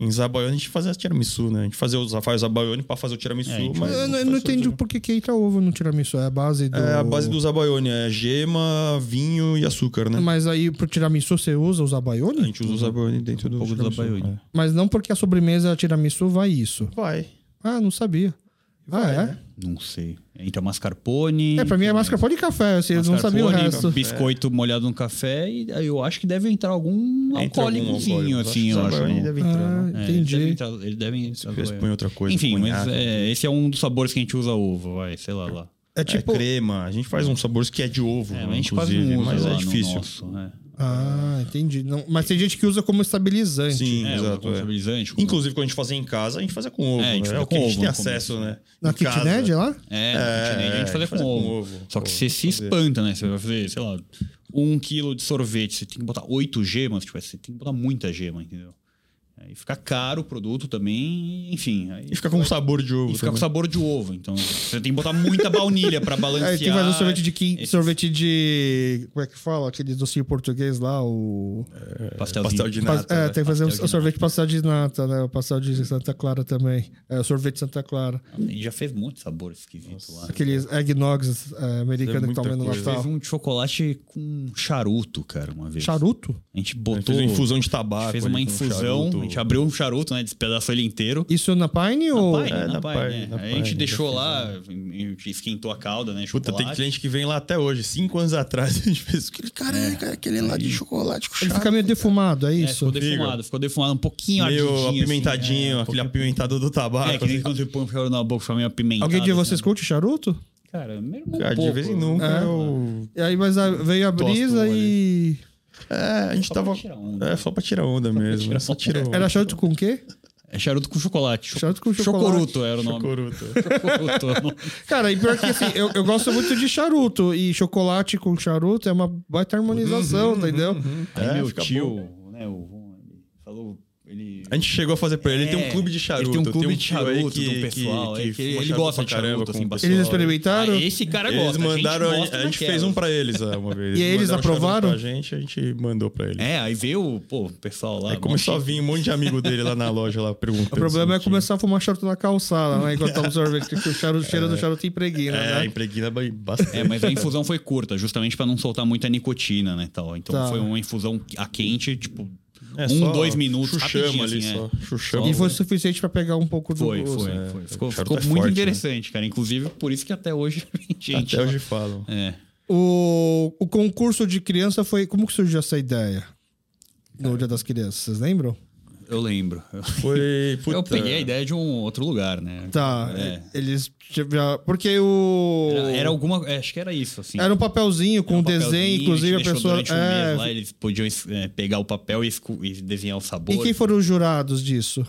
[SPEAKER 2] em zabaione, a gente faz a tiramisu, né? A gente faz o faz o zabaione pra fazer o tiramisu,
[SPEAKER 3] É, a gente
[SPEAKER 2] mas
[SPEAKER 1] Eu, não- eu
[SPEAKER 2] faz
[SPEAKER 1] não
[SPEAKER 2] outro
[SPEAKER 1] entendi
[SPEAKER 2] jeito.
[SPEAKER 1] por que que entra ovo no tiramisu. É a base do.
[SPEAKER 2] É a base do zabaione, é gema, vinho e açúcar, né?
[SPEAKER 1] Mas aí pro tiramisu você usa os
[SPEAKER 2] A
[SPEAKER 1] abaione?
[SPEAKER 2] gente usa o zabaione dentro do
[SPEAKER 3] Um pouco do
[SPEAKER 2] tiramisu,
[SPEAKER 3] zabaione.
[SPEAKER 2] é.
[SPEAKER 1] Mas não porque a sobremesa tiramisu vai isso.
[SPEAKER 2] Vai.
[SPEAKER 1] Ah, não sabia. Ah, é?
[SPEAKER 3] Não sei. Entra mascarpone.
[SPEAKER 1] É, pra mim é mascarpone e café, assim, eles não sabiam o
[SPEAKER 3] mascarpone, né?
[SPEAKER 1] resto.
[SPEAKER 3] Biscoito molhado no café e aí eu acho que deve entrar algum
[SPEAKER 2] Entra algum
[SPEAKER 3] Um alcoólicozinho,
[SPEAKER 2] alcoólico,
[SPEAKER 3] assim, eu
[SPEAKER 2] o
[SPEAKER 3] acho.
[SPEAKER 2] zabaione
[SPEAKER 3] no-
[SPEAKER 2] deve entrar,
[SPEAKER 1] Ah,
[SPEAKER 2] né?
[SPEAKER 3] É,
[SPEAKER 1] entendi.
[SPEAKER 3] Eles devem, entrar- eles devem
[SPEAKER 2] Eles põem outra coisa.
[SPEAKER 3] Enfim, mas
[SPEAKER 2] conhaque.
[SPEAKER 3] é, esse é um dos sabores que a gente usa ovo, vai, sei lá lá.
[SPEAKER 1] É tipo.
[SPEAKER 2] É crema. A gente faz um sabor que é de ovo,
[SPEAKER 3] É,
[SPEAKER 2] né,
[SPEAKER 3] mas a gente quase
[SPEAKER 2] inclusive,
[SPEAKER 3] não usa
[SPEAKER 2] mas
[SPEAKER 3] lá
[SPEAKER 2] é
[SPEAKER 3] no
[SPEAKER 2] difícil.
[SPEAKER 3] nosso, né?
[SPEAKER 1] Ah, entendi. Não, mas tem gente que usa como estabilizante.
[SPEAKER 2] Sim,
[SPEAKER 3] É,
[SPEAKER 2] exato.
[SPEAKER 3] um
[SPEAKER 2] é.
[SPEAKER 3] estabilizante. com-
[SPEAKER 2] Inclusive, quando a gente fazia em casa, a gente fazia com ovo.
[SPEAKER 3] É, a gente
[SPEAKER 2] né? É,
[SPEAKER 3] fazia
[SPEAKER 2] o que a
[SPEAKER 3] com
[SPEAKER 2] gente
[SPEAKER 3] ovo
[SPEAKER 2] tem
[SPEAKER 3] no
[SPEAKER 2] acesso,
[SPEAKER 3] começo.
[SPEAKER 2] né?
[SPEAKER 1] Na
[SPEAKER 2] Em casa.
[SPEAKER 1] kitnet lá?
[SPEAKER 3] É,
[SPEAKER 2] É,
[SPEAKER 3] no kitnet a
[SPEAKER 2] é,
[SPEAKER 3] gente fazia com, ovo. Só que
[SPEAKER 2] Pô,
[SPEAKER 3] você se
[SPEAKER 2] fazer.
[SPEAKER 3] espanta, né? Você vai fazer, sei lá, um quilo de sorvete, você tem que botar oito gemas, tipo, você tem que botar muita gema, entendeu? Aí fica caro o produto também, enfim. Aí
[SPEAKER 2] E fica com um sabor de ovo.
[SPEAKER 3] e fica com
[SPEAKER 2] também.
[SPEAKER 3] sabor de ovo, então você tem que botar muita baunilha pra balancear.
[SPEAKER 1] É, tem que fazer um sorvete de quin...
[SPEAKER 3] esse-
[SPEAKER 1] sorvete de. Como é que fala? Aquele docinho português lá, o.
[SPEAKER 3] pastelzinho.
[SPEAKER 2] Pastel de
[SPEAKER 1] Pas-
[SPEAKER 2] nata.
[SPEAKER 1] é,
[SPEAKER 2] né?
[SPEAKER 1] tem que fazer o
[SPEAKER 3] Pastel de
[SPEAKER 1] o sorvete pastel de nata, né? O pastel de Santa Clara também. É, o sorvete de Santa Clara.
[SPEAKER 3] A gente já fez muito sabor esquisito lá.
[SPEAKER 1] Aqueles eggnogs é, americanos que
[SPEAKER 2] muita
[SPEAKER 1] tomam no
[SPEAKER 2] coisa.
[SPEAKER 1] Natal.
[SPEAKER 3] Teve um chocolate com charuto, cara, uma vez.
[SPEAKER 1] Charuto?
[SPEAKER 3] A gente
[SPEAKER 2] A gente
[SPEAKER 3] botou.
[SPEAKER 2] né? fez uma infusão de
[SPEAKER 3] a gente
[SPEAKER 2] tabaco.
[SPEAKER 3] fez
[SPEAKER 2] ali
[SPEAKER 3] uma
[SPEAKER 2] com
[SPEAKER 3] infusão,
[SPEAKER 2] charuto.
[SPEAKER 3] a gente abriu um charuto, né? Despedaçou ele inteiro.
[SPEAKER 1] Isso na Pine ou.
[SPEAKER 3] Paine,
[SPEAKER 2] É,
[SPEAKER 3] na
[SPEAKER 2] na
[SPEAKER 3] Paine,
[SPEAKER 2] Paine,
[SPEAKER 3] é.
[SPEAKER 2] na
[SPEAKER 3] Aí a
[SPEAKER 2] Paine,
[SPEAKER 3] gente
[SPEAKER 2] já
[SPEAKER 3] deixou
[SPEAKER 2] fiz, é.
[SPEAKER 3] lá, a gente esquentou a calda, né?
[SPEAKER 2] Puta, tem
[SPEAKER 3] chocolate.
[SPEAKER 2] cliente que vem lá até hoje. Cinco anos atrás, a gente fez aquele caraca, aquele lá de chocolate com
[SPEAKER 1] Ele
[SPEAKER 2] charuto.
[SPEAKER 1] fica meio defumado, é
[SPEAKER 3] É,
[SPEAKER 1] isso?
[SPEAKER 3] ficou defumado, ficou defumado um pouquinho
[SPEAKER 2] Meio
[SPEAKER 3] ardidinho,
[SPEAKER 2] apimentadinho,
[SPEAKER 3] assim,
[SPEAKER 2] aquele apimentado do
[SPEAKER 3] é,
[SPEAKER 2] tabaco. assim.
[SPEAKER 3] é, que nem quando você põe um fior na boca, fica meio apimentado.
[SPEAKER 1] Alguém de
[SPEAKER 3] assim.
[SPEAKER 1] vocês curte charuto?
[SPEAKER 3] Cara, mesmo um
[SPEAKER 2] Cara, Ah, de
[SPEAKER 3] pouco.
[SPEAKER 2] vez em nunca
[SPEAKER 1] É.
[SPEAKER 2] eu.
[SPEAKER 1] E aí, mas a- veio a
[SPEAKER 2] Tosto
[SPEAKER 1] brisa
[SPEAKER 2] um
[SPEAKER 1] e.
[SPEAKER 2] É, a gente
[SPEAKER 3] Só pra
[SPEAKER 2] tava.
[SPEAKER 3] tirar onda.
[SPEAKER 2] É, só pra tirar onda mesmo.
[SPEAKER 3] tirar
[SPEAKER 2] só
[SPEAKER 3] onda.
[SPEAKER 2] tira onda.
[SPEAKER 1] Era charuto com o quê?
[SPEAKER 3] É charuto com chocolate. Cho-
[SPEAKER 1] Charuto com chocolate.
[SPEAKER 3] Chocoruto era o nome.
[SPEAKER 2] Chocoruto.
[SPEAKER 3] Chocoruto. era o nome.
[SPEAKER 1] Cara, e pior que assim, eu, eu gosto muito de charuto. E chocolate com charuto é uma baita harmonização, entendeu?
[SPEAKER 3] Aí
[SPEAKER 2] É,
[SPEAKER 3] meu
[SPEAKER 2] fica
[SPEAKER 3] tio, né, o Von, ele falou... Ele...
[SPEAKER 2] A gente chegou a fazer pra ele. Ele tem
[SPEAKER 3] É,
[SPEAKER 2] um clube de charuto.
[SPEAKER 3] Ele tem um clube de
[SPEAKER 2] tio aí
[SPEAKER 3] charuto
[SPEAKER 2] que-
[SPEAKER 3] de um pessoal.
[SPEAKER 2] que-
[SPEAKER 3] é,
[SPEAKER 2] que
[SPEAKER 3] que
[SPEAKER 2] fuma
[SPEAKER 3] ele
[SPEAKER 2] charuto
[SPEAKER 3] gosta
[SPEAKER 2] pra
[SPEAKER 3] de charuto,
[SPEAKER 2] com
[SPEAKER 3] assim,
[SPEAKER 2] o
[SPEAKER 3] bastante.
[SPEAKER 1] Eles
[SPEAKER 2] pessoal.
[SPEAKER 1] experimentaram?
[SPEAKER 3] Ah, esse cara
[SPEAKER 2] Eles
[SPEAKER 3] gosta.
[SPEAKER 2] mandaram.
[SPEAKER 3] a
[SPEAKER 2] A
[SPEAKER 3] gente,
[SPEAKER 2] gente,
[SPEAKER 3] mostra
[SPEAKER 2] fez
[SPEAKER 3] naquela.
[SPEAKER 2] um pra eles é, uma vez.
[SPEAKER 1] E aí eles
[SPEAKER 2] mandaram o charuto
[SPEAKER 1] aprovaram?
[SPEAKER 2] Pra gente, a gente mandou pra eles.
[SPEAKER 3] É, aí veio, pô, o pessoal lá.
[SPEAKER 2] Aí começou a vir um monte de amigo dele lá na loja lá perguntando.
[SPEAKER 1] O problema é
[SPEAKER 2] assim,
[SPEAKER 1] começar a fumar charuto na calçada, né? Enquanto toma sorvete, que o charuto cheira do charuto impregna,
[SPEAKER 2] É,
[SPEAKER 3] então,
[SPEAKER 1] né?
[SPEAKER 2] impregna ba- bastante.
[SPEAKER 3] É, mas a infusão foi curta, justamente pra não soltar muita nicotina, né, tal. Então
[SPEAKER 1] Tá.
[SPEAKER 3] foi uma infusão a quente, tipo,
[SPEAKER 2] É,
[SPEAKER 3] um,
[SPEAKER 2] só
[SPEAKER 3] dois minutos, rapidinho,
[SPEAKER 2] Chuchama ali
[SPEAKER 3] assim, é.
[SPEAKER 2] só. Chuchama.
[SPEAKER 1] E foi suficiente pra pegar um pouco do
[SPEAKER 3] Foi,
[SPEAKER 1] gosto.
[SPEAKER 3] foi,
[SPEAKER 2] é.
[SPEAKER 3] foi. Ficou,
[SPEAKER 2] O charuto
[SPEAKER 3] ficou
[SPEAKER 2] é
[SPEAKER 3] muito
[SPEAKER 2] forte,
[SPEAKER 3] interessante, cara. Inclusive, por isso que até hoje vem gente.
[SPEAKER 2] Até
[SPEAKER 3] lá.
[SPEAKER 2] hoje falam.
[SPEAKER 3] É.
[SPEAKER 1] O, o concurso de criança foi. Como que surgiu essa ideia? No Dia das Crianças, vocês lembram?
[SPEAKER 3] Eu lembro.
[SPEAKER 2] Foi.
[SPEAKER 3] Eu
[SPEAKER 2] puta,
[SPEAKER 3] peguei a ideia de um outro lugar, né?
[SPEAKER 1] Tá,
[SPEAKER 3] É.
[SPEAKER 1] eles tiveram. Porque o.
[SPEAKER 3] Era, era alguma. é, Acho que era isso, assim.
[SPEAKER 1] Era um papelzinho com
[SPEAKER 3] Era um
[SPEAKER 1] desenho,
[SPEAKER 3] papelzinho,
[SPEAKER 1] inclusive
[SPEAKER 3] gente
[SPEAKER 1] a
[SPEAKER 3] deixou
[SPEAKER 1] pessoa.
[SPEAKER 3] durante um
[SPEAKER 1] é,
[SPEAKER 3] mês lá, eles podiam é, pegar o papel e, escu- e desenhar o sabor.
[SPEAKER 1] E quem foram os jurados disso?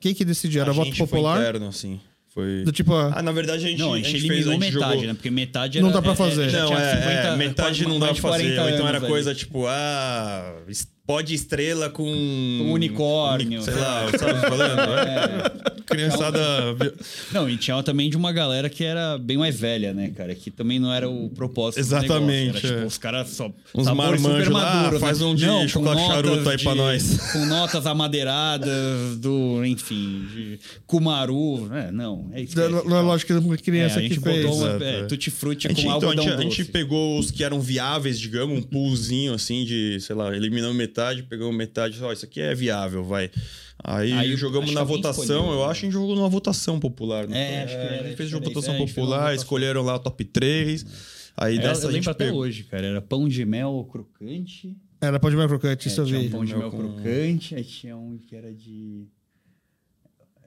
[SPEAKER 1] Quem que decidiu? Era
[SPEAKER 2] a
[SPEAKER 1] voto
[SPEAKER 2] gente foi
[SPEAKER 1] popular?
[SPEAKER 2] interno, assim. Foi.
[SPEAKER 1] Do tipo, ah,
[SPEAKER 2] Ah, na verdade a gente.
[SPEAKER 3] Não,
[SPEAKER 2] a
[SPEAKER 3] a gente,
[SPEAKER 2] gente fez, a
[SPEAKER 3] eliminou
[SPEAKER 2] gente
[SPEAKER 3] metade,
[SPEAKER 2] jogou-
[SPEAKER 3] né? Porque metade
[SPEAKER 1] Não
[SPEAKER 3] era-
[SPEAKER 1] dá pra
[SPEAKER 3] é, é,
[SPEAKER 1] fazer.
[SPEAKER 3] já
[SPEAKER 2] Não,
[SPEAKER 3] tinha
[SPEAKER 2] é,
[SPEAKER 3] 50,
[SPEAKER 2] é, metade
[SPEAKER 3] quase
[SPEAKER 2] não dá
[SPEAKER 3] mais
[SPEAKER 2] pra
[SPEAKER 3] de
[SPEAKER 2] fazer.
[SPEAKER 3] 40
[SPEAKER 2] Ou então
[SPEAKER 3] anos
[SPEAKER 2] era
[SPEAKER 3] ali.
[SPEAKER 2] coisa tipo, ah, es- pode estrela com.
[SPEAKER 3] Um unicórnio.
[SPEAKER 2] Sei lá, sabe o que eu tô falando? É. Criançada.
[SPEAKER 3] Não, e tinha também de uma galera que era bem mais velha, né, cara? Que também não era o propósito do
[SPEAKER 2] Exatamente,
[SPEAKER 3] negócio. Era,
[SPEAKER 2] é.
[SPEAKER 3] tipo, os caras só...
[SPEAKER 2] Uns
[SPEAKER 3] sabores super
[SPEAKER 2] marmanjos lá,
[SPEAKER 3] maduros,
[SPEAKER 2] faz um de
[SPEAKER 3] com
[SPEAKER 2] chocolate
[SPEAKER 3] notas
[SPEAKER 2] charuto aí pra
[SPEAKER 3] de-
[SPEAKER 2] nós.
[SPEAKER 3] Com notas amadeiradas do... Enfim, de Kumaru. É, não, é isso.
[SPEAKER 1] da- da- lógico que uma
[SPEAKER 3] É, a
[SPEAKER 1] criança que
[SPEAKER 3] gente
[SPEAKER 1] fez.
[SPEAKER 3] botou uma,
[SPEAKER 2] Exato,
[SPEAKER 3] é,
[SPEAKER 2] é.
[SPEAKER 3] tutti-frutti
[SPEAKER 2] A gente,
[SPEAKER 3] com
[SPEAKER 2] então, a
[SPEAKER 3] algodão
[SPEAKER 2] gente, a
[SPEAKER 3] doce.
[SPEAKER 2] gente pegou os que eram viáveis, digamos, um poolzinho assim de, sei lá, eliminamos metade, pegamos metade, ó, isso aqui é viável, vai. Aí,
[SPEAKER 3] Aí
[SPEAKER 2] jogamos
[SPEAKER 3] acho
[SPEAKER 2] na
[SPEAKER 3] que alguém
[SPEAKER 2] votação,
[SPEAKER 3] escolheu,
[SPEAKER 2] eu
[SPEAKER 3] né?
[SPEAKER 2] acho que a gente jogou numa votação popular, né?
[SPEAKER 3] É, acho que era,
[SPEAKER 2] a gente fez uma
[SPEAKER 3] diferente.
[SPEAKER 2] votação
[SPEAKER 3] É, a gente fez uma
[SPEAKER 2] popular,
[SPEAKER 3] votação. É,
[SPEAKER 2] escolheram lá o top 3. Aí
[SPEAKER 3] Eu, eu
[SPEAKER 2] dessa a
[SPEAKER 3] lembro
[SPEAKER 2] gente
[SPEAKER 3] até
[SPEAKER 2] pegou.
[SPEAKER 3] hoje, cara. Era pão de mel crocante.
[SPEAKER 1] Era pão de mel crocante,
[SPEAKER 3] É,
[SPEAKER 1] isso eu
[SPEAKER 3] tinha
[SPEAKER 1] vi.
[SPEAKER 3] um pão de
[SPEAKER 2] Mel
[SPEAKER 3] mel
[SPEAKER 2] com-
[SPEAKER 3] crocante, aí tinha um que era de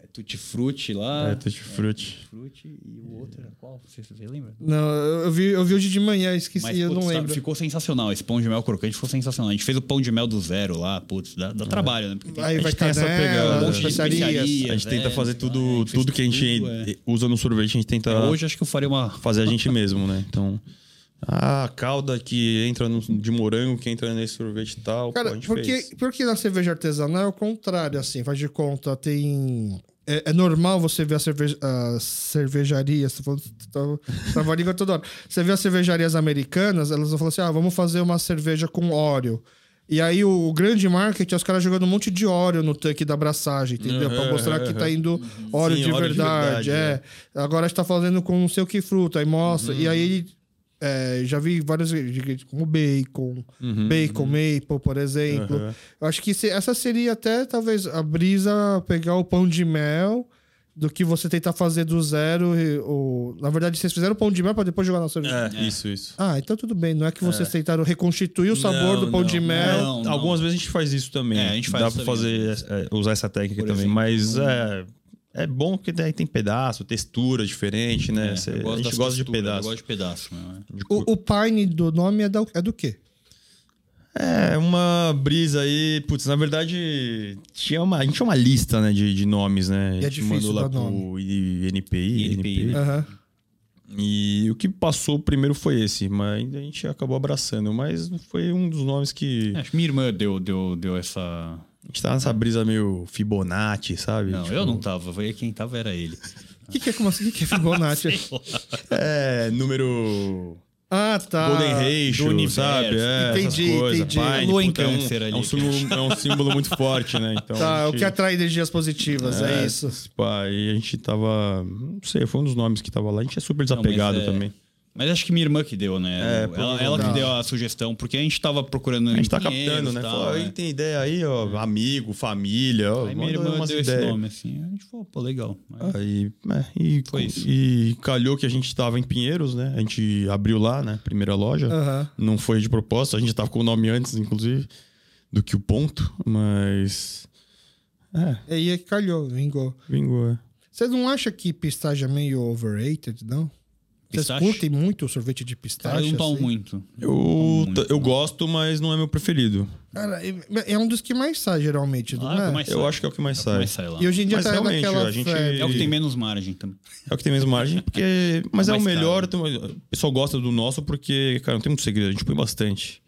[SPEAKER 3] é, tutti-frutti lá.
[SPEAKER 2] É, tutti-frutti.
[SPEAKER 3] É, tutti-frutti, e o outro era qual? Você, você lembra?
[SPEAKER 1] Não, eu vi, eu vi hoje de manhã, esqueci, eu
[SPEAKER 3] putz,
[SPEAKER 1] não
[SPEAKER 3] tá-
[SPEAKER 1] lembro.
[SPEAKER 3] Ficou sensacional. Esse pão de mel crocante ficou sensacional. A gente fez o pão de mel do zero lá, putz, dá,
[SPEAKER 2] É.
[SPEAKER 3] dá trabalho, né? Porque tem-
[SPEAKER 1] Aí
[SPEAKER 2] gente
[SPEAKER 1] vai
[SPEAKER 2] tem essa
[SPEAKER 3] É,
[SPEAKER 1] canela,
[SPEAKER 2] pegada,
[SPEAKER 1] um
[SPEAKER 2] um
[SPEAKER 1] monte
[SPEAKER 2] monte
[SPEAKER 1] de
[SPEAKER 2] de
[SPEAKER 1] especiarias.
[SPEAKER 3] especiaria.
[SPEAKER 2] A gente tenta
[SPEAKER 3] É,
[SPEAKER 2] fazer
[SPEAKER 3] sei lá, a
[SPEAKER 2] tudo,
[SPEAKER 3] gente fez
[SPEAKER 2] tudo que a gente
[SPEAKER 3] tudo, é.
[SPEAKER 2] usa no sorvete, a gente tenta
[SPEAKER 3] Hoje acho que eu faria uma.
[SPEAKER 2] fazer a gente mesmo, né? Então, a calda que entra no, de morango, que entra nesse sorvete e tal, pô, a
[SPEAKER 1] Cara,
[SPEAKER 2] gente fez.
[SPEAKER 1] porque, porque na cerveja artesanal é o contrário, assim, faz de conta, tem. É, é normal você ver a cerveja, as cervejarias. tô falando- tô- Tava a língua toda hora. Você vê as cervejarias americanas, elas vão falar assim: ah, vamos fazer uma cerveja com óleo. E aí o, o grande marketing é os caras jogando um monte de óleo no tanque da abraçagem, entendeu? pra
[SPEAKER 2] Aham,
[SPEAKER 1] mostrar que
[SPEAKER 2] aham.
[SPEAKER 1] tá indo óleo,
[SPEAKER 2] Sim,
[SPEAKER 1] de,
[SPEAKER 2] óleo de
[SPEAKER 1] verdade,
[SPEAKER 2] verdade,
[SPEAKER 1] É. Agora a gente tá fazendo com não sei o que fruta, aí mostra. E aí é, já vi vários como bacon, bacon maple, por exemplo.
[SPEAKER 2] Uhum.
[SPEAKER 1] Eu acho que se- essa seria até talvez a brisa pegar o pão de mel do que você tentar fazer do zero. e- ou- na verdade, vocês fizeram o pão de mel para depois jogar na cerveja.
[SPEAKER 2] É, isso, isso.
[SPEAKER 1] Ah, então tudo bem. Não é que vocês tentaram reconstituir o sabor
[SPEAKER 2] Não,
[SPEAKER 1] do pão
[SPEAKER 2] não,
[SPEAKER 1] de
[SPEAKER 2] não.
[SPEAKER 1] mel.
[SPEAKER 3] Não, não.
[SPEAKER 2] Algumas vezes a gente faz isso também.
[SPEAKER 3] É, a gente faz
[SPEAKER 2] Dá
[SPEAKER 3] isso
[SPEAKER 2] pra
[SPEAKER 3] também.
[SPEAKER 2] fazer, é, usar essa técnica
[SPEAKER 3] Por
[SPEAKER 2] também.
[SPEAKER 3] exemplo,
[SPEAKER 2] mas é, é bom porque daí tem pedaço, textura diferente, né? Cê-
[SPEAKER 3] É, eu
[SPEAKER 2] a
[SPEAKER 3] gosto
[SPEAKER 2] gente
[SPEAKER 3] das
[SPEAKER 2] gosta de
[SPEAKER 3] texturas, Eu
[SPEAKER 2] pedaço.
[SPEAKER 3] gosto de pedaço, né?
[SPEAKER 1] O, o pine do nome é, da- é do quê?
[SPEAKER 2] É, uma brisa aí. Putz, na verdade, tinha uma, a gente tinha uma lista né, de, de nomes,
[SPEAKER 1] E
[SPEAKER 2] né?
[SPEAKER 1] é
[SPEAKER 2] a gente
[SPEAKER 1] difícil
[SPEAKER 2] mandou lá
[SPEAKER 1] dar
[SPEAKER 2] pro I- INPI,
[SPEAKER 3] INPI,
[SPEAKER 2] NPI.
[SPEAKER 3] né?
[SPEAKER 1] Aham.
[SPEAKER 2] E o que passou primeiro foi esse, mas a gente acabou abraçando. Mas foi um dos nomes que.
[SPEAKER 3] Acho que É, minha irmã deu, deu, deu essa.
[SPEAKER 2] A gente tava nessa brisa meio Fibonacci, sabe?
[SPEAKER 3] Não,
[SPEAKER 2] Tipo,
[SPEAKER 3] eu não tava. foi- Quem tava era ele.
[SPEAKER 1] O que, que é como assim? O que, que é Fibonacci?
[SPEAKER 2] É, número.
[SPEAKER 1] ah, tá.
[SPEAKER 2] Golden Ratio,
[SPEAKER 3] do universo.
[SPEAKER 2] sabe? É,
[SPEAKER 1] Entendi,
[SPEAKER 2] essas coisas.
[SPEAKER 1] entendi.
[SPEAKER 2] Pine,
[SPEAKER 3] A lua em
[SPEAKER 2] puta, é um-
[SPEAKER 3] câncer
[SPEAKER 2] é um,
[SPEAKER 3] ali,
[SPEAKER 2] símbolo, é um símbolo muito forte, né? Então,
[SPEAKER 1] Tá,
[SPEAKER 2] a
[SPEAKER 1] o
[SPEAKER 2] gente-
[SPEAKER 1] que atrai energias positivas, é, isso.
[SPEAKER 2] Pá, e Tipo, a gente tava. Não sei, foi um dos nomes que tava lá. A gente é super
[SPEAKER 3] mas
[SPEAKER 2] desapegado
[SPEAKER 3] é-
[SPEAKER 2] também.
[SPEAKER 3] Mas acho que minha irmã que deu, né?
[SPEAKER 2] É,
[SPEAKER 3] ela ela que
[SPEAKER 1] provavelmente.
[SPEAKER 3] deu a sugestão, porque a gente tava procurando.
[SPEAKER 2] A gente tá
[SPEAKER 3] engenheiros
[SPEAKER 2] captando, né?
[SPEAKER 3] e tal, é.
[SPEAKER 2] Falou, "Aí tem ideia aí, ó. Amigo, família, ó.
[SPEAKER 3] Aí minha
[SPEAKER 2] manda
[SPEAKER 3] irmã
[SPEAKER 2] umas
[SPEAKER 3] deu
[SPEAKER 2] ideias.
[SPEAKER 3] esse nome, assim. A gente falou, pô, legal. Aí,
[SPEAKER 2] Aí, é, e,
[SPEAKER 3] Foi isso.
[SPEAKER 2] e calhou que a gente tava em Pinheiros, né? A gente abriu lá, né? Primeira loja.
[SPEAKER 3] Ah.
[SPEAKER 1] Aham.
[SPEAKER 2] Não foi de propósito, a gente tava com o nome antes, inclusive, do que o ponto, mas. É,
[SPEAKER 1] E aí é que calhou, vingou.
[SPEAKER 2] vingou. é.
[SPEAKER 1] Vocês não acham que pistache é meio overrated, não? Vocês
[SPEAKER 3] Pistache?
[SPEAKER 1] curtem muito o sorvete de pistache?
[SPEAKER 3] cara, eu não tomo
[SPEAKER 1] assim?
[SPEAKER 3] muito.
[SPEAKER 2] Eu, eu gosto, mas não é meu preferido.
[SPEAKER 1] Cara, é é um dos que mais sai, geralmente, não
[SPEAKER 3] Ah, é o
[SPEAKER 1] é?
[SPEAKER 3] que mais
[SPEAKER 2] Eu
[SPEAKER 3] sai.
[SPEAKER 2] acho que é o que mais
[SPEAKER 3] É o que
[SPEAKER 2] sai.
[SPEAKER 3] mais sai lá.
[SPEAKER 1] E hoje em dia
[SPEAKER 2] Mas
[SPEAKER 1] tá
[SPEAKER 2] realmente,
[SPEAKER 1] naquela
[SPEAKER 2] a gente-
[SPEAKER 1] febre.
[SPEAKER 3] É o que tem menos margem também.
[SPEAKER 2] É o que tem menos margem, porque. Mas é,
[SPEAKER 3] mais
[SPEAKER 2] o melhor.
[SPEAKER 3] caro.
[SPEAKER 2] tem uma- O pessoal gosta do nosso porque, cara, não tem muito segredo. A gente põe bastante.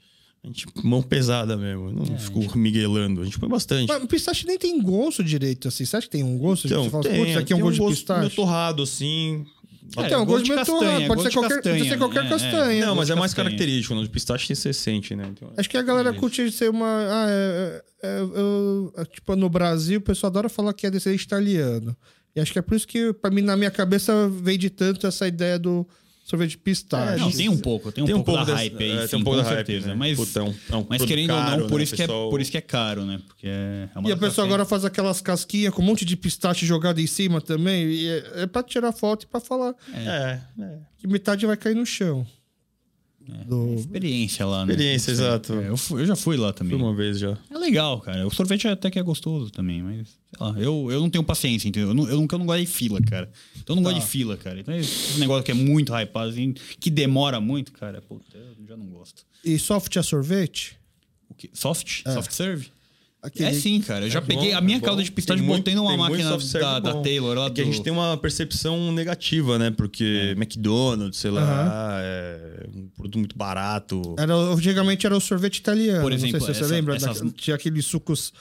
[SPEAKER 2] A gente, mão pesada mesmo. Não
[SPEAKER 3] É,
[SPEAKER 2] ficou miguelando. A gente põe bastante.
[SPEAKER 1] Mas o pistache nem tem gosto direito, assim. Você acha que tem um gosto? você fala, putz, aqui é um
[SPEAKER 2] Então, tem
[SPEAKER 1] gosto de pistache.
[SPEAKER 2] meio torrado, assim.
[SPEAKER 1] Então,
[SPEAKER 3] É,
[SPEAKER 1] um gosto
[SPEAKER 3] gosto de
[SPEAKER 1] meio
[SPEAKER 3] castanha,
[SPEAKER 1] torrado. Pode
[SPEAKER 3] gosto
[SPEAKER 1] ser
[SPEAKER 3] de
[SPEAKER 1] qualquer,
[SPEAKER 3] castanha,
[SPEAKER 1] pode ser qualquer
[SPEAKER 3] é, é.
[SPEAKER 1] castanha.
[SPEAKER 2] não, mas é
[SPEAKER 3] gosto
[SPEAKER 2] mais
[SPEAKER 3] castanha.
[SPEAKER 2] característico. né? O de pistache você sente, né? Então,
[SPEAKER 1] Acho que a galera curte ser uma. Ah, é, é- é- é- tipo, no Brasil, o pessoal adora falar que é descendente italiano. E acho que é por isso que, pra mim, na minha cabeça, veio de tanto essa ideia do sorvete de
[SPEAKER 2] É,
[SPEAKER 1] pistache.
[SPEAKER 3] Não, tem um pouco. Tem um pouco da
[SPEAKER 2] desse-
[SPEAKER 3] hype aí,
[SPEAKER 2] é,
[SPEAKER 3] sim,
[SPEAKER 2] Tem um pouco
[SPEAKER 3] com
[SPEAKER 2] da hype,
[SPEAKER 3] certeza.
[SPEAKER 2] né?
[SPEAKER 3] Mas,
[SPEAKER 2] Puta, é um- é um
[SPEAKER 3] mas
[SPEAKER 2] produto
[SPEAKER 3] querendo ou
[SPEAKER 2] caro,
[SPEAKER 3] não, por,
[SPEAKER 2] né?
[SPEAKER 3] isso
[SPEAKER 2] O
[SPEAKER 3] que é,
[SPEAKER 2] pessoal-
[SPEAKER 3] por isso que é caro, né? Porque é uma
[SPEAKER 1] E a pessoa
[SPEAKER 3] café.
[SPEAKER 1] agora faz aquelas casquinhas com um monte de pistache jogado em cima também. E é, é pra tirar foto e pra falar
[SPEAKER 2] É, é.
[SPEAKER 1] que metade vai cair no chão.
[SPEAKER 3] É.
[SPEAKER 1] do-
[SPEAKER 3] Experiência lá, né?
[SPEAKER 2] Experiência, exato.
[SPEAKER 3] É, eu, fui- eu já fui lá também.
[SPEAKER 2] Fui uma vez já.
[SPEAKER 3] É legal, cara. O sorvete até que é gostoso também, mas sei lá, eu, eu não tenho paciência, entendeu? Eu não, eu, não, eu não gosto de fila, cara. Então eu não gosto de fila, cara. Então esse negócio que é muito hypado, assim, que demora muito, cara, puta, eu já não gosto.
[SPEAKER 1] E soft a sorvete?
[SPEAKER 3] O quê? Soft? Soft serve?
[SPEAKER 1] Aquele-
[SPEAKER 3] É sim, cara. Eu já
[SPEAKER 2] É
[SPEAKER 3] peguei
[SPEAKER 2] bom,
[SPEAKER 3] a minha
[SPEAKER 2] é bom.
[SPEAKER 3] calda de pistache
[SPEAKER 2] Tem
[SPEAKER 3] e
[SPEAKER 2] muito-
[SPEAKER 3] botei numa
[SPEAKER 2] tem muito
[SPEAKER 3] máquina
[SPEAKER 2] soft-serve
[SPEAKER 3] da, da
[SPEAKER 2] bom.
[SPEAKER 3] Taylor lá
[SPEAKER 2] É que a
[SPEAKER 3] do- É.
[SPEAKER 2] gente tem uma percepção negativa, né? Porque McDonald's, sei lá, é um produto muito barato.
[SPEAKER 1] Era, antigamente era o sorvete italiano.
[SPEAKER 3] Por
[SPEAKER 1] não
[SPEAKER 3] exemplo,
[SPEAKER 1] sei se
[SPEAKER 3] essa-
[SPEAKER 1] você lembra. da-
[SPEAKER 3] essas-
[SPEAKER 1] tinha aqueles sucos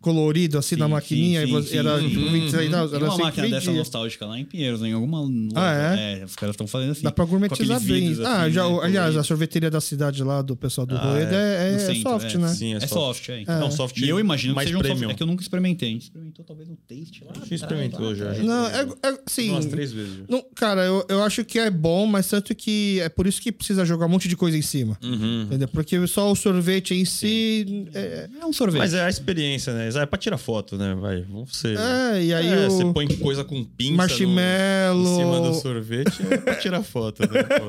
[SPEAKER 1] coloridos assim na
[SPEAKER 3] Sim,
[SPEAKER 1] maquininha.
[SPEAKER 3] sim,
[SPEAKER 1] e você-
[SPEAKER 3] sim,
[SPEAKER 1] era
[SPEAKER 3] sim.
[SPEAKER 1] tipo 26 reais,
[SPEAKER 3] Tem
[SPEAKER 1] era
[SPEAKER 3] uma
[SPEAKER 1] assim que
[SPEAKER 3] máquina dessa
[SPEAKER 1] vendia.
[SPEAKER 3] nostálgica lá em Pinheiros, né? em alguma loja.
[SPEAKER 1] Ah,
[SPEAKER 3] é? os caras estão fazendo assim.
[SPEAKER 1] Dá pra gourmetizar
[SPEAKER 3] com aqueles
[SPEAKER 1] bem.
[SPEAKER 3] vidros
[SPEAKER 1] ah,
[SPEAKER 3] assim,
[SPEAKER 1] já,
[SPEAKER 3] né,
[SPEAKER 1] aliás, a
[SPEAKER 3] coloridos.
[SPEAKER 1] sorveteria da cidade lá do pessoal do
[SPEAKER 2] Ah,
[SPEAKER 1] Roeda é, é-
[SPEAKER 3] No
[SPEAKER 1] é
[SPEAKER 3] centro,
[SPEAKER 1] soft, né?
[SPEAKER 2] Sim,
[SPEAKER 3] é soft, é.
[SPEAKER 2] Não, soft
[SPEAKER 3] E eu imagino que
[SPEAKER 2] mais
[SPEAKER 3] seja um
[SPEAKER 2] premium.
[SPEAKER 3] soft. É que eu nunca experimentei. A gente experimentou talvez um taste lá.
[SPEAKER 2] A gente experimentou já.
[SPEAKER 1] Não, é, é- sim.
[SPEAKER 2] Umas três vezes já.
[SPEAKER 1] Não, cara, eu, eu acho que é bom, mas tanto que é por isso que precisa jogar um monte de coisa em cima.
[SPEAKER 3] Uhum.
[SPEAKER 1] Entendeu? Porque só o sorvete em si. É,
[SPEAKER 3] É um sorvete.
[SPEAKER 2] Mas é a experiência, né? É pra tirar foto, né? Vai, vamos ser.
[SPEAKER 1] é, e aí
[SPEAKER 2] É,
[SPEAKER 1] o
[SPEAKER 2] você põe coisa com pinça no-
[SPEAKER 1] marshmallow.
[SPEAKER 2] em cima do sorvete é pra tirar foto, né? Pô,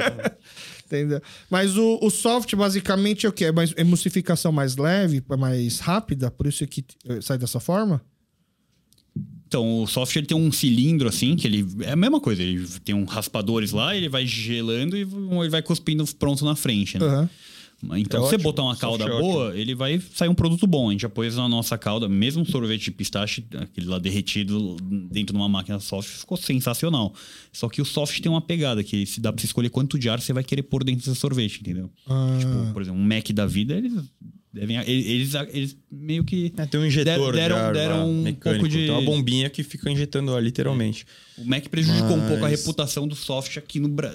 [SPEAKER 1] Entendeu? Mas o, o soft, basicamente, é o quê? É mais emulsificação mais leve, é mais rápida, por isso que eh, sai dessa forma?
[SPEAKER 3] Então, o soft ele tem um cilindro assim, que ele. É a mesma coisa, ele tem um raspadores lá, ele vai gelando e ele vai cuspindo pronto na frente, né?
[SPEAKER 1] Aham. Uhum.
[SPEAKER 3] Então,
[SPEAKER 2] É
[SPEAKER 3] se você
[SPEAKER 2] ótimo.
[SPEAKER 3] botar uma
[SPEAKER 2] Soft
[SPEAKER 3] calda
[SPEAKER 2] é
[SPEAKER 3] boa, ele vai sair um produto bom. A gente já pôs na nossa calda, mesmo um sorvete de pistache, aquele lá derretido dentro de uma máquina soft, ficou sensacional. Só que o soft tem uma pegada, que se dá pra você escolher quanto de ar você vai querer pôr dentro do sorvete, entendeu?
[SPEAKER 1] Ah.
[SPEAKER 3] Tipo, por exemplo, um Mac da vida, eles devem. Eles, eles meio que.
[SPEAKER 2] é, tem um injetor
[SPEAKER 3] deram-
[SPEAKER 2] de ar lá,
[SPEAKER 3] deram um
[SPEAKER 2] mecânico.
[SPEAKER 3] pouco de-
[SPEAKER 1] então é
[SPEAKER 2] Tem uma bombinha que fica injetando ar, literalmente.
[SPEAKER 3] O Mac prejudicou um pouco a
[SPEAKER 2] Mas-
[SPEAKER 3] reputação do soft aqui no, Bra-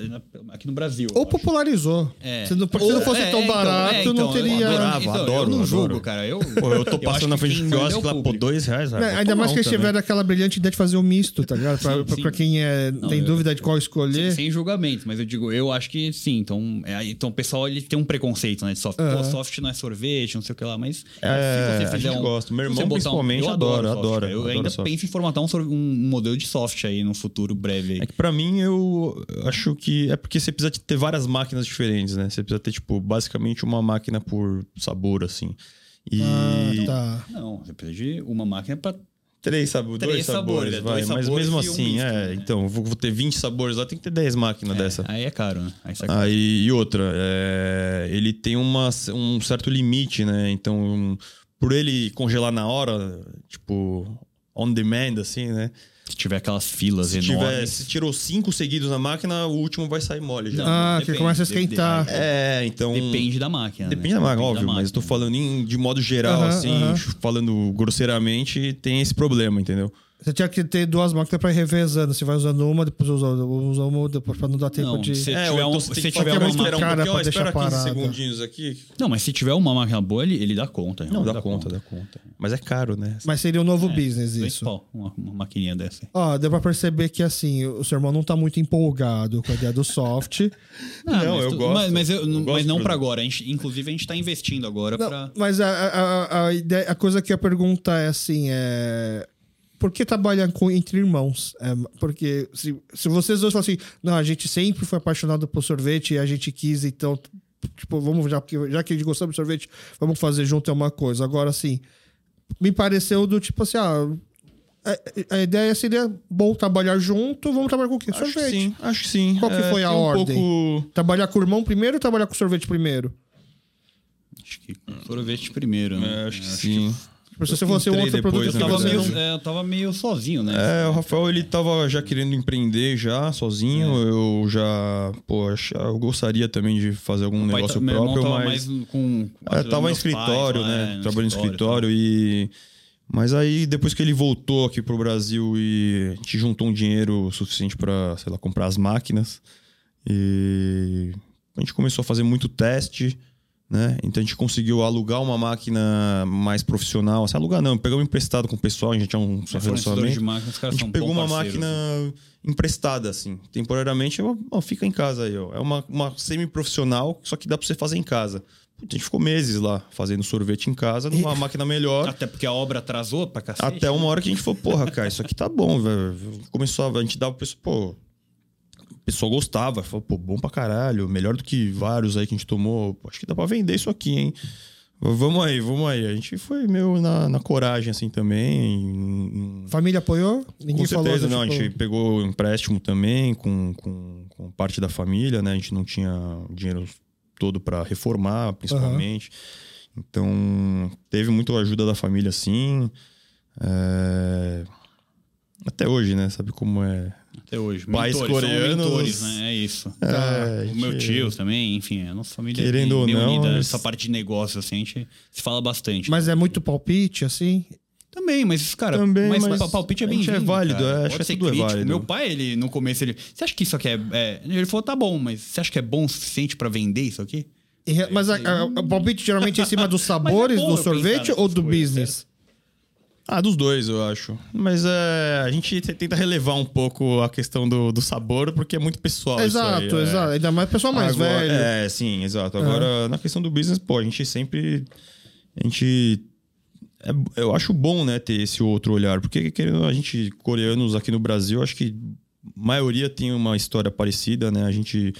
[SPEAKER 3] aqui no Brasil. eu
[SPEAKER 1] Ou
[SPEAKER 3] acho.
[SPEAKER 1] popularizou.
[SPEAKER 3] É.
[SPEAKER 1] Se não, se não
[SPEAKER 3] Ou-
[SPEAKER 1] fosse
[SPEAKER 3] é,
[SPEAKER 1] tão
[SPEAKER 3] então,
[SPEAKER 1] barato,
[SPEAKER 3] é,
[SPEAKER 1] não
[SPEAKER 3] então,
[SPEAKER 1] teria.
[SPEAKER 3] Eu
[SPEAKER 2] adorava,
[SPEAKER 3] então,
[SPEAKER 2] adoro,
[SPEAKER 3] eu não julgo,
[SPEAKER 2] adoro.
[SPEAKER 3] cara. Eu,
[SPEAKER 2] Pô, eu tô
[SPEAKER 3] acho
[SPEAKER 2] passando na
[SPEAKER 3] que
[SPEAKER 2] frente
[SPEAKER 3] quem
[SPEAKER 2] do
[SPEAKER 3] manda é o
[SPEAKER 2] quiosque lá, pô,
[SPEAKER 3] público.
[SPEAKER 2] dois reais. um
[SPEAKER 1] Né, ainda mais que eles tiveram aquela brilhante ideia de fazer o misto, tá ligado? Pra,
[SPEAKER 3] Sim,
[SPEAKER 1] pra-
[SPEAKER 3] sim.
[SPEAKER 1] pra quem é, tem
[SPEAKER 3] eu-
[SPEAKER 1] dúvida de qual
[SPEAKER 3] Sem,
[SPEAKER 1] escolher.
[SPEAKER 3] sem julgamento, mas eu digo, eu acho que sim. Então, é, aí- então o pessoal ele tem um preconceito, né? De soft. Pô, soft não é sorvete, não sei o que lá, mas.
[SPEAKER 2] É, a gente gosta. Meu
[SPEAKER 3] um, se
[SPEAKER 2] irmão,
[SPEAKER 3] você botar
[SPEAKER 2] principalmente,
[SPEAKER 3] eu
[SPEAKER 2] adora,
[SPEAKER 3] soft,
[SPEAKER 2] adora,
[SPEAKER 3] cara. Eu
[SPEAKER 2] adora
[SPEAKER 3] ainda
[SPEAKER 2] soft.
[SPEAKER 3] penso em formatar um, sor- um modelo de soft aí no futuro breve.
[SPEAKER 2] É que pra mim eu acho que é porque você precisa de ter várias máquinas diferentes, né? Você precisa ter tipo basicamente uma máquina por sabor assim. E
[SPEAKER 1] Ah, tá.
[SPEAKER 3] Não, você precisa de uma máquina pra.
[SPEAKER 2] três, sabo
[SPEAKER 3] Três
[SPEAKER 2] dois sabores,
[SPEAKER 3] sabores, é,
[SPEAKER 2] vai,
[SPEAKER 3] dois
[SPEAKER 2] mas
[SPEAKER 3] sabores
[SPEAKER 2] mesmo
[SPEAKER 3] e um
[SPEAKER 2] assim,
[SPEAKER 3] misto,
[SPEAKER 2] é,
[SPEAKER 3] né?
[SPEAKER 2] então vou, vou ter 20 sabores lá, tem que ter 10 máquinas dessa. Ah.
[SPEAKER 3] Aí é caro, né? Aí você
[SPEAKER 2] Aí e outra, é, ele tem uma, um certo limite, né? Então, por ele congelar na hora, tipo on demand assim, né?
[SPEAKER 3] Se tiver aquelas filas
[SPEAKER 2] Se
[SPEAKER 3] enormes.
[SPEAKER 2] tiver, se tirou cinco seguidos na máquina, o último vai sair mole já.
[SPEAKER 3] Não,
[SPEAKER 1] Ah, que
[SPEAKER 3] depende,
[SPEAKER 1] começa a
[SPEAKER 3] depende.
[SPEAKER 1] esquentar.
[SPEAKER 2] É, então
[SPEAKER 3] Depende da máquina. né?
[SPEAKER 2] Depende da marca, óbvio, mas eu tô falando em- de modo geral,
[SPEAKER 1] Aham,
[SPEAKER 2] assim,
[SPEAKER 1] aham.
[SPEAKER 2] falando grosseiramente, tem esse problema, entendeu?
[SPEAKER 1] Você tinha que ter duas máquinas pra ir revezando. Você vai usando uma, depois usa usa uma, depois pra não dar tempo
[SPEAKER 3] Não,
[SPEAKER 1] de.
[SPEAKER 3] você- Se
[SPEAKER 2] é,
[SPEAKER 3] tiver
[SPEAKER 2] ou
[SPEAKER 3] um-
[SPEAKER 2] você
[SPEAKER 3] se
[SPEAKER 2] tem que
[SPEAKER 3] tiver
[SPEAKER 2] fazer
[SPEAKER 3] uma
[SPEAKER 2] uma espera um
[SPEAKER 1] cara
[SPEAKER 2] pouquinho,
[SPEAKER 1] pra
[SPEAKER 2] ó, espera
[SPEAKER 1] deixar
[SPEAKER 2] 15
[SPEAKER 1] parada.
[SPEAKER 2] segundinhos aqui.
[SPEAKER 3] Não, mas se tiver uma máquina boa, ele, ele dá conta.
[SPEAKER 2] Não,
[SPEAKER 3] ele
[SPEAKER 2] dá conta, dá conta. Mas é caro, né?
[SPEAKER 1] Mas seria um
[SPEAKER 3] É,
[SPEAKER 1] novo business
[SPEAKER 3] Dois
[SPEAKER 1] isso.
[SPEAKER 3] pau, uma, uma maquininha dessa.
[SPEAKER 1] Ó, deu pra perceber que assim, o seu irmão não tá muito empolgado com a ideia do soft.
[SPEAKER 3] Ah,
[SPEAKER 2] Não,
[SPEAKER 3] mas
[SPEAKER 2] eu
[SPEAKER 3] tu-
[SPEAKER 2] gosto.
[SPEAKER 3] Mas, mas eu-
[SPEAKER 2] Eu
[SPEAKER 3] mas
[SPEAKER 2] gosto
[SPEAKER 3] não
[SPEAKER 2] do
[SPEAKER 3] pra
[SPEAKER 2] produto.
[SPEAKER 3] agora. A gente- inclusive, a gente tá investindo agora
[SPEAKER 1] Não,
[SPEAKER 3] pra.
[SPEAKER 1] Mas a, a, a- a ideia, a coisa que eu ia perguntar é assim: é. Por que trabalhar com, entre irmãos? É, porque se, se vocês dois falam assim, não, a gente sempre foi apaixonado por sorvete e a gente quis, então, tipo, vamos já, porque já que a gente gostava de sorvete, vamos fazer junto é uma coisa. Agora, assim, me pareceu do tipo assim, ah, a, a ideia seria bom trabalhar junto, vamos trabalhar com o quê?
[SPEAKER 2] Acho que
[SPEAKER 1] é sorvete.
[SPEAKER 2] sim, acho que sim.
[SPEAKER 1] Qual que foi a
[SPEAKER 2] tem um
[SPEAKER 1] ordem?
[SPEAKER 2] pouco-
[SPEAKER 1] Trabalhar com o irmão primeiro ou trabalhar com o sorvete primeiro?
[SPEAKER 3] Acho que sorvete primeiro, né?
[SPEAKER 2] É, acho que sim.
[SPEAKER 1] Porque se você
[SPEAKER 2] Eu
[SPEAKER 1] fosse um
[SPEAKER 2] entrei
[SPEAKER 1] outro
[SPEAKER 2] depois,
[SPEAKER 1] produto,
[SPEAKER 3] Eu
[SPEAKER 1] que
[SPEAKER 2] né,
[SPEAKER 3] tava,
[SPEAKER 1] você
[SPEAKER 2] verdade.
[SPEAKER 1] não-
[SPEAKER 3] meio, é, eu tava meio sozinho, né?
[SPEAKER 2] É, o Rafael, ele tava já querendo empreender já, sozinho.
[SPEAKER 3] É.
[SPEAKER 2] Eu já, pô, acha- eu gostaria também de fazer algum
[SPEAKER 3] Meu pai
[SPEAKER 2] um negócio
[SPEAKER 3] tá- meu irmão
[SPEAKER 2] próprio,
[SPEAKER 3] tava
[SPEAKER 2] mas...
[SPEAKER 3] mais com. com
[SPEAKER 2] É, tava em
[SPEAKER 3] ajudando meus pais
[SPEAKER 2] escritório,
[SPEAKER 3] lá,
[SPEAKER 2] né?
[SPEAKER 3] é, no
[SPEAKER 2] Trabalhando em escritório e. Mas aí, depois que ele voltou aqui pro Brasil e a gente juntou um dinheiro suficiente pra, sei lá, comprar as máquinas. E a gente começou a fazer muito teste, né? Então a gente conseguiu alugar uma máquina mais profissional. Assim, alugar não, pegamos emprestado com o pessoal, a gente tinha um
[SPEAKER 3] tal. Fornecedor de
[SPEAKER 2] relacionamento.
[SPEAKER 3] máquina, os
[SPEAKER 2] A
[SPEAKER 3] caras
[SPEAKER 2] gente
[SPEAKER 3] são
[SPEAKER 2] pegou
[SPEAKER 3] bom
[SPEAKER 2] uma
[SPEAKER 3] parceiro,
[SPEAKER 2] máquina
[SPEAKER 3] assim.
[SPEAKER 2] emprestada, assim, temporariamente. Eu, ó, fica em casa aí, ó. É uma, uma semi-profissional, só que dá pra você fazer em casa. Putz, a gente ficou meses lá fazendo sorvete em casa, numa máquina melhor.
[SPEAKER 3] Até porque a obra atrasou pra cacete. né?
[SPEAKER 2] um Até uma hora que a gente falou, porra, cara, isso aqui tá bom, velho. Começou a, a gente dava pro pessoal, pô. pessoal gostava. Falou, pô, bom pra caralho, melhor do que vários aí que a gente tomou. Pô, Acho que dá pra vender isso aqui, hein? Vamos aí, vamos aí. A gente foi meio na, na coragem, assim, também. Não-
[SPEAKER 1] Família apoiou? Ninguém
[SPEAKER 2] com certeza,
[SPEAKER 1] falou.
[SPEAKER 2] não.
[SPEAKER 1] tipo,
[SPEAKER 2] A gente pegou empréstimo também com, com, com parte da família, né? A gente não tinha dinheiro todo para reformar, principalmente. Então, teve muito ajuda da família, sim. É, Até hoje, né? Sabe como é?
[SPEAKER 3] Até hoje.
[SPEAKER 2] Pais
[SPEAKER 3] mentores, são
[SPEAKER 2] coreanos.
[SPEAKER 3] mentores, né? É isso.
[SPEAKER 2] É, a
[SPEAKER 3] o meu
[SPEAKER 2] gente-
[SPEAKER 3] tio também, enfim, a nossa família
[SPEAKER 2] Querendo
[SPEAKER 3] é
[SPEAKER 2] ou
[SPEAKER 3] bem
[SPEAKER 2] não,
[SPEAKER 3] unida.
[SPEAKER 2] eles-
[SPEAKER 3] Essa parte de negócio, assim, a gente se fala bastante. né?
[SPEAKER 1] Mas é muito palpite, assim?
[SPEAKER 3] Também, mas, cara,
[SPEAKER 2] Também,
[SPEAKER 3] mas,
[SPEAKER 2] mas
[SPEAKER 3] pa- palpite é
[SPEAKER 2] a
[SPEAKER 3] bem
[SPEAKER 2] gente é válido, é, acho que
[SPEAKER 3] Pode ser
[SPEAKER 2] tudo é
[SPEAKER 3] crítico.
[SPEAKER 2] válido.
[SPEAKER 3] Meu pai, ele, no começo, ele. Você acha que isso aqui é, é-" Ele falou, tá bom, mas você acha que é bom o suficiente pra vender isso aqui?
[SPEAKER 1] Em re- Mas a- a- o palpite geralmente é em cima dos sabores
[SPEAKER 3] bom
[SPEAKER 1] do
[SPEAKER 3] eu pensar
[SPEAKER 1] sorvete
[SPEAKER 3] nessas
[SPEAKER 1] ou do
[SPEAKER 3] coisas,
[SPEAKER 1] business?
[SPEAKER 2] Ah, dos dois, eu acho. Mas é, a gente te- tenta relevar um pouco a questão do, do sabor, porque é muito pessoal. isso aí,
[SPEAKER 1] exato,
[SPEAKER 2] é.
[SPEAKER 1] exato. Ainda mais pessoal mais
[SPEAKER 2] Agora-
[SPEAKER 1] velho. É.
[SPEAKER 2] É, sim, exato. Agora, na questão do business, pô, a gente sempre. A gente. é- eu acho bom, né, ter esse outro olhar, porque querendo, a gente, coreanos aqui no Brasil, acho que a maioria tem uma história parecida, né? A gente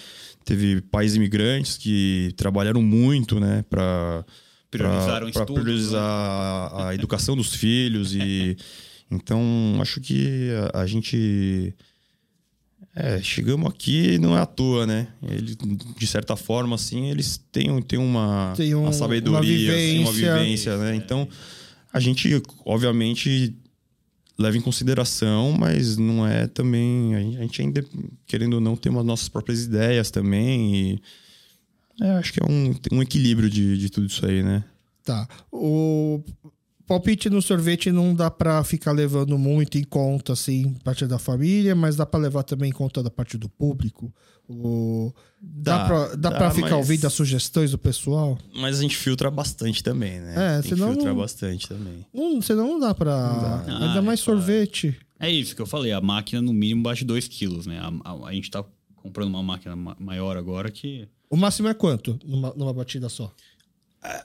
[SPEAKER 2] teve pais imigrantes que trabalharam muito, né, para
[SPEAKER 3] Priorizaram
[SPEAKER 2] para
[SPEAKER 3] estudos,
[SPEAKER 2] priorizar
[SPEAKER 3] né?
[SPEAKER 2] a, a educação dos filhos e então acho que a, a gente é, chegamos aqui não é à toa, né? Ele, de certa forma, assim, eles têm, têm uma,
[SPEAKER 1] Tem um-
[SPEAKER 2] uma sabedoria,
[SPEAKER 1] uma
[SPEAKER 2] assim, uma
[SPEAKER 1] vivência.
[SPEAKER 2] vivência, né? Então, a gente, obviamente, leva em consideração, mas não é também. A gente, a gente ainda, querendo ou não, tem umas nossas próprias ideias também. E é, acho que é um, tem um equilíbrio de, de tudo isso aí, né?
[SPEAKER 1] Tá. O palpite no sorvete não dá pra ficar levando muito em conta, assim, parte da família, mas dá pra levar também em conta da parte do público. O... Dá,
[SPEAKER 2] Dá,
[SPEAKER 1] pra, dá
[SPEAKER 2] dá,
[SPEAKER 1] pra ficar
[SPEAKER 2] mas-
[SPEAKER 1] ouvindo as sugestões do pessoal?
[SPEAKER 2] Mas a gente filtra bastante também, né?
[SPEAKER 1] É,
[SPEAKER 2] tem que
[SPEAKER 1] senão
[SPEAKER 2] filtrar
[SPEAKER 1] não-
[SPEAKER 2] bastante também.
[SPEAKER 1] Não, senão não dá pra.
[SPEAKER 3] dá.
[SPEAKER 1] Ainda
[SPEAKER 3] Ah,
[SPEAKER 1] mais
[SPEAKER 3] claro.
[SPEAKER 1] sorvete.
[SPEAKER 3] É isso que eu falei, a máquina no mínimo baixa 2 quilos, né? A, a- a gente tá comprando uma máquina ma- maior agora que.
[SPEAKER 1] O máximo é quanto numa, numa batida só?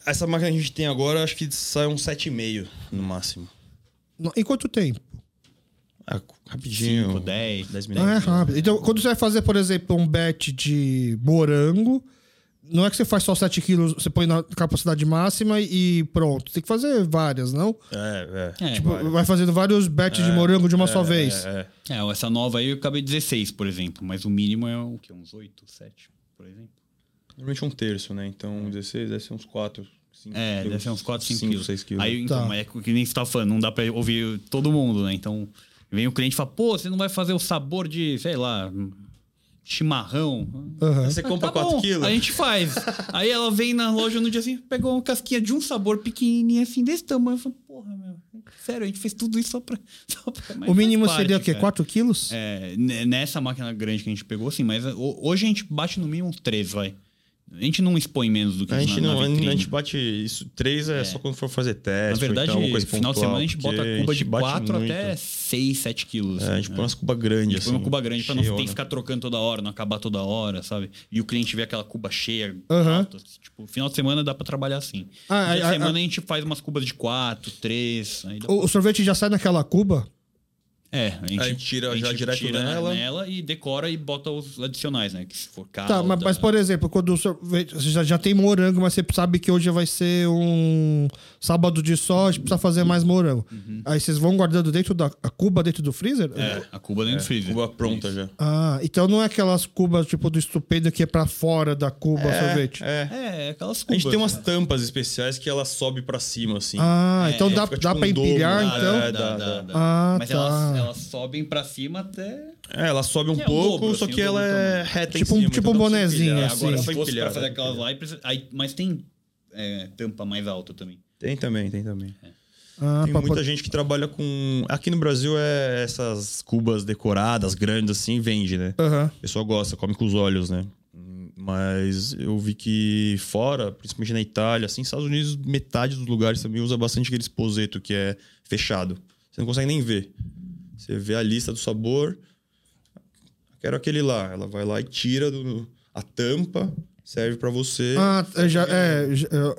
[SPEAKER 2] Essa máquina que a gente tem agora, acho que sai um uns 7,5 no máximo.
[SPEAKER 1] No- Em quanto tempo?
[SPEAKER 2] Ah, rapidinho.
[SPEAKER 3] 5, 10.
[SPEAKER 2] 10
[SPEAKER 1] Ah, é
[SPEAKER 2] minutos.
[SPEAKER 1] rápido. Então, quando você vai fazer, por exemplo, um bet de morango, não é que você faz só 7 quilos, você põe na capacidade máxima e pronto. Tem que fazer várias, não?
[SPEAKER 2] É, é.
[SPEAKER 3] É,
[SPEAKER 1] Tipo, vai fazendo vários bets de morango de uma só vez.
[SPEAKER 2] É, é.
[SPEAKER 3] é, essa nova aí eu acabei 16, por exemplo, mas o mínimo é o quê? Uns 8, 7, por exemplo.
[SPEAKER 2] Normalmente é um terço, né? Então 16 deve ser uns 4, 5
[SPEAKER 3] É, deve ser uns 4, 5, quilos.
[SPEAKER 2] 6 quilos.
[SPEAKER 3] Aí, então,
[SPEAKER 1] Tá.
[SPEAKER 3] mas é que nem você tá falando, não dá pra ouvir todo mundo, né? Então, vem o cliente e fala, pô, você não vai fazer o sabor de, sei lá, chimarrão.
[SPEAKER 1] Aham.
[SPEAKER 2] você compra
[SPEAKER 3] Ah, tá
[SPEAKER 2] 4
[SPEAKER 3] bom,
[SPEAKER 2] quilos?
[SPEAKER 3] A gente faz. Aí ela vem na loja no dia assim, pegou uma casquinha de um sabor pequenininha assim, desse tamanho. Eu falo, porra, meu, sério, a gente fez tudo isso só pra... Só pra
[SPEAKER 2] é
[SPEAKER 3] mas
[SPEAKER 1] O mínimo
[SPEAKER 3] faz parte,
[SPEAKER 1] seria o quê?
[SPEAKER 3] cara.
[SPEAKER 1] 4 quilos?
[SPEAKER 3] É, ne- nessa máquina grande que a gente pegou, sim, mas ho- hoje a gente bate no mínimo uns 3, vai. A gente não expõe menos do que
[SPEAKER 2] A
[SPEAKER 3] isso
[SPEAKER 2] gente
[SPEAKER 3] na- na
[SPEAKER 2] não, a
[SPEAKER 3] vitrine.
[SPEAKER 2] gente bate isso. 3 é, só quando for fazer teste.
[SPEAKER 3] Na
[SPEAKER 2] ou
[SPEAKER 3] verdade,
[SPEAKER 2] então, alguma coisa
[SPEAKER 3] final de
[SPEAKER 2] pontual,
[SPEAKER 3] semana a gente
[SPEAKER 2] porque
[SPEAKER 3] bota cuba
[SPEAKER 2] a gente
[SPEAKER 3] de
[SPEAKER 2] bate
[SPEAKER 3] 4
[SPEAKER 2] muito.
[SPEAKER 3] até 6, 7 quilos.
[SPEAKER 2] É, a
[SPEAKER 3] assim,
[SPEAKER 2] gente
[SPEAKER 3] né?
[SPEAKER 2] põe umas cuba grande
[SPEAKER 3] Põe
[SPEAKER 2] assim.
[SPEAKER 3] uma cuba grande pra não ter
[SPEAKER 2] cheiona.
[SPEAKER 3] que ficar trocando toda hora, não acabar toda hora, sabe? E o cliente vê aquela cuba cheia,
[SPEAKER 1] Aham.
[SPEAKER 3] alta, assim, tipo, final de semana dá pra trabalhar assim.
[SPEAKER 1] Ah,
[SPEAKER 3] Essa
[SPEAKER 1] ah,
[SPEAKER 3] semana a gente faz umas cubas de 4, 3, aí dá...
[SPEAKER 1] O, o sorvete já sai naquela cuba?
[SPEAKER 3] É, a gente,
[SPEAKER 2] A gente tira já direto nela.
[SPEAKER 3] e decora e bota os adicionais, né? Que se for calda,
[SPEAKER 1] Tá, mas, mas, por exemplo, quando o sorvete você já, já tem morango, mas você sabe que hoje vai ser um sábado de sol, a gente precisa fazer mais morango.
[SPEAKER 2] Uhum.
[SPEAKER 1] Aí vocês vão guardando dentro da a cuba dentro do freezer?
[SPEAKER 3] É, a cuba dentro do freezer.
[SPEAKER 2] Cuba pronta já.
[SPEAKER 1] Ah, então não é aquelas cubas tipo do estupendo que é pra fora da cuba o sorvete.
[SPEAKER 2] É.
[SPEAKER 3] É, é aquelas
[SPEAKER 2] A
[SPEAKER 3] cubas.
[SPEAKER 2] gente tem umas tampas especiais que ela sobe pra cima assim.
[SPEAKER 1] Ah, então
[SPEAKER 2] é,
[SPEAKER 1] dá,
[SPEAKER 2] fica tipo
[SPEAKER 1] dá pra
[SPEAKER 2] um dobro,
[SPEAKER 1] empilhar,
[SPEAKER 2] né?
[SPEAKER 1] então?
[SPEAKER 2] É, dá, dá.
[SPEAKER 1] Ah,
[SPEAKER 3] Mas
[SPEAKER 1] tá.
[SPEAKER 3] elas, elas sobem pra cima até...
[SPEAKER 2] É, ela sobe um
[SPEAKER 3] É, o
[SPEAKER 2] pouco,
[SPEAKER 3] dobro,
[SPEAKER 2] só
[SPEAKER 3] assim,
[SPEAKER 2] que
[SPEAKER 3] o
[SPEAKER 2] ela
[SPEAKER 3] dobro
[SPEAKER 2] é
[SPEAKER 3] também.
[SPEAKER 2] reta
[SPEAKER 1] Tipo um-
[SPEAKER 2] em cima.
[SPEAKER 1] tipo um
[SPEAKER 2] então dá pra
[SPEAKER 1] bonezinho,
[SPEAKER 2] empilhar.
[SPEAKER 1] assim.
[SPEAKER 3] É, Agora,
[SPEAKER 2] Dá
[SPEAKER 3] se
[SPEAKER 2] pra
[SPEAKER 3] fosse
[SPEAKER 2] empilhar, né?
[SPEAKER 3] pra fazer
[SPEAKER 2] dá pra
[SPEAKER 3] aquelas
[SPEAKER 2] empilhar.
[SPEAKER 3] lá, precisa- aí, mas tem é, tampa mais alta também.
[SPEAKER 2] Tem também, tem também.
[SPEAKER 1] Ah,
[SPEAKER 2] Tem
[SPEAKER 1] pra-
[SPEAKER 2] muita gente que trabalha com. Aqui no Brasil é essas cubas decoradas, grandes assim, vende, né?
[SPEAKER 1] Aham.
[SPEAKER 2] O pessoal gosta, come com os olhos, né? Mas eu vi que fora, principalmente na Itália, assim, Estados Unidos, metade dos lugares também usa bastante aquele esposeto que é fechado. Você não consegue nem ver. Você vê a lista do sabor. Quero aquele lá. Ela vai lá e tira do- a tampa, serve pra você.
[SPEAKER 1] Ah, é, já,
[SPEAKER 2] né?
[SPEAKER 1] é, já- é,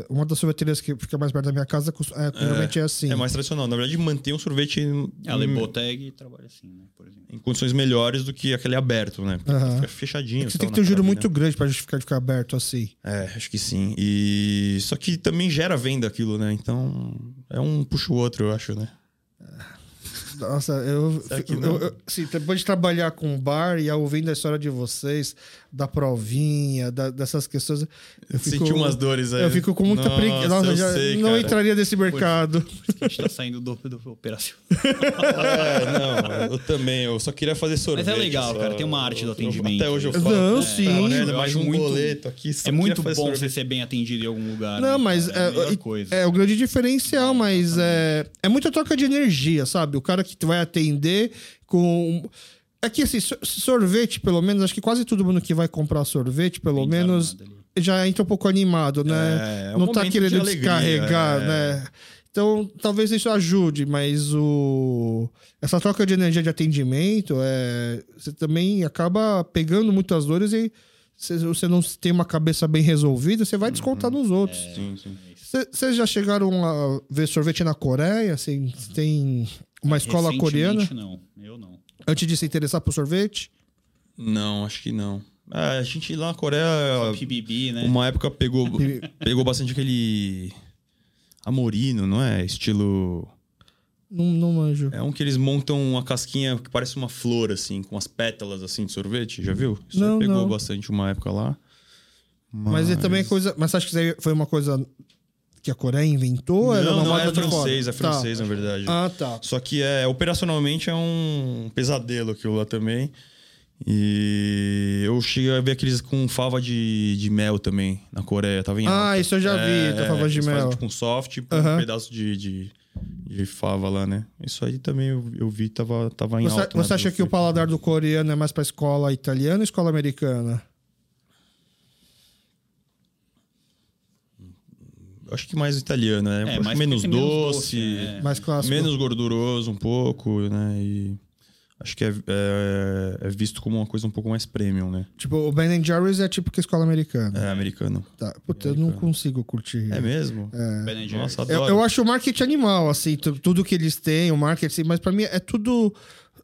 [SPEAKER 1] é, uma das sorveterias que fica mais perto da minha casa cos- é, normalmente é assim.
[SPEAKER 2] É mais tradicional. Na verdade, mantém o sorvete em,
[SPEAKER 3] A Leboteg trabalha assim, né? Por exemplo.
[SPEAKER 2] em condições melhores do que aquele aberto, né? Porque
[SPEAKER 1] Aham.
[SPEAKER 2] Fica fechadinho.
[SPEAKER 1] É que você
[SPEAKER 2] tal,
[SPEAKER 1] tem que
[SPEAKER 2] na né?
[SPEAKER 1] ter um juro
[SPEAKER 2] carabina.
[SPEAKER 1] muito grande pra justificar de ficar aberto assim.
[SPEAKER 2] É, acho que sim. E só que também gera venda aquilo, né? Então é um puxa o outro, eu acho, né?
[SPEAKER 1] Nossa, eu,
[SPEAKER 2] Será que
[SPEAKER 1] eu-
[SPEAKER 2] não?
[SPEAKER 1] eu- assim, depois de trabalhar com o bar e ouvindo a história de vocês, da provinha, da- dessas questões, eu fico,
[SPEAKER 2] Senti umas dores aí.
[SPEAKER 1] eu fico com muita
[SPEAKER 2] Nossa,
[SPEAKER 1] preguiça. Nossa,
[SPEAKER 2] eu
[SPEAKER 1] já
[SPEAKER 2] sei,
[SPEAKER 1] não
[SPEAKER 2] cara.
[SPEAKER 1] entraria nesse mercado.
[SPEAKER 3] A gente tá saindo do, do operação.
[SPEAKER 2] É, não, eu também. Eu só queria fazer sorvete.
[SPEAKER 3] Mas é legal,
[SPEAKER 2] só.
[SPEAKER 3] cara, tem uma arte do
[SPEAKER 2] Eu-
[SPEAKER 3] atendimento. né?
[SPEAKER 2] Até hoje eu
[SPEAKER 1] Não,
[SPEAKER 2] falo. puta
[SPEAKER 1] sim.
[SPEAKER 2] merda,
[SPEAKER 3] Eu
[SPEAKER 2] mais
[SPEAKER 3] acho
[SPEAKER 2] um
[SPEAKER 3] muito-
[SPEAKER 2] boleto aqui. só
[SPEAKER 3] É
[SPEAKER 2] queria
[SPEAKER 3] muito
[SPEAKER 2] fazer
[SPEAKER 3] bom
[SPEAKER 2] sorvete.
[SPEAKER 3] você ser bem atendido em algum lugar.
[SPEAKER 1] Não,
[SPEAKER 3] né,
[SPEAKER 1] mas
[SPEAKER 3] cara? É a
[SPEAKER 1] é,
[SPEAKER 3] melhor
[SPEAKER 1] e-
[SPEAKER 3] coisa.
[SPEAKER 1] é o grande diferencial, mas é, é muita troca de energia, sabe? O cara que vai atender com. É que assim, sor- sorvete, pelo menos, acho que quase todo mundo que vai comprar sorvete, pelo
[SPEAKER 3] Bem
[SPEAKER 1] menos,
[SPEAKER 2] né?
[SPEAKER 3] desarmado ali.
[SPEAKER 1] já entra um pouco animado, né?
[SPEAKER 2] É, é um
[SPEAKER 1] Não tá
[SPEAKER 2] momento
[SPEAKER 1] querendo
[SPEAKER 2] de alegria,
[SPEAKER 1] descarregar,
[SPEAKER 2] é.
[SPEAKER 1] né? Então, talvez isso ajude, mas o... essa troca de energia de atendimento, é... você também acaba pegando muitas dores e se você não tem uma cabeça bem resolvida, você vai descontar
[SPEAKER 2] Uhum.
[SPEAKER 1] nos outros.
[SPEAKER 2] Sim, sim.
[SPEAKER 1] Vocês já chegaram a ver sorvete na Coreia? Assim, tem uma escola
[SPEAKER 3] Recentemente,
[SPEAKER 1] coreana
[SPEAKER 3] Não, eu não.
[SPEAKER 1] antes de se interessar por sorvete?
[SPEAKER 2] Não, acho que não. É, a gente lá na Coreia,
[SPEAKER 3] Só PBB, né?
[SPEAKER 2] uma época
[SPEAKER 1] É
[SPEAKER 2] pegou, pegou bastante aquele amorino, não é? Estilo.
[SPEAKER 1] Não, não manjo.
[SPEAKER 2] É um que eles montam uma casquinha que parece uma flor, assim, com as pétalas, assim, de sorvete, já viu? Isso
[SPEAKER 1] Não,
[SPEAKER 2] pegou
[SPEAKER 1] não.
[SPEAKER 2] bastante uma época lá.
[SPEAKER 1] Mas é também coisa. Mas você acha que isso aí foi uma coisa que a Coreia inventou? ou era
[SPEAKER 2] Não,
[SPEAKER 1] uma
[SPEAKER 2] não,
[SPEAKER 1] moda
[SPEAKER 2] é
[SPEAKER 1] de fora?
[SPEAKER 2] francês, é
[SPEAKER 1] Tá.
[SPEAKER 2] francês, na verdade.
[SPEAKER 1] Ah, tá.
[SPEAKER 2] Só que é, operacionalmente é um pesadelo aquilo lá também. E eu cheguei a ver aqueles com fava de, de mel também na Coreia, tava em
[SPEAKER 1] Ah,
[SPEAKER 2] alta. É,
[SPEAKER 1] isso eu já vi, com fava de
[SPEAKER 2] eles fazem,
[SPEAKER 1] mel.
[SPEAKER 2] tipo um soft, tipo
[SPEAKER 1] Aham.
[SPEAKER 2] um pedaço de, de, de fava lá, né? Isso aí também eu, eu vi, tava, tava em
[SPEAKER 1] Você,
[SPEAKER 2] alta.
[SPEAKER 1] você
[SPEAKER 2] né,
[SPEAKER 1] acha
[SPEAKER 2] do-
[SPEAKER 1] que o paladar do coreano é mais pra escola italiana ou escola americana?
[SPEAKER 2] Acho que mais italiano,
[SPEAKER 3] É,
[SPEAKER 2] né? Acho que
[SPEAKER 3] mas
[SPEAKER 2] menos
[SPEAKER 3] tem
[SPEAKER 2] doce,
[SPEAKER 3] né?
[SPEAKER 1] mais clássico?
[SPEAKER 2] É, menos gorduroso um pouco, né? E acho que é, é- é visto como uma coisa um pouco mais premium, né?
[SPEAKER 1] Tipo, o Ben Jerry's é a típica escola americana.
[SPEAKER 2] É americano.
[SPEAKER 1] Tá. Puta, eu não consigo curtir.
[SPEAKER 2] É mesmo?
[SPEAKER 3] Ben Jerry's.
[SPEAKER 2] Nossa,
[SPEAKER 1] Eu,
[SPEAKER 2] adoro.
[SPEAKER 1] eu acho o marketing animal, assim, tu- tudo que eles têm, o marketing, mas pra mim é tudo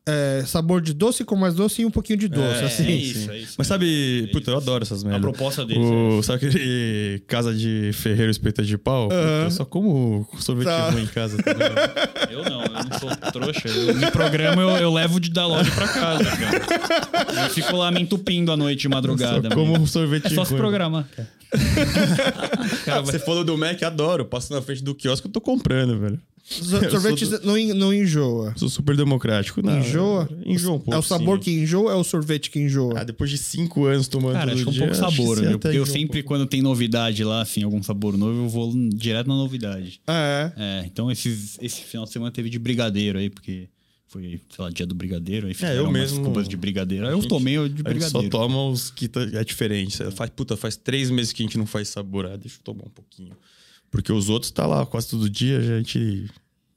[SPEAKER 1] é, sabor de doce com mais doce e um pouquinho de doce,
[SPEAKER 3] É,
[SPEAKER 1] assim.
[SPEAKER 3] é isso, é isso.
[SPEAKER 2] Mas
[SPEAKER 3] né?
[SPEAKER 2] sabe,
[SPEAKER 3] Eles-
[SPEAKER 2] puta, eu adoro essas merdas.
[SPEAKER 3] A proposta deles é
[SPEAKER 2] O, sabe aquele casa de ferreiro espeta de pau? Puta, eu só como sorvete
[SPEAKER 1] Tá.
[SPEAKER 2] ruim em casa. tá ligado?
[SPEAKER 3] Eu não, eu não sou trouxa. Eu me programa, eu, eu levo de, da loja pra casa, cara. Eu fico lá me entupindo à noite de madrugada.
[SPEAKER 2] só como
[SPEAKER 3] mano.
[SPEAKER 2] um sorvete
[SPEAKER 3] É só se
[SPEAKER 2] ruim.
[SPEAKER 3] programar. cara.
[SPEAKER 2] Cara, você é falou do Mac, adoro. Passo na frente do quiosque, eu tô comprando, velho.
[SPEAKER 1] So-
[SPEAKER 2] Eu
[SPEAKER 1] Sorvete
[SPEAKER 2] sou
[SPEAKER 1] não, en- não enjoa.
[SPEAKER 2] Sou super democrático. Não,
[SPEAKER 1] Enjoa?
[SPEAKER 2] Ah, Enjoa um pouco.
[SPEAKER 1] é o sabor
[SPEAKER 2] sim.
[SPEAKER 1] que enjoa, é o sorvete que enjoa.
[SPEAKER 2] Ah, depois de cinco anos tomando
[SPEAKER 3] Cara,
[SPEAKER 2] todo
[SPEAKER 3] acho que é um
[SPEAKER 2] dia,
[SPEAKER 3] pouco
[SPEAKER 2] acho que
[SPEAKER 3] sabor,
[SPEAKER 2] você
[SPEAKER 3] viu?
[SPEAKER 2] até
[SPEAKER 3] Porque
[SPEAKER 2] enjoa
[SPEAKER 3] eu
[SPEAKER 2] um
[SPEAKER 3] sempre,
[SPEAKER 2] pouco.
[SPEAKER 3] quando tem novidade lá, assim, algum sabor novo, eu vou direto na novidade.
[SPEAKER 2] Ah,
[SPEAKER 1] É.
[SPEAKER 3] É, então esse, esse final de semana teve de brigadeiro aí, porque foi, sei lá, dia do brigadeiro, aí fizeram
[SPEAKER 2] É, eu
[SPEAKER 3] umas
[SPEAKER 2] mesmo-
[SPEAKER 3] cubas de brigadeiro. Aí eu tomei o de
[SPEAKER 2] A gente só
[SPEAKER 3] brigadeiro.
[SPEAKER 2] toma os que tá- é diferente. Você Faz, puta, faz três meses que a gente não faz sabor. Ah, deixa eu tomar um pouquinho. Porque os outros tá lá quase todo dia, já a gente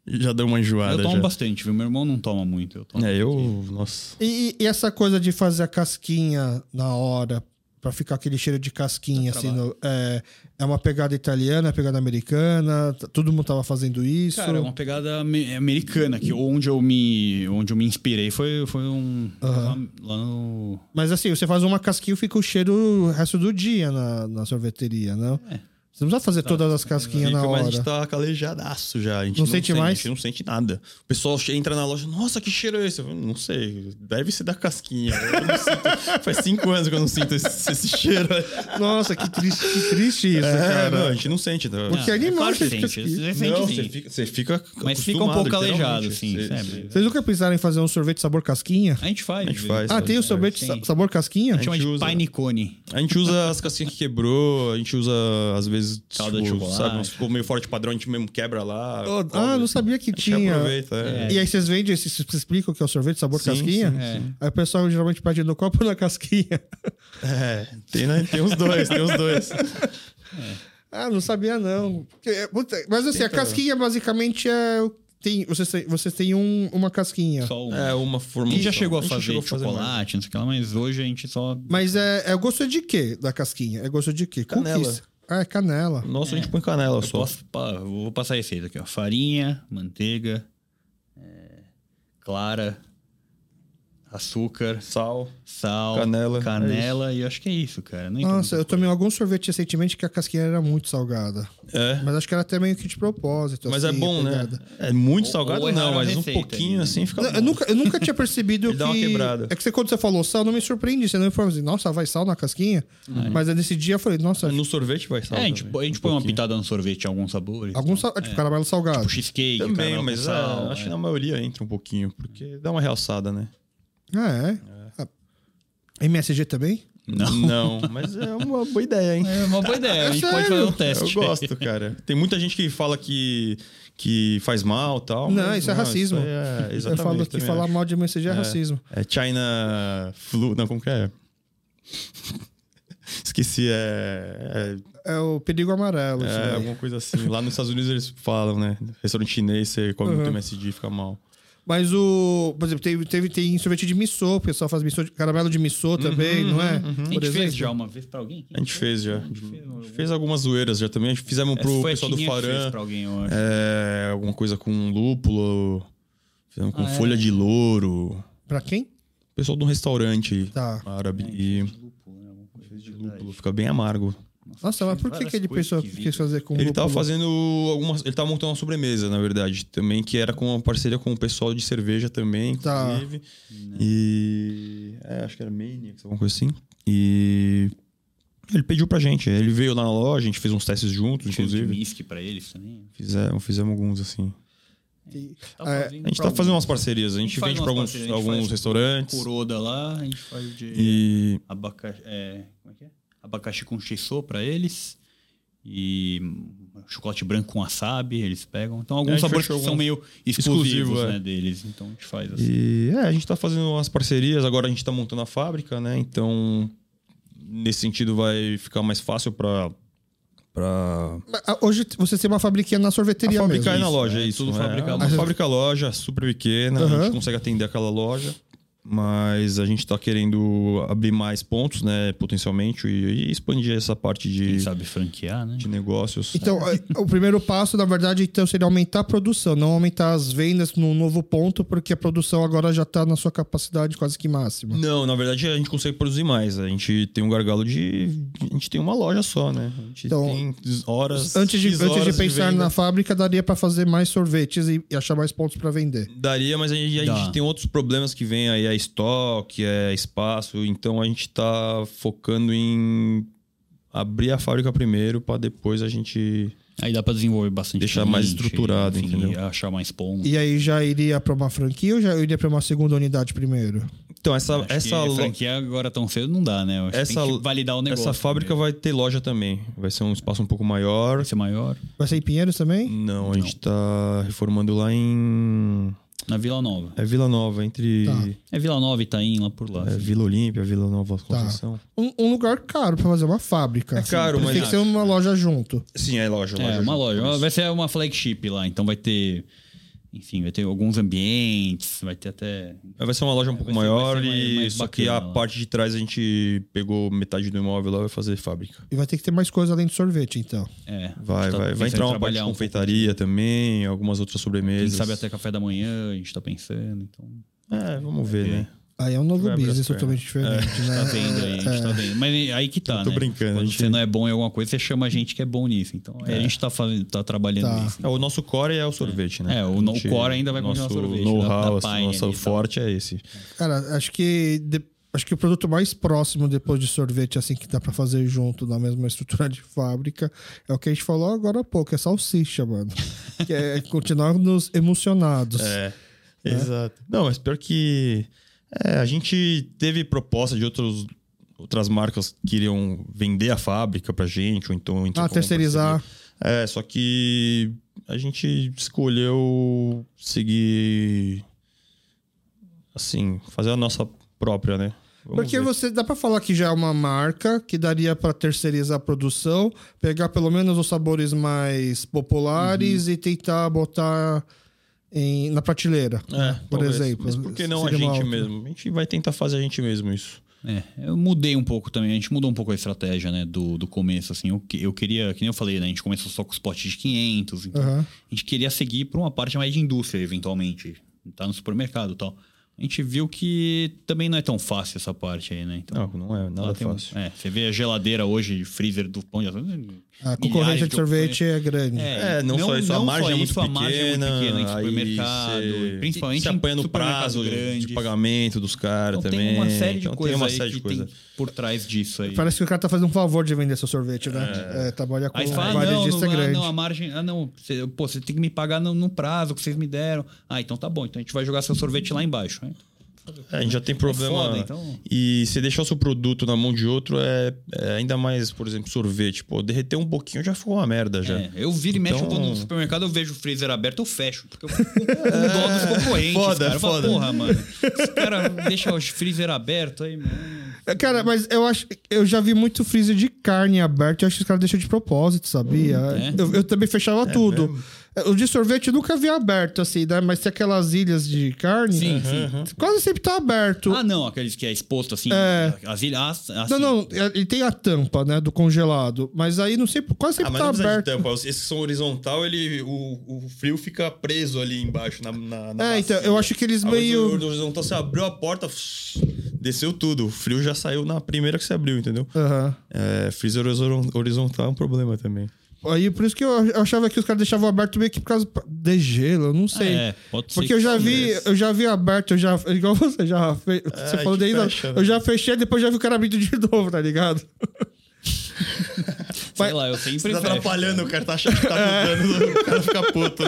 [SPEAKER 2] já deu uma enjoada.
[SPEAKER 3] Eu tomo
[SPEAKER 2] já.
[SPEAKER 3] bastante, viu? Meu irmão não toma muito. Eu tomo
[SPEAKER 2] É, eu. Nossa.
[SPEAKER 1] E, e essa coisa de fazer a casquinha na hora, pra ficar aquele cheiro de casquinha, assim, no- é, é uma pegada italiana, é uma pegada americana, t- todo mundo tava fazendo isso.
[SPEAKER 3] Cara, é
[SPEAKER 2] um
[SPEAKER 3] uma pegada ame- americana, que onde eu me, onde eu me inspirei foi, foi um. Lá, lá no.
[SPEAKER 1] Mas assim, você faz uma casquinha e fica o cheiro o resto do dia na, na sorveteria, não? Você não precisa fazer todas as casquinhas
[SPEAKER 2] É. Tá. Fica,
[SPEAKER 1] na
[SPEAKER 2] mas a gente
[SPEAKER 1] hora.
[SPEAKER 2] tá calejadaço já. A gente
[SPEAKER 1] Não
[SPEAKER 2] não,
[SPEAKER 1] sente mais?
[SPEAKER 2] A gente não sente nada. O pessoal che- entra na loja, nossa, que cheiro é esse? Eu falo, não sei, deve ser da casquinha. Eu não sinto- faz cinco anos que eu não sinto esse, esse cheiro.
[SPEAKER 1] Nossa, que triste, que triste isso,
[SPEAKER 2] É,
[SPEAKER 1] cara.
[SPEAKER 2] não, a gente não sente. Tá?
[SPEAKER 1] Porque
[SPEAKER 3] Ah,
[SPEAKER 1] animal
[SPEAKER 3] claro que
[SPEAKER 1] você fica-
[SPEAKER 3] sente, você sente
[SPEAKER 2] Não,
[SPEAKER 3] sim.
[SPEAKER 2] você fica, você fica
[SPEAKER 3] Mas fica um
[SPEAKER 2] acostumado,
[SPEAKER 3] pouco calejado,
[SPEAKER 2] literalmente.
[SPEAKER 3] sim.
[SPEAKER 2] Você-
[SPEAKER 3] é,
[SPEAKER 2] você-
[SPEAKER 1] Vocês nunca pensaram em fazer um sorvete sabor casquinha?
[SPEAKER 3] A gente faz.
[SPEAKER 2] A gente faz,
[SPEAKER 1] Ah,
[SPEAKER 2] É, Sim,
[SPEAKER 1] tem o sorvete
[SPEAKER 3] sim.
[SPEAKER 1] sa- sabor casquinha?
[SPEAKER 3] A gente chama
[SPEAKER 2] gente
[SPEAKER 3] de
[SPEAKER 2] usa.
[SPEAKER 3] pine cone.
[SPEAKER 2] A gente usa as casquinhas que quebrou, a gente usa, às vezes,
[SPEAKER 3] Calda de
[SPEAKER 2] tipo,
[SPEAKER 3] chocolate.
[SPEAKER 2] sabe, umas ficou meio fora de padrão, a gente mesmo quebra lá.
[SPEAKER 1] Oh,
[SPEAKER 2] cola,
[SPEAKER 1] ah, não
[SPEAKER 2] assim.
[SPEAKER 1] sabia que
[SPEAKER 2] A gente
[SPEAKER 1] tinha.
[SPEAKER 2] aproveita, é.
[SPEAKER 1] E aí vocês vendem, esse- vocês explicam o que é o sorvete sabor
[SPEAKER 2] Sim,
[SPEAKER 1] casquinha?
[SPEAKER 2] sim,
[SPEAKER 3] sim.
[SPEAKER 1] Aí o pessoal geralmente pede no copo ou na casquinha.
[SPEAKER 2] É, tem, né? tem os dois, tem os dois.
[SPEAKER 1] Ah, não sabia não. Porque é- puta, Mas assim, a casquinha basicamente é o tem, vocês têm, vocês têm um- uma casquinha.
[SPEAKER 3] Só uma.
[SPEAKER 2] É, uma forma.
[SPEAKER 3] E já chegou a
[SPEAKER 2] gente
[SPEAKER 3] fazer tipo,
[SPEAKER 2] chegou mais.
[SPEAKER 3] chocolate, não sei o que lá, mas hoje a gente só.
[SPEAKER 1] Mas é, é gosto de quê da casquinha? É gosto de quê?
[SPEAKER 2] Canela.
[SPEAKER 1] Cookies. Ah, é canela.
[SPEAKER 2] Nossa, a gente põe canela
[SPEAKER 3] É. Eu
[SPEAKER 2] só.
[SPEAKER 3] posso, pa- eu vou passar a receita aqui, ó. Farinha, manteiga, é, clara, açúcar,
[SPEAKER 2] Sal.
[SPEAKER 3] sal,
[SPEAKER 2] Canela.
[SPEAKER 3] canela e eu acho que é isso, cara. Não entendo
[SPEAKER 1] Nossa, eu
[SPEAKER 3] muito.
[SPEAKER 1] tomei algum sorvete recentemente que a casquinha era muito salgada.
[SPEAKER 2] É.
[SPEAKER 1] Mas acho que era até meio que de propósito.
[SPEAKER 2] Mas é
[SPEAKER 1] assim, a
[SPEAKER 2] bom, né?
[SPEAKER 1] pegada.
[SPEAKER 2] É muito
[SPEAKER 3] Ou-
[SPEAKER 2] salgado,
[SPEAKER 3] ou erraram
[SPEAKER 2] não,
[SPEAKER 3] a
[SPEAKER 2] mas um
[SPEAKER 3] receita
[SPEAKER 2] pouquinho
[SPEAKER 3] ali, né?
[SPEAKER 2] assim fica.
[SPEAKER 1] Não, é
[SPEAKER 2] bom.
[SPEAKER 1] Eu nunca, eu nunca tinha percebido
[SPEAKER 2] Ele
[SPEAKER 1] que.
[SPEAKER 2] dá uma quebrada.
[SPEAKER 1] É que você, quando você falou sal, não me surpreendi. Você não me falou assim, nossa, vai sal na casquinha? Uhum. Mas aí nesse dia eu falei, nossa,
[SPEAKER 2] No sorvete vai sal.
[SPEAKER 3] É, a gente,
[SPEAKER 2] também. Um
[SPEAKER 3] a gente põe uma
[SPEAKER 2] pouquinho.
[SPEAKER 3] pitada no sorvete, alguns sabores.
[SPEAKER 1] algum sal.
[SPEAKER 2] É.
[SPEAKER 1] Tipo, caramelo salgado.
[SPEAKER 3] Tipo cheesecake,
[SPEAKER 2] Também,
[SPEAKER 3] caramelo com
[SPEAKER 2] mas é,
[SPEAKER 3] sal,
[SPEAKER 2] acho
[SPEAKER 3] é.
[SPEAKER 2] que na maioria entra um pouquinho, porque dá uma realçada, né?
[SPEAKER 1] Ah, é? Ah, MSG também?
[SPEAKER 3] Não.
[SPEAKER 2] Não, mas é uma boa ideia, hein?
[SPEAKER 3] É uma boa ideia, a gente
[SPEAKER 1] É
[SPEAKER 3] pode fazer
[SPEAKER 1] sério.
[SPEAKER 3] um teste.
[SPEAKER 2] Eu gosto, cara. Tem muita gente que fala que, que faz mal e tal.
[SPEAKER 1] Não,
[SPEAKER 2] mas
[SPEAKER 1] isso é racismo.
[SPEAKER 2] aí é,
[SPEAKER 1] eu
[SPEAKER 2] exatamente.
[SPEAKER 1] falo que
[SPEAKER 2] também
[SPEAKER 1] falar
[SPEAKER 2] acho.
[SPEAKER 1] mal de MSG é, racismo.
[SPEAKER 2] É China Flu. Não, como que é? Esqueci, é.
[SPEAKER 1] É o perigo amarelo.
[SPEAKER 2] É,
[SPEAKER 1] isso
[SPEAKER 2] é
[SPEAKER 1] daí.
[SPEAKER 2] alguma coisa assim. Lá nos Estados Unidos eles falam, né? Restaurante chinês, você come muito
[SPEAKER 1] Uhum.
[SPEAKER 2] MSG e fica mal.
[SPEAKER 1] Mas o. Por exemplo, teve, teve- tem sorvete de missô, o pessoal faz missô de, caramelo de missô
[SPEAKER 2] Uhum,
[SPEAKER 1] também, não é?
[SPEAKER 3] Hum. A
[SPEAKER 1] Por
[SPEAKER 3] gente
[SPEAKER 1] exemplo.
[SPEAKER 3] fez já uma vez pra alguém?
[SPEAKER 2] A gente fez já.
[SPEAKER 1] Uhum.
[SPEAKER 3] fez
[SPEAKER 2] A
[SPEAKER 3] algum-
[SPEAKER 2] gente fez algumas zoeiras já também. A gente Fizemos
[SPEAKER 1] É,
[SPEAKER 3] Essa
[SPEAKER 2] pro
[SPEAKER 3] foi a
[SPEAKER 2] pessoal do
[SPEAKER 3] Tinha que fez
[SPEAKER 2] Faran.
[SPEAKER 3] pra alguém, eu acho. né?
[SPEAKER 2] É, alguma coisa com lúpulo. Fizemos com
[SPEAKER 3] Ah, é.
[SPEAKER 2] folha de louro.
[SPEAKER 1] Pra quem?
[SPEAKER 2] Pessoal de um restaurante
[SPEAKER 1] Tá.
[SPEAKER 2] árabe.
[SPEAKER 3] É,
[SPEAKER 2] E
[SPEAKER 3] de lúpulo, né? Alguma coisa de
[SPEAKER 2] lúpulo fica bem amargo.
[SPEAKER 1] Nossa, mas por que,
[SPEAKER 3] várias
[SPEAKER 1] que ele
[SPEAKER 3] coisas
[SPEAKER 1] pensou que
[SPEAKER 3] que
[SPEAKER 1] quis fazer com
[SPEAKER 2] Ele tava
[SPEAKER 1] lúpulo?
[SPEAKER 2] fazendo algumas. Ele tava montando uma sobremesa, na verdade, também, que era com uma parceria com o pessoal de cerveja também,
[SPEAKER 1] Tá.
[SPEAKER 2] inclusive.
[SPEAKER 3] Né.
[SPEAKER 2] E. É, acho que era Maniacs, alguma coisa assim. E. Ele pediu pra gente. Ele veio lá na loja, a gente fez uns testes juntos,
[SPEAKER 3] Inclusive.
[SPEAKER 2] inclusive.
[SPEAKER 3] Whisky pra eles também.
[SPEAKER 2] Fizemos, fizemos alguns, assim.
[SPEAKER 1] É,
[SPEAKER 2] A gente tá fazendo umas parcerias, a gente,
[SPEAKER 3] faz
[SPEAKER 2] vende
[SPEAKER 3] umas
[SPEAKER 2] pra alguns,
[SPEAKER 3] parcerias, a gente
[SPEAKER 2] alguns
[SPEAKER 3] faz
[SPEAKER 2] restaurantes.
[SPEAKER 3] Coroda lá, a gente faz o de
[SPEAKER 2] E.
[SPEAKER 3] abacaxi. É, como é que é? Abacaxi com shiso pra eles. E hum, chocolate branco com wasabi, eles pegam. Então,
[SPEAKER 2] É, a
[SPEAKER 3] alguns
[SPEAKER 2] gente
[SPEAKER 3] sabores que
[SPEAKER 2] fechou
[SPEAKER 3] são
[SPEAKER 2] alguns
[SPEAKER 3] meio exclusivos
[SPEAKER 2] exclusivos, é.
[SPEAKER 3] né, deles. Então, a gente faz assim.
[SPEAKER 2] E é, a gente tá fazendo umas parcerias, agora a gente tá montando a fábrica, né? Então, nesse sentido vai ficar mais fácil pra. pra...
[SPEAKER 1] Mas, ah, Hoje t- você tem uma fabriquinha na
[SPEAKER 2] A
[SPEAKER 1] sorveteria
[SPEAKER 2] fábrica
[SPEAKER 1] mesmo.
[SPEAKER 2] é na loja,
[SPEAKER 3] né?
[SPEAKER 2] é isso.
[SPEAKER 3] Tudo
[SPEAKER 2] é.
[SPEAKER 3] fábrica
[SPEAKER 2] É
[SPEAKER 3] loja.
[SPEAKER 2] uma fábrica loja, super pequena, a
[SPEAKER 1] Aham.
[SPEAKER 2] gente consegue atender aquela loja. Mas a gente tá querendo abrir mais pontos, né? Potencialmente, e, e expandir essa parte
[SPEAKER 3] Quem
[SPEAKER 2] de,
[SPEAKER 3] sabe franquear, né?
[SPEAKER 2] de negócios.
[SPEAKER 1] Então, é, o primeiro passo, na verdade, então, seria aumentar a produção, não aumentar as vendas num novo ponto, porque a produção agora já tá na sua capacidade quase que máxima.
[SPEAKER 2] Não, na verdade a gente consegue produzir mais. A gente tem um gargalo de. A gente tem uma loja só, né? A gente
[SPEAKER 1] Então,
[SPEAKER 2] tem horas.
[SPEAKER 1] Antes de,
[SPEAKER 2] X
[SPEAKER 1] antes de
[SPEAKER 2] horas
[SPEAKER 1] pensar
[SPEAKER 2] venda.
[SPEAKER 1] na fábrica, daria pra fazer mais sorvetes e, e achar mais pontos pra vender.
[SPEAKER 2] Daria, mas a gente, a
[SPEAKER 3] Dá.
[SPEAKER 2] gente tem outros problemas que vem aí, é estoque, é espaço, então a gente tá focando em abrir a fábrica primeiro pra depois a gente.
[SPEAKER 3] Aí dá pra desenvolver bastante.
[SPEAKER 2] Deixar mais estruturado, entendeu?
[SPEAKER 3] e Achar mais pontos.
[SPEAKER 1] E aí já iria pra uma franquia ou já iria pra uma segunda unidade primeiro?
[SPEAKER 2] Então, essa,
[SPEAKER 3] Acho
[SPEAKER 2] essa,
[SPEAKER 3] que
[SPEAKER 2] lo-
[SPEAKER 3] franquear agora tão cedo não dá, né? Eu acho que
[SPEAKER 2] Essa-
[SPEAKER 3] tem que validar o negócio.
[SPEAKER 2] essa fábrica
[SPEAKER 3] primeiro.
[SPEAKER 2] vai ter loja também. Vai ser um espaço um pouco maior.
[SPEAKER 3] vai ser maior.
[SPEAKER 1] Vai ser em Pinheiros
[SPEAKER 3] é
[SPEAKER 1] também?
[SPEAKER 2] Não, a
[SPEAKER 3] então.
[SPEAKER 2] gente tá reformando lá em.
[SPEAKER 3] Na Vila Nova.
[SPEAKER 2] É Vila Nova, entre.
[SPEAKER 1] Tá.
[SPEAKER 3] É Vila Nova, Itaim, lá por lá.
[SPEAKER 2] É, Vila Olímpia, Vila
[SPEAKER 3] Tá.
[SPEAKER 2] Nova Conceição.
[SPEAKER 1] Um, um lugar caro pra fazer uma fábrica.
[SPEAKER 2] É caro,
[SPEAKER 1] Por isso
[SPEAKER 2] mas-
[SPEAKER 1] Tem que ser uma loja junto.
[SPEAKER 2] Sim, é loja.
[SPEAKER 3] É, uma loja. Vai ser uma flagship lá, então vai ter. Enfim, vai ter alguns ambientes, vai ter até.
[SPEAKER 2] Vai ser uma loja um pouco
[SPEAKER 3] ser- vai
[SPEAKER 2] maior
[SPEAKER 3] ser mais-
[SPEAKER 2] e
[SPEAKER 3] mais
[SPEAKER 2] só que a
[SPEAKER 3] bacana lá.
[SPEAKER 2] parte de trás a gente pegou metade do imóvel lá e vai fazer fábrica.
[SPEAKER 1] E vai ter que ter mais coisa além de sorvete, então.
[SPEAKER 3] É, a
[SPEAKER 2] Vai,
[SPEAKER 3] gente tá
[SPEAKER 2] vai, vai
[SPEAKER 3] pensando
[SPEAKER 2] entrar
[SPEAKER 3] em
[SPEAKER 2] uma parte de
[SPEAKER 3] trabalhar um pouco.
[SPEAKER 2] confeitaria também, algumas outras
[SPEAKER 3] Quem
[SPEAKER 2] sobremesas.
[SPEAKER 3] sabe até café da manhã, a gente tá pensando, então.
[SPEAKER 2] É, vamos ver, né?
[SPEAKER 1] Aí é um novo
[SPEAKER 2] Vai abrir
[SPEAKER 1] business
[SPEAKER 2] as pernas.
[SPEAKER 1] totalmente diferente, né?
[SPEAKER 3] Tá vendo aí, a gente tá vendo. Mas aí que tá.
[SPEAKER 2] Eu tô
[SPEAKER 3] né?
[SPEAKER 2] brincando,
[SPEAKER 3] Quando
[SPEAKER 2] a gente-
[SPEAKER 3] você não é bom em alguma coisa, você chama a gente que é bom nisso. Então aí a gente tá, fazendo, tá trabalhando
[SPEAKER 1] Tá.
[SPEAKER 3] nisso.
[SPEAKER 2] É, o nosso core é o sorvete, né?
[SPEAKER 3] É, o no-
[SPEAKER 2] A gente-
[SPEAKER 3] o core ainda vai continuar
[SPEAKER 2] nosso
[SPEAKER 3] sorvete, da- da
[SPEAKER 2] know-how, assim,
[SPEAKER 3] Pioneer e
[SPEAKER 2] nosso
[SPEAKER 3] tal.
[SPEAKER 2] forte é esse.
[SPEAKER 1] Cara, acho que de- acho que o produto mais próximo depois de sorvete, assim, que dá pra fazer junto na mesma estrutura de fábrica, é o que a gente falou agora há pouco, é salsicha, mano. que é continuar nos emocionados.
[SPEAKER 2] É. Exato. Não, mas pior que. é, a gente teve proposta de outros, outras marcas que queriam vender a fábrica pra gente, ou então. entrar
[SPEAKER 1] Ah,
[SPEAKER 2] com uma
[SPEAKER 1] terceirizar.
[SPEAKER 2] parceria. É, só que a gente escolheu seguir. Assim, fazer a nossa própria, né? Vamos
[SPEAKER 1] Porque
[SPEAKER 2] ver.
[SPEAKER 1] você dá pra falar que já é uma marca que daria pra terceirizar a produção,
[SPEAKER 2] Uhum.
[SPEAKER 1] pegar pelo menos os sabores mais populares e tentar botar em- na prateleira, né, por
[SPEAKER 2] É, talvez.
[SPEAKER 1] exemplo.
[SPEAKER 2] Mas por que não a
[SPEAKER 1] Seria uma
[SPEAKER 2] gente
[SPEAKER 1] outra.
[SPEAKER 2] mesmo? A gente vai tentar fazer a gente mesmo isso.
[SPEAKER 3] É, eu mudei um pouco também. A gente mudou um pouco a estratégia, né? Do, do começo, assim. Eu, que- eu queria, que nem eu falei, né? A gente começou só com os potes de 500. Então
[SPEAKER 1] Aham.
[SPEAKER 3] A gente queria seguir para uma parte mais de indústria, eventualmente. Tá no supermercado e tal. A gente viu que também não é tão fácil essa parte aí, né? Então,
[SPEAKER 2] Não, não é
[SPEAKER 3] lá
[SPEAKER 2] nada
[SPEAKER 3] tem um-
[SPEAKER 2] fácil.
[SPEAKER 3] é, você vê a geladeira hoje, freezer do pão de açúcar.
[SPEAKER 1] A concorrência
[SPEAKER 3] milhares
[SPEAKER 1] de
[SPEAKER 3] opções.
[SPEAKER 1] sorvete é grande.
[SPEAKER 2] tipo, É, não, só isso, a margem é muito pequena.
[SPEAKER 3] em
[SPEAKER 2] aí
[SPEAKER 3] supermercado,
[SPEAKER 2] você-
[SPEAKER 3] e principalmente
[SPEAKER 2] você
[SPEAKER 3] em
[SPEAKER 2] apanha no
[SPEAKER 3] supermercado
[SPEAKER 2] prazo
[SPEAKER 3] grande.
[SPEAKER 2] de pagamento dos caras
[SPEAKER 3] Então,
[SPEAKER 2] também.
[SPEAKER 3] tem uma série de
[SPEAKER 2] então,
[SPEAKER 3] coisas
[SPEAKER 2] tem uma
[SPEAKER 3] aí
[SPEAKER 2] série de
[SPEAKER 3] que
[SPEAKER 2] coisa.
[SPEAKER 3] tem por trás disso aí.
[SPEAKER 1] Parece que o cara tá fazendo um favor de vender seu sorvete, né? É, trabalha com
[SPEAKER 3] Aí você fala, ah, não,
[SPEAKER 1] varejista
[SPEAKER 3] não, ah,
[SPEAKER 1] é grande.
[SPEAKER 3] não, a margem, ah, não, você, pô, você tem que me pagar no, no prazo que vocês me deram. Ah, então tá bom, então a gente vai jogar seu sorvete lá embaixo. né?
[SPEAKER 2] É, a gente já tem problema.
[SPEAKER 3] foda, então.
[SPEAKER 2] E se deixar o seu produto na mão de outro é, é ainda mais, por exemplo, sorvete. Pô, derreter um pouquinho já ficou uma merda já.
[SPEAKER 1] Tipo,
[SPEAKER 3] É, eu viro e mexo
[SPEAKER 2] Então-
[SPEAKER 3] quando no supermercado, eu vejo o freezer aberto, eu fecho. Porque eu fico com um dó dos
[SPEAKER 2] É,
[SPEAKER 3] concorrentes.
[SPEAKER 2] foda,
[SPEAKER 3] cara. Eu falo,
[SPEAKER 2] foda.
[SPEAKER 3] Porra, mano. Os caras deixam o freezer aberto aí, mano.
[SPEAKER 1] É, Cara, mas eu acho. Eu já vi muito freezer de carne aberto. Eu acho que os caras deixam de propósito, sabia?
[SPEAKER 3] é?
[SPEAKER 1] eu, eu também fechava tudo. O de sorvete eu nunca vi aberto, assim, né? Mas tem aquelas ilhas de carne.
[SPEAKER 3] Sim, sim.
[SPEAKER 1] Quase sempre tá aberto.
[SPEAKER 3] Ah, não, aqueles que é exposto assim. As ilhas. Assim,
[SPEAKER 1] É. não, não, ele tem a tampa, né? Do congelado. Mas aí não sei, quase
[SPEAKER 2] Ah,
[SPEAKER 1] sempre
[SPEAKER 2] mas
[SPEAKER 1] tá
[SPEAKER 2] não precisa
[SPEAKER 1] aberto.
[SPEAKER 2] de tampa. Os- Esses que são horizontal, ele, o, o frio fica preso ali embaixo na, na, na
[SPEAKER 1] É, então,
[SPEAKER 2] bacia.
[SPEAKER 1] eu acho que eles
[SPEAKER 2] Agora,
[SPEAKER 1] meio-
[SPEAKER 2] assim, o horizontal, você abriu a porta, desceu tudo. O frio já saiu na primeira que você abriu, entendeu?
[SPEAKER 1] Aham.
[SPEAKER 2] É, freezer horizon- horizontal é um problema também.
[SPEAKER 1] Aí por isso que eu eu achava que os caras deixavam aberto meio que por causa de gelo, eu não sei.
[SPEAKER 3] É, pode ser
[SPEAKER 1] Porque eu
[SPEAKER 3] que
[SPEAKER 1] já
[SPEAKER 3] sim,
[SPEAKER 1] vi,
[SPEAKER 3] mas-
[SPEAKER 1] eu já vi aberto, eu já. Igual você já fez. você
[SPEAKER 2] É,
[SPEAKER 1] falou
[SPEAKER 2] que
[SPEAKER 1] daí, não.
[SPEAKER 2] fecha, né?
[SPEAKER 1] eu já fechei, depois já vi o cara abrindo de novo, tá ligado?
[SPEAKER 3] Sei lá, eu sempre
[SPEAKER 2] Você tá
[SPEAKER 3] fecho.
[SPEAKER 2] atrapalhando, o cara tá achando que tá mudando, o cara fica puto.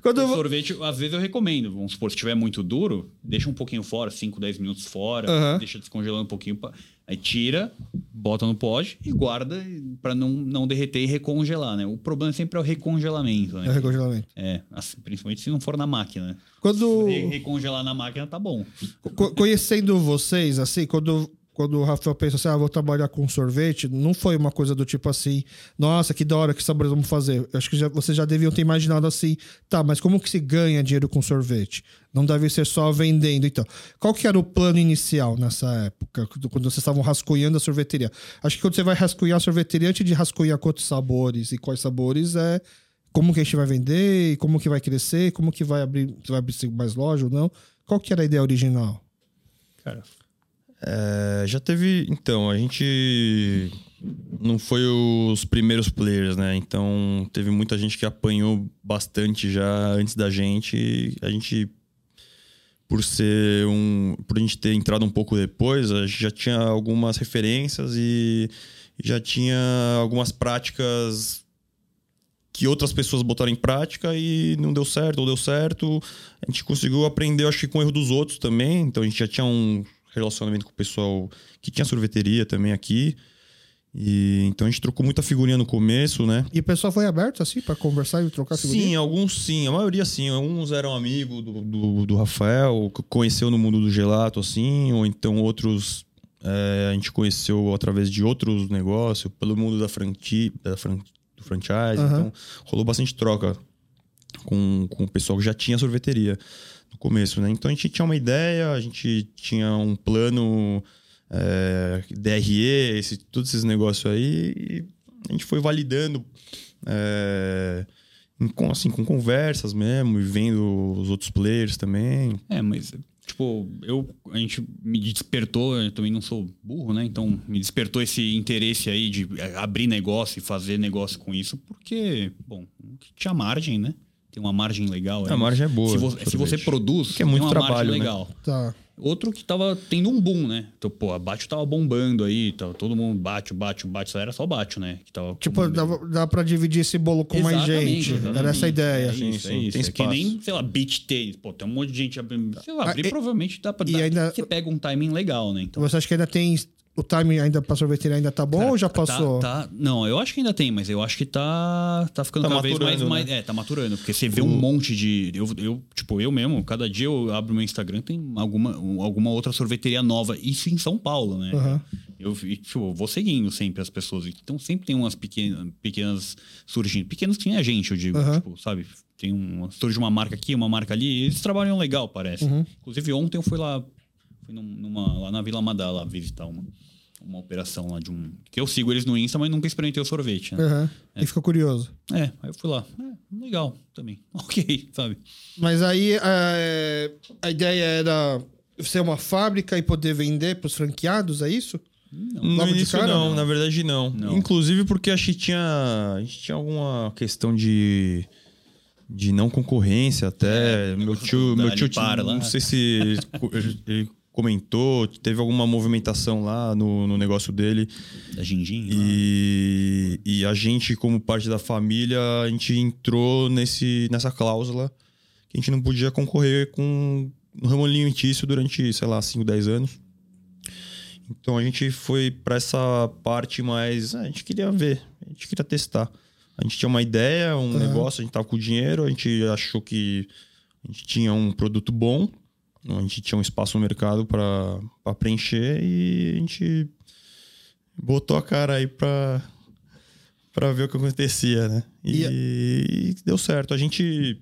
[SPEAKER 1] Quando eu.
[SPEAKER 3] Sorvete, às vezes eu recomendo. Vamos supor, se tiver muito duro, deixa um pouquinho fora, 5, 10 minutos fora,
[SPEAKER 1] Aham.
[SPEAKER 3] deixa descongelando um pouquinho. pra- Aí tira, bota no pote e guarda pra não, não derreter e recongelar, né? O problema sempre é o recongelamento,
[SPEAKER 1] É
[SPEAKER 3] né?
[SPEAKER 1] recongelamento.
[SPEAKER 3] É, assim, principalmente se não for na máquina. né?
[SPEAKER 1] Quando.
[SPEAKER 3] Re- Recongelar na máquina tá bom.
[SPEAKER 1] co- Conhecendo vocês, assim, quando. Quando o Rafael pensou assim, ah, vou trabalhar com sorvete, não foi uma coisa do tipo assim, nossa, que da hora, que sabor vamos fazer. Eu Acho que já- vocês já deviam ter imaginado assim, tá, mas como que se ganha dinheiro com sorvete? Não deve ser só vendendo, então. Qual que era o plano inicial nessa época, quando- quando vocês estavam rascunhando a sorveteria? Acho que quando você vai rascunhar a sorveteria, antes de rascunhar quantos sabores e quais sabores, é como que a gente vai vender, e como que vai crescer, como que vai abrir, se vai abrir mais loja ou não. Qual que era a ideia original?
[SPEAKER 3] Cara,
[SPEAKER 2] É, já teve. Então, a gente não foi os primeiros players, né? Então, teve muita gente que apanhou bastante já antes da gente. e A gente, por ser um. Por a gente ter entrado um pouco depois, a gente já tinha algumas referências e já tinha algumas práticas que outras pessoas botaram em prática e não deu certo ou deu certo. A gente conseguiu aprender, acho que com o erro dos outros também. Então a gente já tinha um relacionamento com o pessoal que tinha sorveteria também aqui. E então a gente trocou muita figurinha no começo, né?
[SPEAKER 1] E o pessoal foi aberto, assim, pra conversar e trocar figurinha?
[SPEAKER 2] Sim, alguns sim, a maioria sim. Uns eram amigo do, do, do Rafael, que conheceu no mundo do gelato, assim, ou então outros é, a gente conheceu através de outros negócios, pelo mundo da franquia, da fran- do franchise.
[SPEAKER 1] Aham.
[SPEAKER 2] Então, rolou bastante troca com, com o pessoal que já tinha sorveteria no começo, né? Então a gente tinha uma ideia, a gente tinha um plano é, DRE, esse, todos esses negócios aí, e a gente foi validando é, em con- assim, com conversas mesmo, e vendo os outros players também.
[SPEAKER 3] É, mas, tipo, eu, a gente me despertou, eu também não sou burro, né? Então, me despertou esse interesse aí de eh, abrir negócio e fazer negócio com isso, porque, bom, tinha margem, né? Tem uma margem legal. aí.
[SPEAKER 2] A margem é boa.
[SPEAKER 3] Se você, se você
[SPEAKER 2] sorvete.
[SPEAKER 3] produz,
[SPEAKER 2] Que é muito
[SPEAKER 3] tem uma
[SPEAKER 2] trabalho,
[SPEAKER 3] margem
[SPEAKER 2] né?
[SPEAKER 3] legal.
[SPEAKER 1] Tá.
[SPEAKER 3] Outro que tava tendo um boom, né? Então, pô, a Bate tava bombando aí, tava, todo mundo bate, bate, bate, só era só bate, né? Que tava
[SPEAKER 1] Tipo, dá, dá pra dividir esse bolo com mais
[SPEAKER 3] Exatamente,
[SPEAKER 1] gente. Era
[SPEAKER 3] exatamente.
[SPEAKER 1] essa a ideia.
[SPEAKER 3] É isso,
[SPEAKER 2] Sim, sim.
[SPEAKER 3] é isso.
[SPEAKER 2] Tem
[SPEAKER 3] É que
[SPEAKER 2] espaço.
[SPEAKER 3] nem, sei lá, beach tênis. Pô, tem um monte de gente abrindo. Sei lá,
[SPEAKER 1] Ah,
[SPEAKER 3] abrir
[SPEAKER 1] e-
[SPEAKER 3] provavelmente dá pra
[SPEAKER 1] e
[SPEAKER 3] dar.
[SPEAKER 1] ainda-
[SPEAKER 3] Você pega um timing legal, né? Então,
[SPEAKER 1] Você acha que ainda tem... O time ainda pra sorveteria ainda tá bom
[SPEAKER 3] cara,
[SPEAKER 1] ou já
[SPEAKER 3] tá-
[SPEAKER 1] passou?
[SPEAKER 3] tá- não, eu acho que ainda tem, mas eu acho que tá, tá ficando
[SPEAKER 2] Tá
[SPEAKER 3] cada vez mais,
[SPEAKER 2] maturando,
[SPEAKER 3] mais- É, tá maturando. Porque você vê um monte de. Eu, eu, tipo, eu mesmo, cada dia eu abro meu Instagram, tem alguma, alguma outra sorveteria nova. Isso em São Paulo, né?
[SPEAKER 1] Aham.
[SPEAKER 3] Eu, vi- tipo, eu vou seguindo sempre as pessoas. Então sempre tem umas pequenas, pequenas surgindo. Pequenas que nem a gente, eu digo.
[SPEAKER 1] Aham.
[SPEAKER 3] Tipo, sabe? Tem uma, surge uma marca aqui, uma marca ali. Eles trabalham legal, parece.
[SPEAKER 2] Uhum.
[SPEAKER 3] Inclusive, ontem eu fui lá, fui num- numa, lá na Vila Madá lá visitar uma, uma operação lá de um. Que eu sigo eles no Insta, mas nunca experimentei o sorvete.
[SPEAKER 2] É.
[SPEAKER 3] Né?
[SPEAKER 1] Aham. E ficou curioso.
[SPEAKER 3] É, aí eu fui lá. É, legal também. Ok, sabe?
[SPEAKER 1] Mas aí é, a ideia era ser uma fábrica e poder vender pros franqueados, é isso?
[SPEAKER 2] No
[SPEAKER 1] Logo de
[SPEAKER 2] início,
[SPEAKER 1] cara,
[SPEAKER 2] não,
[SPEAKER 1] não?
[SPEAKER 2] na verdade não.
[SPEAKER 3] Não.
[SPEAKER 2] Inclusive porque acho que tinha. A gente tinha alguma questão de. De não concorrência até.
[SPEAKER 3] É,
[SPEAKER 2] meu
[SPEAKER 3] negócio
[SPEAKER 2] tio.
[SPEAKER 3] da
[SPEAKER 2] Meu tio
[SPEAKER 3] Alipar lá.
[SPEAKER 2] Não sei se ele, co- ele- ele comentou, teve alguma movimentação lá no, no negócio dele.
[SPEAKER 3] Da Gingin. lá.
[SPEAKER 2] E, e a gente, como parte da família, a gente entrou nesse, nessa cláusula que a gente não podia concorrer com no ramo alimentício durante, sei lá, 5, 10 anos. Então a gente foi pra essa parte mais. ah, A gente queria ver, a gente queria testar. A gente tinha uma ideia, um
[SPEAKER 1] Aham.
[SPEAKER 2] negócio, a gente tava com dinheiro, a gente achou que a gente tinha um produto bom, a gente tinha um espaço no mercado pra pra preencher e a gente botou a cara aí pra, pra ver o que acontecia, né? E, e deu certo. A gente.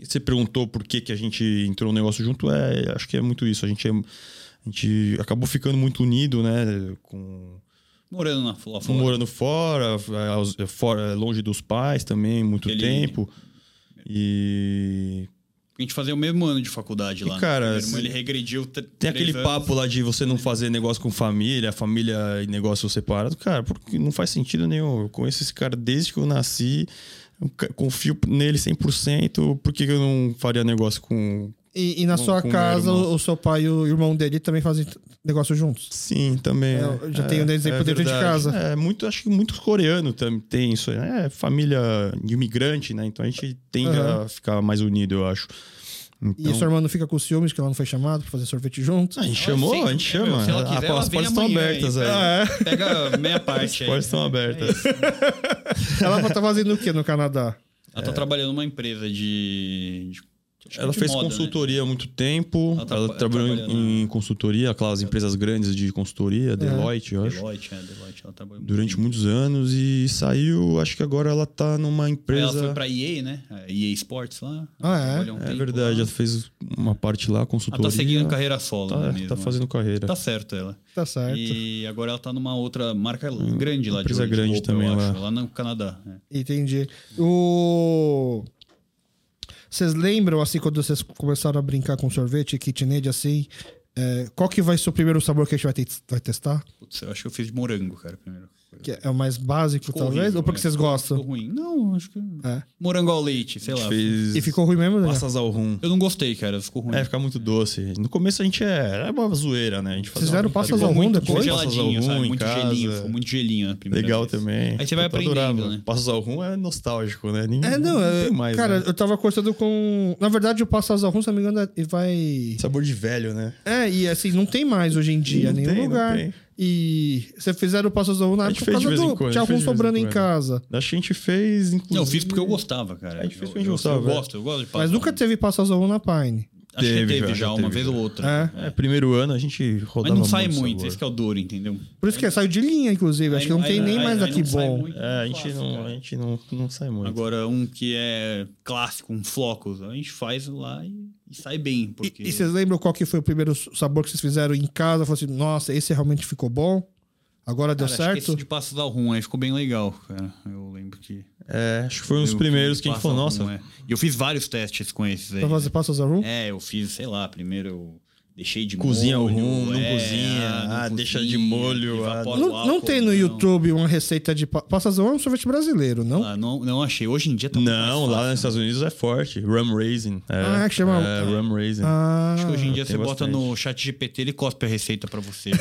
[SPEAKER 2] Você perguntou por que, que a gente entrou no negócio junto, é, acho que é muito isso. A gente, é- a gente acabou ficando muito unido, né? Com,
[SPEAKER 3] Morando na lá fora.
[SPEAKER 2] morando fora, é, aos- é, fora, é, longe dos pais também, muito
[SPEAKER 3] Ele-
[SPEAKER 2] tempo. E
[SPEAKER 3] A gente fazia o mesmo ano de faculdade lá. né?
[SPEAKER 2] cara,
[SPEAKER 3] Meu irmão,
[SPEAKER 2] se-
[SPEAKER 3] ele regrediu. tr-
[SPEAKER 2] Tem
[SPEAKER 3] três
[SPEAKER 2] aquele
[SPEAKER 3] anos.
[SPEAKER 2] papo lá de você não fazer negócio com família, família e negócio separado. Cara, porque não faz sentido nenhum. Eu conheço esse cara desde que eu nasci. Eu ca- confio nele 100%. Por que que eu não faria negócio com...
[SPEAKER 1] E, e na
[SPEAKER 2] Com-
[SPEAKER 1] sua
[SPEAKER 2] com o meu
[SPEAKER 1] casa,
[SPEAKER 2] irmão.
[SPEAKER 1] o, o seu pai e o irmão dele também fazem t- negócio juntos.
[SPEAKER 2] Sim, também.
[SPEAKER 1] É, eu já tenho um exemplo dentro de
[SPEAKER 2] verdade.
[SPEAKER 1] casa.
[SPEAKER 2] É, muito, acho que muitos coreanos também tem isso. aí, né? É família de imigrante, né? Então a gente tende a ficar mais unido, eu acho.
[SPEAKER 1] E
[SPEAKER 2] Então,
[SPEAKER 1] sua irmã não fica com ciúmes que ela não foi chamada pra fazer sorvete juntos.
[SPEAKER 2] a gente
[SPEAKER 3] Ela
[SPEAKER 2] chamou,
[SPEAKER 3] sempre-
[SPEAKER 2] a gente
[SPEAKER 3] é, meu,
[SPEAKER 2] chama.
[SPEAKER 3] se ela
[SPEAKER 2] Ah,
[SPEAKER 3] quiser, ela
[SPEAKER 2] as
[SPEAKER 3] vem
[SPEAKER 2] portas estão
[SPEAKER 3] amanhã aí,
[SPEAKER 2] abertas
[SPEAKER 3] pega-
[SPEAKER 2] aí.
[SPEAKER 3] Pega meia parte
[SPEAKER 2] As
[SPEAKER 3] aí.
[SPEAKER 2] portas estão abertas.
[SPEAKER 1] Ela tá fazendo o quê no Canadá?
[SPEAKER 3] Ela tá trabalhando numa empresa de. de- acho que
[SPEAKER 2] É. Ela
[SPEAKER 3] de
[SPEAKER 2] fez
[SPEAKER 3] moda, né?
[SPEAKER 2] consultoria há muito tempo.
[SPEAKER 3] Ela né?
[SPEAKER 2] Ela,
[SPEAKER 3] tá-
[SPEAKER 2] trabalhou
[SPEAKER 3] trabalha
[SPEAKER 2] em, em consultoria, aquelas empresas grandes de consultoria,
[SPEAKER 1] É.
[SPEAKER 2] Deloitte, eu acho.
[SPEAKER 3] Deloitte, é, Deloitte. Ela trabalhou
[SPEAKER 2] Durante
[SPEAKER 3] tempo.
[SPEAKER 2] muitos anos e saiu. Acho que agora ela tá numa
[SPEAKER 3] Aí Ela foi
[SPEAKER 2] empresa.
[SPEAKER 3] pra EA, né? A EA Sports lá.
[SPEAKER 1] Ah, é?
[SPEAKER 3] Trabalhou um
[SPEAKER 2] É
[SPEAKER 3] tempo
[SPEAKER 2] verdade,
[SPEAKER 3] lá.
[SPEAKER 2] ela fez uma parte lá,
[SPEAKER 3] Ela
[SPEAKER 2] consultoria.
[SPEAKER 3] tá seguindo carreira solo né,
[SPEAKER 2] Tá,
[SPEAKER 3] mesmo.
[SPEAKER 2] tá fazendo carreira.
[SPEAKER 3] Tá certo ela.
[SPEAKER 1] Tá certo. E,
[SPEAKER 3] E agora ela tá numa outra marca grande lá
[SPEAKER 2] empresa
[SPEAKER 3] de
[SPEAKER 2] grande
[SPEAKER 3] roupa,
[SPEAKER 2] também
[SPEAKER 3] eu
[SPEAKER 2] lá.
[SPEAKER 3] acho, lá no Canadá. é.
[SPEAKER 1] Entendi. O. Vocês lembram, assim, quando vocês começaram a brincar com sorvete, KitKaid, assim, é, qual que vai ser o primeiro sabor que a gente vai, te- vai testar?
[SPEAKER 3] Putz, eu acho que eu fiz de morango, cara, primeiro.
[SPEAKER 1] Que é o mais básico,
[SPEAKER 3] Ficou
[SPEAKER 1] talvez?
[SPEAKER 3] horrível,
[SPEAKER 1] Ou porque
[SPEAKER 3] é.
[SPEAKER 1] vocês
[SPEAKER 3] Ficou
[SPEAKER 1] gostam?
[SPEAKER 3] ruim. Não, acho que.
[SPEAKER 1] É.
[SPEAKER 3] Morango ao leite, sei
[SPEAKER 2] A
[SPEAKER 3] lá.
[SPEAKER 2] gente fez
[SPEAKER 1] E ficou ruim mesmo, né?
[SPEAKER 2] passas ao rum.
[SPEAKER 3] Eu não gostei, cara. Ficou ruim.
[SPEAKER 2] É, fica muito doce. No começo a gente é, é uma zoeira, né? A gente fazia
[SPEAKER 1] Vocês fizeram
[SPEAKER 2] uma
[SPEAKER 1] passas
[SPEAKER 2] brincadeira.
[SPEAKER 1] ao rum
[SPEAKER 2] Muito
[SPEAKER 1] depois?
[SPEAKER 3] ficou
[SPEAKER 2] bom,
[SPEAKER 3] Tipo, geladinho,
[SPEAKER 2] passas ao
[SPEAKER 3] sabe?
[SPEAKER 2] rum em
[SPEAKER 3] Muito
[SPEAKER 2] casa. é.
[SPEAKER 3] gelinho. Ficou muito gelinho na primeira
[SPEAKER 2] Legal
[SPEAKER 3] vez.
[SPEAKER 2] também.
[SPEAKER 3] Aí você vai
[SPEAKER 2] Eu
[SPEAKER 3] aprendendo,
[SPEAKER 2] adorava.
[SPEAKER 3] né?
[SPEAKER 2] Passas ao rum é nostálgico, né? Nem-
[SPEAKER 1] É, não, é,
[SPEAKER 2] tem mais,
[SPEAKER 1] cara,
[SPEAKER 2] né?
[SPEAKER 1] eu tava cortando com. Na verdade, eu passo as arrumas, se não me engano, é- e vai.
[SPEAKER 2] Sabor de velho, né?
[SPEAKER 1] É, e assim, não tem mais hoje em dia, em
[SPEAKER 2] Não
[SPEAKER 1] nenhum
[SPEAKER 2] tem, não
[SPEAKER 1] lugar.
[SPEAKER 2] tem.
[SPEAKER 1] E vocês fizeram o passo azul na
[SPEAKER 2] A
[SPEAKER 1] época por
[SPEAKER 2] gente fez de
[SPEAKER 1] causa
[SPEAKER 2] vez em
[SPEAKER 1] do.
[SPEAKER 2] quando,
[SPEAKER 1] Tinha
[SPEAKER 2] a gente
[SPEAKER 1] algum
[SPEAKER 2] fez de vez em
[SPEAKER 1] sobrando em
[SPEAKER 2] quando.
[SPEAKER 1] casa.
[SPEAKER 2] Acho que a gente fez, inclusive.
[SPEAKER 3] Não, eu fiz porque eu gostava, cara.
[SPEAKER 2] É difícil
[SPEAKER 3] eu,
[SPEAKER 2] que a gente
[SPEAKER 3] eu-
[SPEAKER 2] gostava,
[SPEAKER 3] Eu
[SPEAKER 2] né?
[SPEAKER 3] gosto, eu gosto de
[SPEAKER 1] Mas
[SPEAKER 3] passar.
[SPEAKER 1] nunca teve passo azul na Pine.
[SPEAKER 3] Acho
[SPEAKER 2] Teve,
[SPEAKER 3] que teve
[SPEAKER 2] já,
[SPEAKER 3] já,
[SPEAKER 2] já teve,
[SPEAKER 3] uma vez
[SPEAKER 2] já.
[SPEAKER 3] ou
[SPEAKER 1] Ah,
[SPEAKER 3] outra.
[SPEAKER 2] É, primeiro ano a gente rodava
[SPEAKER 3] Mas não sai
[SPEAKER 2] muito.
[SPEAKER 3] muito,
[SPEAKER 2] sabor.
[SPEAKER 3] esse que é o duro, entendeu?
[SPEAKER 1] Por isso que é, saiu de linha, inclusive. Acho que não tem nem mais aqui bom.
[SPEAKER 2] É, a gente, não, a gente não, não sai muito.
[SPEAKER 3] Agora, um que é clássico, um flocos, a gente faz lá e, e sai bem.
[SPEAKER 1] E,
[SPEAKER 3] Porque
[SPEAKER 1] e vocês lembram qual que foi o primeiro sabor que vocês fizeram em casa? Falaram assim, nossa, esse realmente ficou bom. Agora
[SPEAKER 3] Cara,
[SPEAKER 1] deu
[SPEAKER 3] acho que
[SPEAKER 1] certo.
[SPEAKER 3] Esse de passos ao rum aí ficou bem legal, cara. Eu lembro que.
[SPEAKER 2] é, acho que foi um dos
[SPEAKER 3] eu
[SPEAKER 2] primeiros
[SPEAKER 3] fiz
[SPEAKER 2] que a gente
[SPEAKER 3] passo
[SPEAKER 2] falou,
[SPEAKER 3] ao
[SPEAKER 2] nossa,
[SPEAKER 3] rum, é. E eu fiz vários testes com esses aí.
[SPEAKER 1] Pra fazer passo azul?
[SPEAKER 3] É, eu fiz, sei lá, primeiro eu deixei de
[SPEAKER 2] cozinha o
[SPEAKER 3] molho.
[SPEAKER 2] rum, não
[SPEAKER 3] é,
[SPEAKER 2] cozinha,
[SPEAKER 3] não
[SPEAKER 2] ah, deixa de
[SPEAKER 3] cozinha,
[SPEAKER 2] molho, ah,
[SPEAKER 3] evapora o
[SPEAKER 1] Não,
[SPEAKER 3] É, álcool,
[SPEAKER 1] não tem no
[SPEAKER 3] não.
[SPEAKER 1] YouTube uma receita de pa- passo azul é um sorvete brasileiro, não?
[SPEAKER 3] Ah, não, não achei. Hoje em dia tá muito
[SPEAKER 2] Não,
[SPEAKER 3] mais fácil,
[SPEAKER 2] lá nos Estados Unidos é forte. Rum Raisin. É,
[SPEAKER 1] Ah, é que chama-
[SPEAKER 2] É, Rum Raisin.
[SPEAKER 1] Ah,
[SPEAKER 3] Acho que hoje em dia
[SPEAKER 2] tem
[SPEAKER 3] você bota
[SPEAKER 2] bastante.
[SPEAKER 3] no chat GPT, ele cospe a receita pra você. né?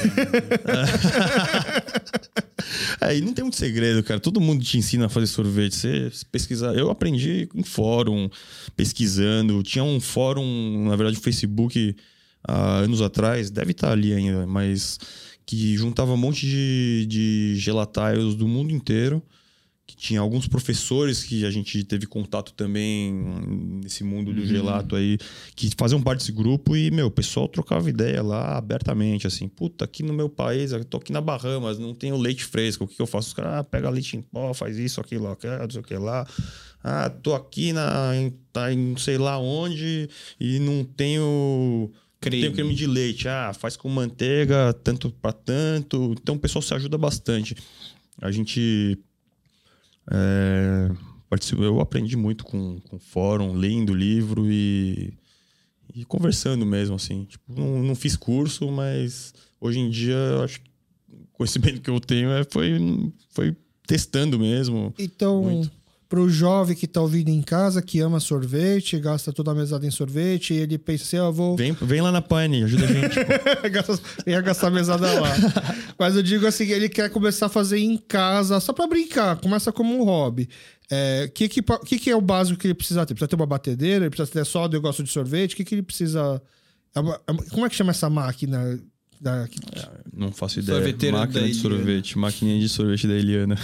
[SPEAKER 2] Aí É, não tem muito segredo, cara. Todo mundo te ensina a fazer sorvete. Você pesquisar. Eu aprendi em fórum, pesquisando. Tinha um fórum, na verdade, no Facebook, há anos atrás, deve estar ali ainda, mas que juntava um monte de, de gelatários do mundo inteiro que tinha alguns professores que a gente teve contato também nesse mundo do gelato aí, que faziam parte desse grupo e, meu, o pessoal trocava ideia lá abertamente, assim, puta, aqui no meu país, eu tô aqui na Bahamas, não tenho leite fresco, o que que eu faço? Os caras ah, pega leite em pó, faz isso, aquilo, aquilo, não sei o que lá. Ah, tô aqui na, em, tá em não sei lá onde e não tenho
[SPEAKER 3] Creme.
[SPEAKER 2] tem o creme de leite, ah, faz com manteiga, tanto para tanto. Então o pessoal se ajuda bastante. A gente é, participa- eu aprendi muito com, com fórum, lendo livro e, e conversando mesmo, assim. Tipo, não, não fiz curso, mas hoje em dia eu acho que o conhecimento que eu tenho é, foi, foi testando mesmo.
[SPEAKER 1] Então,
[SPEAKER 2] Muito.
[SPEAKER 1] para o jovem que tá ouvindo em casa, que ama sorvete, gasta toda a mesada em sorvete, e ele pensa assim, "Ah, eu vou
[SPEAKER 2] Vem, vem lá na Pane, ajuda a gente.
[SPEAKER 1] Gasta- ia gastar a mesada lá. Mas eu digo assim, ele quer começar a fazer em casa, só pra brincar, começa como um hobby. É, que, que, pa- que que é o básico que ele precisa ter? Precisa ter uma batedeira, ele precisa ter só eu gosto de sorvete, o que, que ele precisa... é uma- é uma- como é que chama essa máquina?
[SPEAKER 3] É.
[SPEAKER 1] Da, que-
[SPEAKER 2] não faço ideia.
[SPEAKER 3] Sorveteira
[SPEAKER 2] Máquina
[SPEAKER 3] é da
[SPEAKER 2] de
[SPEAKER 3] Eliana.
[SPEAKER 2] sorvete, maquininha de sorvete da Eliana.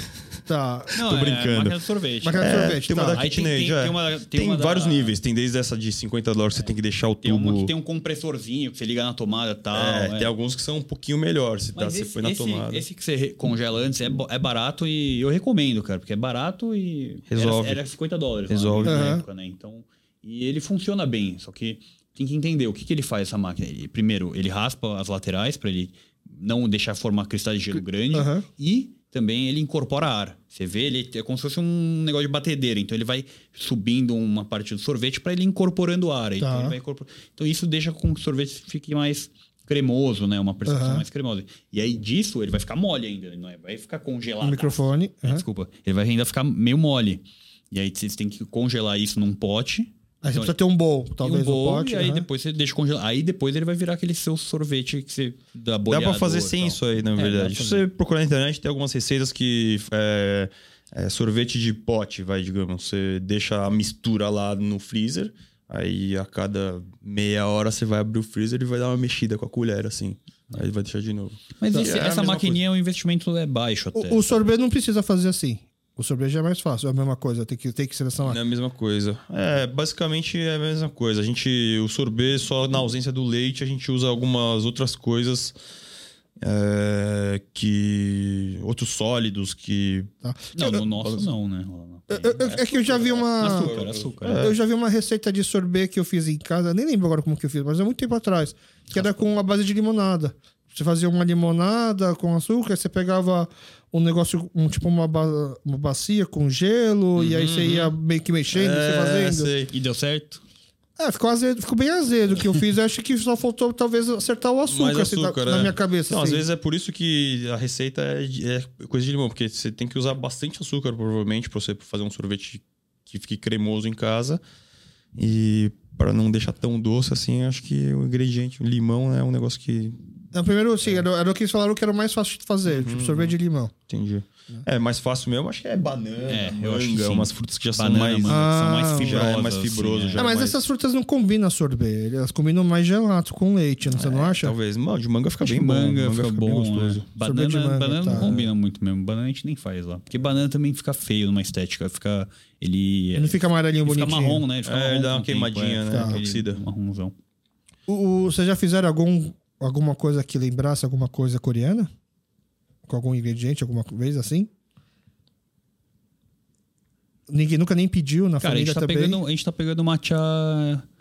[SPEAKER 1] tá.
[SPEAKER 3] Não,
[SPEAKER 2] Tô
[SPEAKER 3] é,
[SPEAKER 2] brincando.
[SPEAKER 3] máquina de sorvete.
[SPEAKER 1] Máquina de
[SPEAKER 2] É,
[SPEAKER 1] sorvete,
[SPEAKER 2] tem uma
[SPEAKER 1] tá.
[SPEAKER 2] da
[SPEAKER 3] Aí tem-
[SPEAKER 2] KitchenAid,
[SPEAKER 3] tem-
[SPEAKER 2] é.
[SPEAKER 3] tem uma- tem uma da- É.
[SPEAKER 2] vários níveis. Tem desde essa de 50 dólares, você tem que deixar o
[SPEAKER 3] Tem
[SPEAKER 2] tubo...
[SPEAKER 3] uma que tem um compressorzinho pra você ligar na tomada e tal.
[SPEAKER 2] É,
[SPEAKER 3] é.
[SPEAKER 2] tem alguns que são um pouquinho melhor, se, tá,
[SPEAKER 3] Mas
[SPEAKER 2] se
[SPEAKER 3] esse,
[SPEAKER 2] foi na
[SPEAKER 3] esse-
[SPEAKER 2] tomada.
[SPEAKER 3] esse que você re- congela antes é, bo- é barato e eu recomendo, cara, porque é barato e.
[SPEAKER 2] Resolve.
[SPEAKER 3] Era, era 50 dólares. lá
[SPEAKER 2] Resolve.
[SPEAKER 3] Na
[SPEAKER 1] Aham.
[SPEAKER 3] época, né? Então. E ele funciona bem, só que tem que entender o que, que ele faz essa máquina. Ele, primeiro, ele raspa as laterais pra ele não deixar formar cristais de gelo grande.
[SPEAKER 1] Aham.
[SPEAKER 3] E também ele incorpora ar. Você vê, ele é como se fosse um negócio de batedeira. Então ele vai subindo uma parte do sorvete para ele ir incorporando ar.
[SPEAKER 1] Tá.
[SPEAKER 3] Então, ele vai incorpor- então isso deixa com que o sorvete fique mais cremoso, né? Uma percepção
[SPEAKER 1] Aham.
[SPEAKER 3] mais cremosa. E aí disso ele vai ficar mole ainda, ele não é? vai ficar
[SPEAKER 1] O
[SPEAKER 3] congelado.
[SPEAKER 1] microfone.
[SPEAKER 3] É,
[SPEAKER 1] aham.
[SPEAKER 3] Desculpa, ele vai ainda ficar meio mole. E aí vocês têm que congelar isso num pote.
[SPEAKER 1] Aí você
[SPEAKER 3] Então,
[SPEAKER 1] precisa ter um bowl, talvez
[SPEAKER 3] e um
[SPEAKER 1] um,
[SPEAKER 3] bowl,
[SPEAKER 1] pote.
[SPEAKER 3] e aí
[SPEAKER 1] aham.
[SPEAKER 3] depois você deixa congelar. Aí depois ele vai virar aquele seu sorvete que você dá
[SPEAKER 2] Dá
[SPEAKER 3] boleador.
[SPEAKER 2] pra fazer
[SPEAKER 3] e
[SPEAKER 2] sem
[SPEAKER 3] tal.
[SPEAKER 2] isso aí, na
[SPEAKER 3] É, dá
[SPEAKER 2] verdade.
[SPEAKER 3] pra
[SPEAKER 2] Se você procurar na internet, tem algumas receitas que... É, é sorvete de pote, vai, digamos. Você deixa a mistura lá no freezer, aí a cada meia hora você vai abrir o freezer e vai dar uma mexida com a colher, assim. Aí vai deixar de novo.
[SPEAKER 3] Mas
[SPEAKER 2] Tá. É
[SPEAKER 3] esse-
[SPEAKER 2] a
[SPEAKER 3] essa
[SPEAKER 2] mesma
[SPEAKER 3] maquininha, o investimento é baixo até.
[SPEAKER 1] O, o sorvete não precisa fazer assim. O sorvete já é mais fácil, é a mesma coisa, tem que, tem que ser essa
[SPEAKER 2] Não
[SPEAKER 1] máquina.
[SPEAKER 2] é a mesma coisa. É, basicamente é a mesma coisa. A gente, o sorbet, só na ausência do leite, a gente usa algumas outras coisas é, que. outros sólidos que.
[SPEAKER 1] tá?
[SPEAKER 3] Não,
[SPEAKER 1] Eu-
[SPEAKER 3] no nosso não, né?
[SPEAKER 1] eu- eu- é que eu já vi uma.
[SPEAKER 3] Açúcar, açúcar.
[SPEAKER 2] É.
[SPEAKER 1] Eu já vi uma receita de sorvete que eu fiz em casa, nem lembro agora como que eu fiz, mas há muito tempo atrás, que era com a base de limonada. Você fazia uma limonada com açúcar, você pegava um negócio, um, tipo uma, ba- uma bacia com gelo, e aí você ia meio que mexendo, você
[SPEAKER 2] Uhum. É,
[SPEAKER 1] fazendo.
[SPEAKER 2] sei.
[SPEAKER 3] E deu certo?
[SPEAKER 1] É, ficou azedo, ficou bem azedo o que eu fiz. Eu acho que só faltou talvez acertar o açúcar,
[SPEAKER 2] Mais
[SPEAKER 1] assim, na-
[SPEAKER 2] açúcar,
[SPEAKER 1] na,
[SPEAKER 2] é.
[SPEAKER 1] minha cabeça.
[SPEAKER 2] Não, às
[SPEAKER 1] assim.
[SPEAKER 2] vezes é por isso que a receita é, de- é coisa de limão, porque você tem que usar bastante açúcar, provavelmente, pra você fazer um sorvete que fique cremoso em casa. E para não deixar tão doce assim, acho que o ingrediente, o limão, é um negócio que
[SPEAKER 1] Não, primeiro,
[SPEAKER 3] É.
[SPEAKER 1] sim, era, era o que eles falaram que era o mais fácil de fazer,
[SPEAKER 3] Uhum.
[SPEAKER 1] tipo sorvete de limão.
[SPEAKER 2] Entendi. É mais fácil mesmo, acho que é banana,
[SPEAKER 3] É, eu
[SPEAKER 2] manga,
[SPEAKER 3] acho que sim.
[SPEAKER 2] umas frutas que já
[SPEAKER 3] Banana,
[SPEAKER 2] são mais...
[SPEAKER 3] manga, que são mais
[SPEAKER 1] Ah,
[SPEAKER 2] já
[SPEAKER 3] fibrosas.
[SPEAKER 2] é mais fibroso,
[SPEAKER 3] assim,
[SPEAKER 2] já.
[SPEAKER 1] Ah, mas
[SPEAKER 2] mais-
[SPEAKER 1] essas frutas não combinam sorvete, elas combinam mais gelato com leite, não- você não
[SPEAKER 3] É,
[SPEAKER 1] acha?
[SPEAKER 2] Talvez. Mano, de manga fica
[SPEAKER 3] Acho
[SPEAKER 2] bem
[SPEAKER 3] que
[SPEAKER 2] bom.
[SPEAKER 3] manga, fica,
[SPEAKER 2] bem
[SPEAKER 3] bom.
[SPEAKER 2] gostoso.
[SPEAKER 3] é. Banana,
[SPEAKER 1] de manga,
[SPEAKER 3] banana
[SPEAKER 1] tá.
[SPEAKER 3] não combina muito mesmo. Banana a gente nem faz lá. Porque banana também fica feio numa estética. Fica. Ele. é,
[SPEAKER 1] Não fica amarelinho
[SPEAKER 3] ele fica
[SPEAKER 1] bonitinho.
[SPEAKER 3] marrom, né? Ele fica
[SPEAKER 2] É,
[SPEAKER 3] marrom
[SPEAKER 2] ele dá
[SPEAKER 3] com
[SPEAKER 2] uma
[SPEAKER 3] o tempo,
[SPEAKER 2] queimadinha,
[SPEAKER 3] é.
[SPEAKER 2] né?
[SPEAKER 3] Fica aquele
[SPEAKER 2] Oxida.
[SPEAKER 3] Marronzão.
[SPEAKER 1] O, o- vocês já fizeram algum, alguma coisa que lembrasse alguma coisa coreana? Com algum ingrediente, alguma vez assim? Ninguém nunca nem pediu na
[SPEAKER 3] Cara, a
[SPEAKER 1] família
[SPEAKER 3] gente, tá
[SPEAKER 1] também.
[SPEAKER 3] pegando, a gente tá pegando matcha.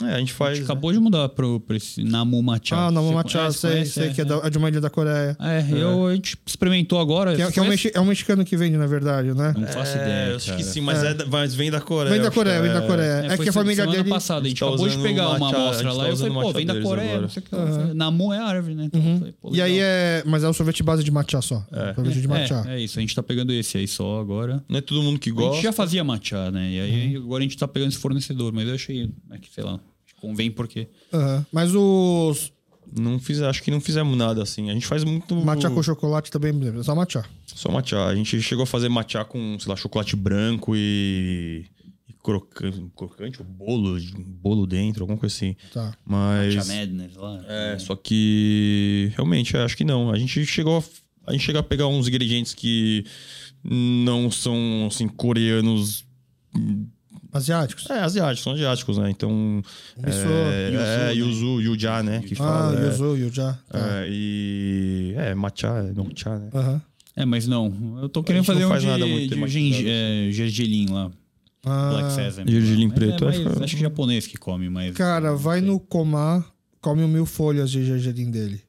[SPEAKER 2] É, a gente
[SPEAKER 3] a
[SPEAKER 2] faz...
[SPEAKER 3] gente acabou de mudar pro, pra esse Namu Matcha.
[SPEAKER 1] Ah, não,
[SPEAKER 3] Você
[SPEAKER 1] matcha,
[SPEAKER 3] conhece?
[SPEAKER 1] sei,
[SPEAKER 3] Conhece?
[SPEAKER 1] sei
[SPEAKER 3] É,
[SPEAKER 1] que é,
[SPEAKER 3] é.
[SPEAKER 1] da- é de uma ilha da Coreia.
[SPEAKER 3] É, eu, a gente experimentou agora.
[SPEAKER 1] Que é, que é um,
[SPEAKER 3] Conhece?
[SPEAKER 1] mexi- é um mexicano que vende, na verdade, né?
[SPEAKER 3] Não faço ideia.
[SPEAKER 2] É, eu acho
[SPEAKER 3] cara.
[SPEAKER 2] que sim, mas, é. da- mas vem da Coreia.
[SPEAKER 1] Vem da
[SPEAKER 2] acho
[SPEAKER 1] Coreia,
[SPEAKER 2] que
[SPEAKER 1] vem da Coreia. É,
[SPEAKER 3] foi
[SPEAKER 1] que a
[SPEAKER 3] se-
[SPEAKER 1] família
[SPEAKER 3] semana
[SPEAKER 1] dele.
[SPEAKER 3] passada, a
[SPEAKER 2] A gente
[SPEAKER 3] gente
[SPEAKER 2] tá
[SPEAKER 3] acabou de
[SPEAKER 2] usando
[SPEAKER 3] pegar uma
[SPEAKER 2] matcha- a
[SPEAKER 3] amostra
[SPEAKER 2] gente
[SPEAKER 3] lá
[SPEAKER 2] tá
[SPEAKER 3] e eu falei,
[SPEAKER 2] usando
[SPEAKER 3] pô, vem da
[SPEAKER 2] matcha deles
[SPEAKER 3] Coreia,
[SPEAKER 2] agora.
[SPEAKER 3] não sei o que. lá. Eu falei, Namu é árvore, né? Então, eu falei, pô,
[SPEAKER 1] Uhum. E aí
[SPEAKER 3] legal.
[SPEAKER 1] é. Mas é o sorvete base de matcha só. Um Sorvete de matcha.
[SPEAKER 3] É, é isso, a gente tá pegando esse aí só agora.
[SPEAKER 2] Não é todo mundo que
[SPEAKER 3] A gente
[SPEAKER 2] gosta. Uhum.
[SPEAKER 3] já fazia matcha, né? E aí agora a gente tá pegando esse fornecedor, mas eu achei, é que, sei lá, acho que convém porque.
[SPEAKER 1] Aham. Mas os
[SPEAKER 2] Não fiz, acho que não fizemos nada assim. A gente faz muito...
[SPEAKER 1] matcha com chocolate também, é só matcha.
[SPEAKER 2] Só matcha. A gente chegou a fazer matcha com, sei lá, chocolate branco e... e crocante, crocante ou bolo, bolo dentro, alguma coisa assim.
[SPEAKER 1] Tá.
[SPEAKER 2] Mas...
[SPEAKER 3] Matcha Madness lá.
[SPEAKER 2] É, só é, que realmente eu acho que não. A gente chegou a, a gente chegou a pegar uns ingredientes que não são, assim, coreanos.
[SPEAKER 1] Asiáticos.
[SPEAKER 2] É, asiáticos, são asiáticos, né? Então.
[SPEAKER 1] Isso.
[SPEAKER 2] É, é, Yuzu, Yuja, né? Que
[SPEAKER 1] Ah,
[SPEAKER 2] fala. é.
[SPEAKER 1] Yuzu, Yuja. Tá.
[SPEAKER 2] É, e. É, matcha, não matcha, né?
[SPEAKER 1] Aham.
[SPEAKER 3] É, mas não. Eu tô querendo
[SPEAKER 2] gente não
[SPEAKER 3] fazer um
[SPEAKER 2] faz
[SPEAKER 3] de,
[SPEAKER 2] nada muito
[SPEAKER 3] de
[SPEAKER 2] tematizado,
[SPEAKER 3] geng- é, gergelim lá.
[SPEAKER 1] Ah,
[SPEAKER 3] Black Sesame.
[SPEAKER 2] gergelim
[SPEAKER 3] Mas
[SPEAKER 2] preto,
[SPEAKER 3] É,
[SPEAKER 2] é,
[SPEAKER 3] mas
[SPEAKER 2] fica-
[SPEAKER 3] acho que é japonês que come, mas...
[SPEAKER 1] Cara, vai no Comar, come o mil folhas de gergelim dele.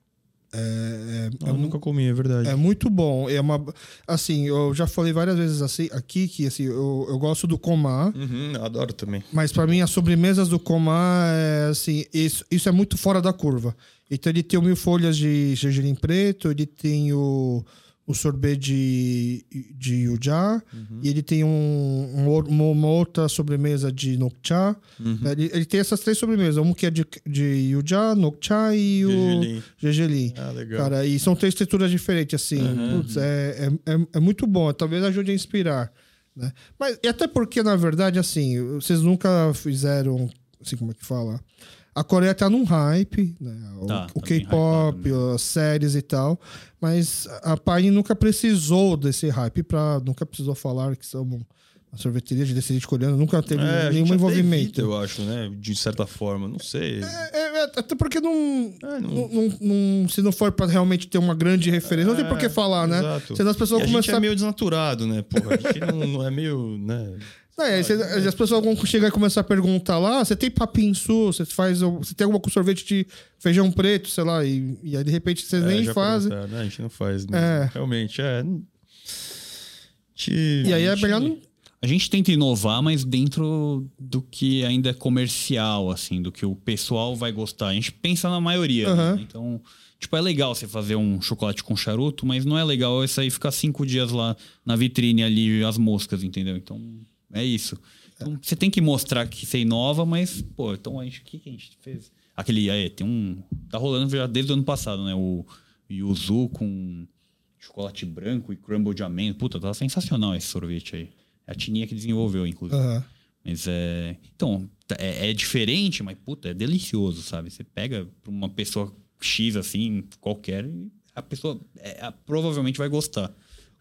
[SPEAKER 1] É, é,
[SPEAKER 2] Eu
[SPEAKER 1] é mu-
[SPEAKER 2] nunca comi, é verdade.
[SPEAKER 1] é muito bom. É uma, assim, eu já falei várias vezes assim, aqui que assim, eu, eu gosto do Comar,
[SPEAKER 2] Uhum, eu adoro também.
[SPEAKER 1] mas pra mim as sobremesas do Comar é assim, isso, isso é muito fora da curva. Então ele tem o mil folhas de gergelim preto, ele tem o, o sorvete de, de Yuja, e ele tem um, um ou- uma, uma outra sobremesa de Nokcha. Né? Ele, ele tem essas três sobremesas, um que é de, de Yuja, Nokcha e o
[SPEAKER 2] Gergelim.
[SPEAKER 1] gergelim.
[SPEAKER 2] Ah, legal.
[SPEAKER 1] Cara, e são três texturas diferentes, assim. Putz, é, é, é, é muito bom. Talvez ajude a inspirar. Né? Mas, e até porque, na verdade, assim, vocês nunca fizeram. Assim, como é que fala? A Coreia tá num hype, né? O,
[SPEAKER 3] Tá,
[SPEAKER 1] o
[SPEAKER 3] tá bem
[SPEAKER 1] K-pop,
[SPEAKER 2] né?
[SPEAKER 1] as séries e tal. Mas a Pai nunca precisou desse hype, pra, nunca precisou falar que são uma sorveteria de descendente coreano, nunca teve
[SPEAKER 2] É, a gente
[SPEAKER 1] nenhum
[SPEAKER 2] até
[SPEAKER 1] envolvimento.
[SPEAKER 2] evita, eu acho, né? De certa forma, não sei.
[SPEAKER 1] É, é, até porque não,
[SPEAKER 2] É,
[SPEAKER 1] não-
[SPEAKER 2] não-
[SPEAKER 1] não- não- Se não for pra realmente ter uma grande referência, não tem por que falar, né?
[SPEAKER 2] É, Exato.
[SPEAKER 1] Se as pessoas
[SPEAKER 2] E a gente
[SPEAKER 1] começarem.
[SPEAKER 2] é meio desnaturado, né? Porra, a gente não, não é meio, né?
[SPEAKER 1] É, aí cê- aí as pessoas vão chegar e começar a perguntar lá: "Ah, você tem papinsu? Você faz. o- Você tem alguma com sorvete de feijão preto, sei lá, e, e aí de repente vocês nem
[SPEAKER 2] já
[SPEAKER 1] fazem.
[SPEAKER 2] perguntaram, né? A gente não faz. né?
[SPEAKER 1] É.
[SPEAKER 2] Realmente, é. não- A gente-
[SPEAKER 1] E aí
[SPEAKER 2] a
[SPEAKER 1] é
[SPEAKER 2] gente- né?
[SPEAKER 1] melhor não.
[SPEAKER 3] A gente tenta inovar, mas dentro do que ainda é comercial, assim, do que o pessoal vai gostar. A gente pensa na maioria.
[SPEAKER 1] Aham.
[SPEAKER 3] né? Então, tipo, é legal você fazer um chocolate com charuto, mas não é legal isso aí ficar cinco dias lá na vitrine ali, as moscas, entendeu? Então, é isso. Então, você tem que mostrar que você inova, mas, pô, então a gente, o que, que a gente fez? Aquele, aí, tem um. Tá rolando já desde o ano passado, né? O Yuzu com chocolate branco e crumble de amêndoa. Puta, tá sensacional esse sorvete aí. É a tininha que desenvolveu, inclusive.
[SPEAKER 2] Ah.
[SPEAKER 1] Aham.
[SPEAKER 3] Mas é. Então, tá- é, é diferente, mas puta, é delicioso, sabe? Você pega pra uma pessoa X assim, qualquer, e a pessoa é, a- provavelmente vai gostar.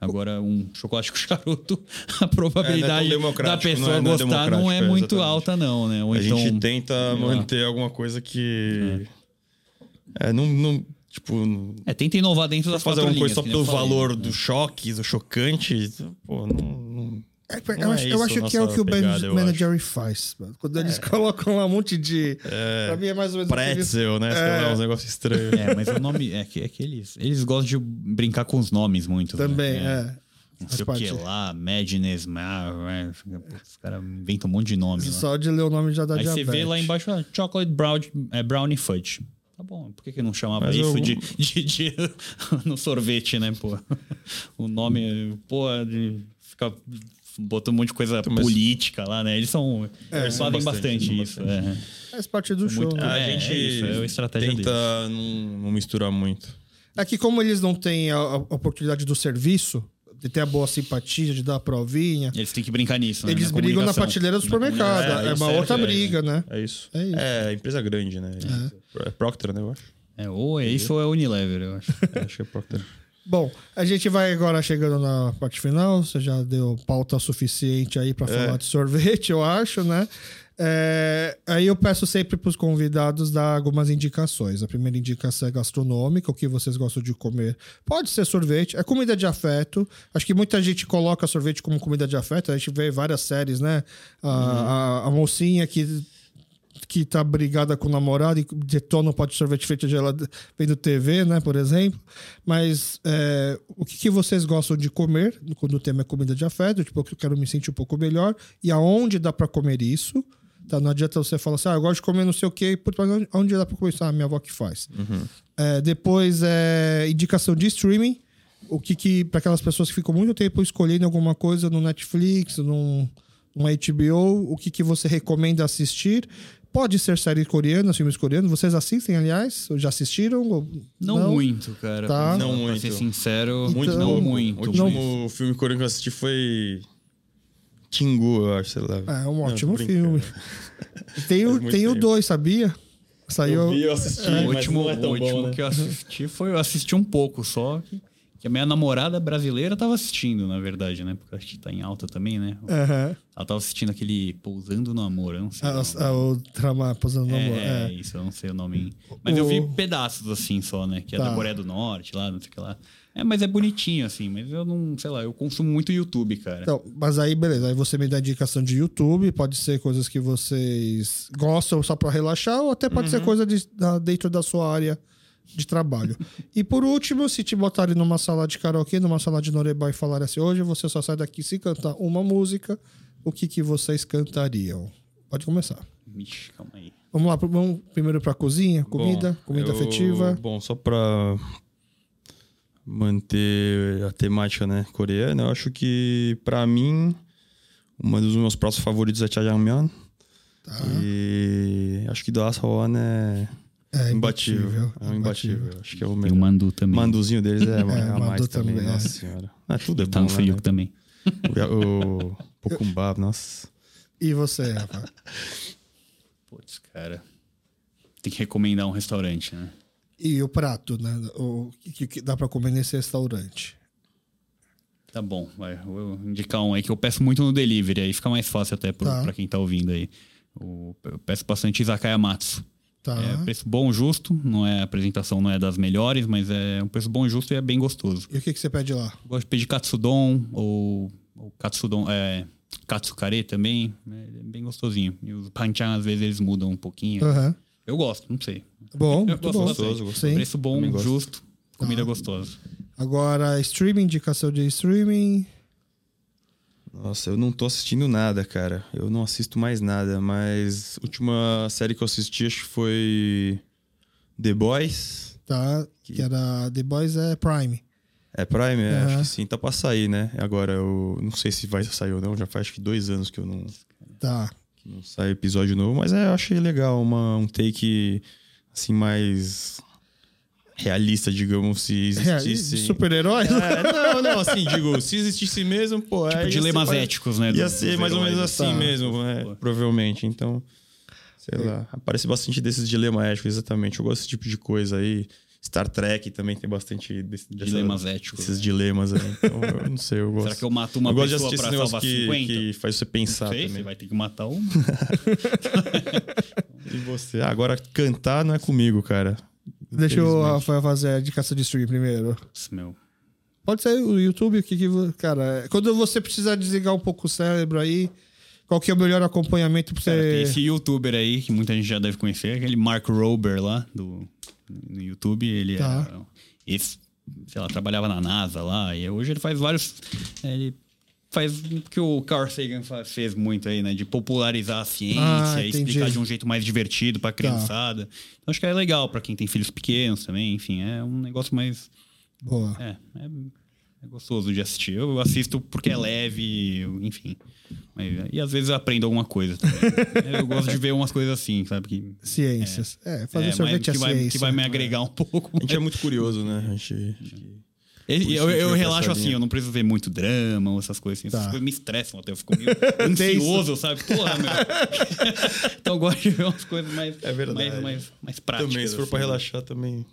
[SPEAKER 3] Agora, um chocolate com charuto, a
[SPEAKER 2] É,
[SPEAKER 3] probabilidade
[SPEAKER 2] não é tão
[SPEAKER 3] da
[SPEAKER 2] democrático, não
[SPEAKER 3] pessoa
[SPEAKER 2] é- não é
[SPEAKER 3] gostar não é,
[SPEAKER 2] democrático, é,
[SPEAKER 3] muito
[SPEAKER 2] exatamente.
[SPEAKER 3] alta, não, né? Ou
[SPEAKER 2] A
[SPEAKER 3] então.
[SPEAKER 2] gente tenta
[SPEAKER 3] sei lá.
[SPEAKER 2] manter alguma coisa que. É, não. não tipo, não-
[SPEAKER 3] É, tenta inovar dentro das
[SPEAKER 2] fazer
[SPEAKER 3] quatro
[SPEAKER 2] alguma coisa
[SPEAKER 3] linhas,
[SPEAKER 2] só
[SPEAKER 3] que nem eu
[SPEAKER 2] pelo
[SPEAKER 3] falei. né?
[SPEAKER 2] valor do choque, do chocante. Pô, não. não-
[SPEAKER 1] É, eu
[SPEAKER 2] Não é
[SPEAKER 1] acho, eu
[SPEAKER 2] isso
[SPEAKER 1] acho
[SPEAKER 2] a
[SPEAKER 1] que é o
[SPEAKER 2] nossa
[SPEAKER 1] que o
[SPEAKER 2] pegada,
[SPEAKER 1] Benji-
[SPEAKER 2] eu É.
[SPEAKER 1] manager faz. mano. Quando eles colocam lá um monte de. Pra mim é mais ou menos. aquele-
[SPEAKER 2] Pretzel, né? Sei lá, uns negócios estranhos.
[SPEAKER 3] É, mas o nome. É que, é que eles, eles gostam de brincar com os nomes muito. né?
[SPEAKER 1] Também,
[SPEAKER 3] É.
[SPEAKER 1] é.
[SPEAKER 3] Não
[SPEAKER 1] Faz
[SPEAKER 3] sei o
[SPEAKER 1] parte.
[SPEAKER 3] que lá, Madness, ah, ah, ah, os caras inventam um monte de nome. lá.
[SPEAKER 1] Só de ler o nome já dá
[SPEAKER 3] Aí você
[SPEAKER 1] diabetes.
[SPEAKER 3] vê lá embaixo, ah, chocolate brownie, é, brownie fudge. Tá bom, por que, que não chamava
[SPEAKER 2] Mas
[SPEAKER 3] isso
[SPEAKER 2] eu-
[SPEAKER 3] de, de- de- no sorvete, né, pô? O nome, pô, de ficar botando um monte de coisa
[SPEAKER 2] mas-
[SPEAKER 3] política lá, né? Eles são.
[SPEAKER 1] É,
[SPEAKER 3] eles fazem bastante,
[SPEAKER 2] bastante,
[SPEAKER 3] isso. é.
[SPEAKER 1] Faz parte do show.
[SPEAKER 3] muito-
[SPEAKER 1] né?
[SPEAKER 2] A
[SPEAKER 3] É,
[SPEAKER 2] gente
[SPEAKER 3] é isso, é a estratégia
[SPEAKER 2] tenta não, não misturar muito.
[SPEAKER 1] É que como eles não têm a, a oportunidade do serviço, de ter a boa simpatia, de dar a provinha,
[SPEAKER 3] Eles têm que brincar nisso. né,
[SPEAKER 1] eles brigam na
[SPEAKER 3] comunicação.
[SPEAKER 1] prateleira do supermercado.
[SPEAKER 2] comunicação.
[SPEAKER 1] É,
[SPEAKER 2] É,
[SPEAKER 1] uma
[SPEAKER 2] isso é
[SPEAKER 1] outra
[SPEAKER 2] verdade.
[SPEAKER 1] briga, né?
[SPEAKER 2] É isso.
[SPEAKER 1] É isso.
[SPEAKER 2] É, empresa grande, né? É Procter, né? Eu acho.
[SPEAKER 3] É, ou é isso ou é Unilever, eu acho.
[SPEAKER 2] É, acho que é Procter.
[SPEAKER 1] Bom, a gente vai agora chegando na parte final. Você já deu pauta suficiente aí para falar de sorvete, eu acho, né? É, aí eu peço sempre para os convidados dar algumas indicações. A primeira indicação é gastronômica, o que vocês gostam de comer. Pode ser sorvete, é comida de afeto. Acho que muita gente coloca sorvete como comida de afeto. A gente vê várias séries, né? A, a- a mocinha que que tá brigada com o namorado e detona um pote de sorvete feito de gelada vendo TV, né, por exemplo. Mas é, o que, que vocês gostam de comer quando o tema é comida de afeto? Tipo, eu quero me sentir um pouco melhor. E aonde dá para comer isso? Tá, não adianta você falar assim, ah, eu gosto de comer não sei o quê. Putz, mas onde- onde dá para comer isso? Ah, minha avó que faz. É, depois é indicação de streaming. O que que, para aquelas pessoas que ficam muito tempo escolhendo alguma coisa no Netflix, num, numa HBO, o que que você recomenda assistir? Pode ser série coreana, filmes coreanos. Vocês assistem, aliás? Ou Já assistiram? Ou-
[SPEAKER 3] Não, muito, cara.
[SPEAKER 1] Tá.
[SPEAKER 3] Não
[SPEAKER 2] Não
[SPEAKER 3] pra
[SPEAKER 2] muito.
[SPEAKER 3] ser sincero,
[SPEAKER 1] Muito
[SPEAKER 3] não
[SPEAKER 1] pouco.
[SPEAKER 2] O
[SPEAKER 3] muito.
[SPEAKER 2] último filme coreano que eu assisti foi. Tingu, eu acho, sei lá.
[SPEAKER 1] É um
[SPEAKER 2] Não,
[SPEAKER 1] ótimo
[SPEAKER 2] tô brincando.
[SPEAKER 1] filme. Tem, o-
[SPEAKER 2] Faz muito
[SPEAKER 1] tem o
[SPEAKER 2] tempo.
[SPEAKER 1] 2, sabia? Saiu.
[SPEAKER 2] Eu vi, eu assisti,
[SPEAKER 3] O
[SPEAKER 2] mas
[SPEAKER 3] último,
[SPEAKER 2] não é tão
[SPEAKER 3] o último
[SPEAKER 2] bom, né?
[SPEAKER 3] que eu assisti foi. Eu assisti um pouco só. que, Que a minha namorada brasileira tava assistindo, na verdade, né? Porque acho que tá em alta também, né?
[SPEAKER 1] Aham.
[SPEAKER 3] Ela tava assistindo aquele Pousando no Amor, eu não sei.
[SPEAKER 1] É.
[SPEAKER 3] o
[SPEAKER 1] Ah,
[SPEAKER 3] nome.
[SPEAKER 1] o- ah, o trama posando no amor.
[SPEAKER 3] É,
[SPEAKER 1] É.
[SPEAKER 3] isso, eu não sei o nome. Mas eu vi pedaços assim só, né? Que é
[SPEAKER 1] Tá.
[SPEAKER 3] da Coreia do Norte, lá, não sei o que lá. É, mas é bonitinho assim, mas eu não, sei lá, eu consumo muito YouTube, cara.
[SPEAKER 1] Então, mas aí, beleza. Aí você me dá indicação de YouTube. Pode ser coisas que vocês gostam só pra relaxar, ou até pode
[SPEAKER 2] Uhum.
[SPEAKER 1] ser coisa de- da- dentro da sua área de trabalho. e por último, se te botarem numa sala de karaokê, numa sala de noreba e falarem assim, hoje você só sai daqui se cantar uma música, o que, que vocês cantariam? Pode começar.
[SPEAKER 3] Ixi, calma aí.
[SPEAKER 1] Vamos lá, pro- vamos primeiro pra cozinha, comida,
[SPEAKER 2] Bom,
[SPEAKER 1] comida
[SPEAKER 2] eu-
[SPEAKER 1] afetiva.
[SPEAKER 2] Bom, só pra manter a temática né, coreana, eu acho que, pra mim, um dos meus pratos favoritos é jajangmyeon.
[SPEAKER 1] Tá.
[SPEAKER 2] E acho que do Assawan é
[SPEAKER 1] É
[SPEAKER 2] imbatível. É
[SPEAKER 1] imbatível.
[SPEAKER 2] um imbatível. Acho que é o
[SPEAKER 3] E o
[SPEAKER 2] meu.
[SPEAKER 3] Mandu também.
[SPEAKER 2] Manduzinho deles é,
[SPEAKER 1] É,
[SPEAKER 2] a mais
[SPEAKER 1] Mandu
[SPEAKER 2] também.
[SPEAKER 1] também, é.
[SPEAKER 2] Nossa senhora. Ah, tudo é
[SPEAKER 3] tá
[SPEAKER 2] bom
[SPEAKER 3] no
[SPEAKER 2] lá,
[SPEAKER 3] Feiyu
[SPEAKER 2] né?
[SPEAKER 3] também.
[SPEAKER 2] O, o Pokumbab, nossa.
[SPEAKER 1] E você, Rafa?
[SPEAKER 3] Putz, cara. Tem que recomendar um restaurante, né?
[SPEAKER 1] E o prato, né? O que- que, que dá pra comer nesse restaurante?
[SPEAKER 3] Tá bom, vai. Eu Vou indicar um aí que eu peço muito no delivery, aí fica mais fácil até pro,
[SPEAKER 1] Tá.
[SPEAKER 3] pra quem tá ouvindo aí. O- Eu peço bastante Izakaya Matsu.
[SPEAKER 1] Tá.
[SPEAKER 3] É preço bom, justo. Não é a apresentação não é das melhores, mas é um preço bom, justo e é bem gostoso.
[SPEAKER 1] E o que, que você pede lá?
[SPEAKER 3] Eu gosto de pedir katsudon ou, ou katsudon, é, katsukare também. né? Ele É bem gostosinho. E os panchan, às vezes, eles mudam um pouquinho.
[SPEAKER 1] Aham.
[SPEAKER 3] Eu gosto, não sei.
[SPEAKER 1] Bom,
[SPEAKER 3] Eu
[SPEAKER 1] É. muito
[SPEAKER 3] gosto
[SPEAKER 1] bom. Tá.
[SPEAKER 2] Gostoso, gostoso.
[SPEAKER 1] Sim.
[SPEAKER 3] Preço bom,
[SPEAKER 2] Também gosto.
[SPEAKER 3] justo, comida gostosa.
[SPEAKER 1] Agora, streaming, indicação de streaming.
[SPEAKER 2] Nossa, eu não tô assistindo nada, cara. Eu não assisto mais nada, mas a última série que eu assisti acho que foi The Boys.
[SPEAKER 1] Tá. Que,
[SPEAKER 2] Que-
[SPEAKER 1] era The Boys é Prime.
[SPEAKER 2] É Prime? É,
[SPEAKER 1] Aham.
[SPEAKER 2] Acho que sim, tá pra sair, né? Agora eu não sei se vai sair ou não, já faz acho que dois anos que eu não,
[SPEAKER 1] Tá.
[SPEAKER 2] que não sai episódio novo, mas é, eu achei legal, uma, um take assim mais realista, digamos, se existisse.
[SPEAKER 1] É, Super-herói?
[SPEAKER 2] É, não, não, assim, digo, se existisse mesmo, pô,
[SPEAKER 3] Tipo,
[SPEAKER 2] é, ia
[SPEAKER 3] dilemas
[SPEAKER 2] ser mais-
[SPEAKER 3] éticos, né?
[SPEAKER 2] Ia
[SPEAKER 3] dos-
[SPEAKER 2] ser
[SPEAKER 3] dos
[SPEAKER 2] mais ou
[SPEAKER 3] heróis,
[SPEAKER 2] menos
[SPEAKER 3] né?
[SPEAKER 2] assim
[SPEAKER 1] Tá.
[SPEAKER 2] mesmo, né?
[SPEAKER 3] Pô. É.
[SPEAKER 2] Provavelmente. Então, sei
[SPEAKER 1] Sei.
[SPEAKER 2] lá. Aparece bastante desses dilemas éticos, exatamente. Eu gosto desse tipo de coisa aí. Star Trek também tem bastante desse, dessa-
[SPEAKER 3] Dilemas éticos.
[SPEAKER 2] desses
[SPEAKER 3] né?
[SPEAKER 2] dilemas aí. Então, eu não sei, eu gosto.
[SPEAKER 3] Será que eu mato uma
[SPEAKER 2] eu gosto de
[SPEAKER 3] pessoa
[SPEAKER 2] assistir
[SPEAKER 3] pra
[SPEAKER 2] esse negócio
[SPEAKER 3] salvar
[SPEAKER 2] que,
[SPEAKER 3] 50?
[SPEAKER 2] que faz você
[SPEAKER 3] Não
[SPEAKER 2] pensar
[SPEAKER 3] sei, você
[SPEAKER 2] também.
[SPEAKER 3] Tá, vai ter que matar um.
[SPEAKER 2] E você? Ah, agora, cantar não é comigo, cara.
[SPEAKER 1] Deixa o
[SPEAKER 2] Infelizmente.
[SPEAKER 1] Rafael fazer a indicação de streaming primeiro.
[SPEAKER 3] Nossa, meu.
[SPEAKER 1] Pode ser o YouTube, o que que... vo- Cara, é, quando você precisar desligar um pouco o cérebro aí, qual que é o melhor acompanhamento pra
[SPEAKER 3] Cara,
[SPEAKER 2] É.
[SPEAKER 3] tem
[SPEAKER 1] você...
[SPEAKER 3] esse youtuber aí, que muita gente já deve conhecer, aquele Mark Rober lá do, no YouTube. Ele
[SPEAKER 1] Tá.
[SPEAKER 3] era. Esse, sei lá, trabalhava na NASA lá. E hoje ele faz vários. Ele faz o que o Carl Sagan fa- fez muito aí, né? De popularizar a ciência,
[SPEAKER 1] Ah,
[SPEAKER 3] e
[SPEAKER 1] entendi.
[SPEAKER 3] explicar de um jeito mais divertido
[SPEAKER 2] Tá.
[SPEAKER 3] pra criançada. Então, acho que é legal pra quem tem filhos pequenos também, enfim, é um negócio mais.
[SPEAKER 1] Boa.
[SPEAKER 3] É, é, é gostoso de assistir. Eu assisto porque é leve, eu- enfim. Mas- e às vezes eu aprendo alguma coisa também. eu gosto de ver umas coisas assim, sabe? Que,
[SPEAKER 1] Ciências. É,
[SPEAKER 3] é,
[SPEAKER 1] fazer
[SPEAKER 3] mas
[SPEAKER 1] sorvete é
[SPEAKER 3] que, vai,
[SPEAKER 1] ciência.
[SPEAKER 3] que vai me agregar um pouco.
[SPEAKER 2] A gente é muito curioso, né? A gente... acho que-
[SPEAKER 3] E- e
[SPEAKER 2] Por
[SPEAKER 3] Eu,
[SPEAKER 2] isso que
[SPEAKER 3] eu
[SPEAKER 2] eu
[SPEAKER 3] relaxo
[SPEAKER 2] essa
[SPEAKER 3] assim,
[SPEAKER 2] linha.
[SPEAKER 3] eu não preciso ver muito drama ou essas coisas assim. Essas
[SPEAKER 1] Tá.
[SPEAKER 3] coisas me estressam até, eu fico meio ansioso, sabe? Porra, meu. então eu gosto de ver umas coisas mais,
[SPEAKER 2] É verdade.
[SPEAKER 3] mais, mais, mais práticas.
[SPEAKER 2] também, se for
[SPEAKER 3] assim.
[SPEAKER 2] pra relaxar, também...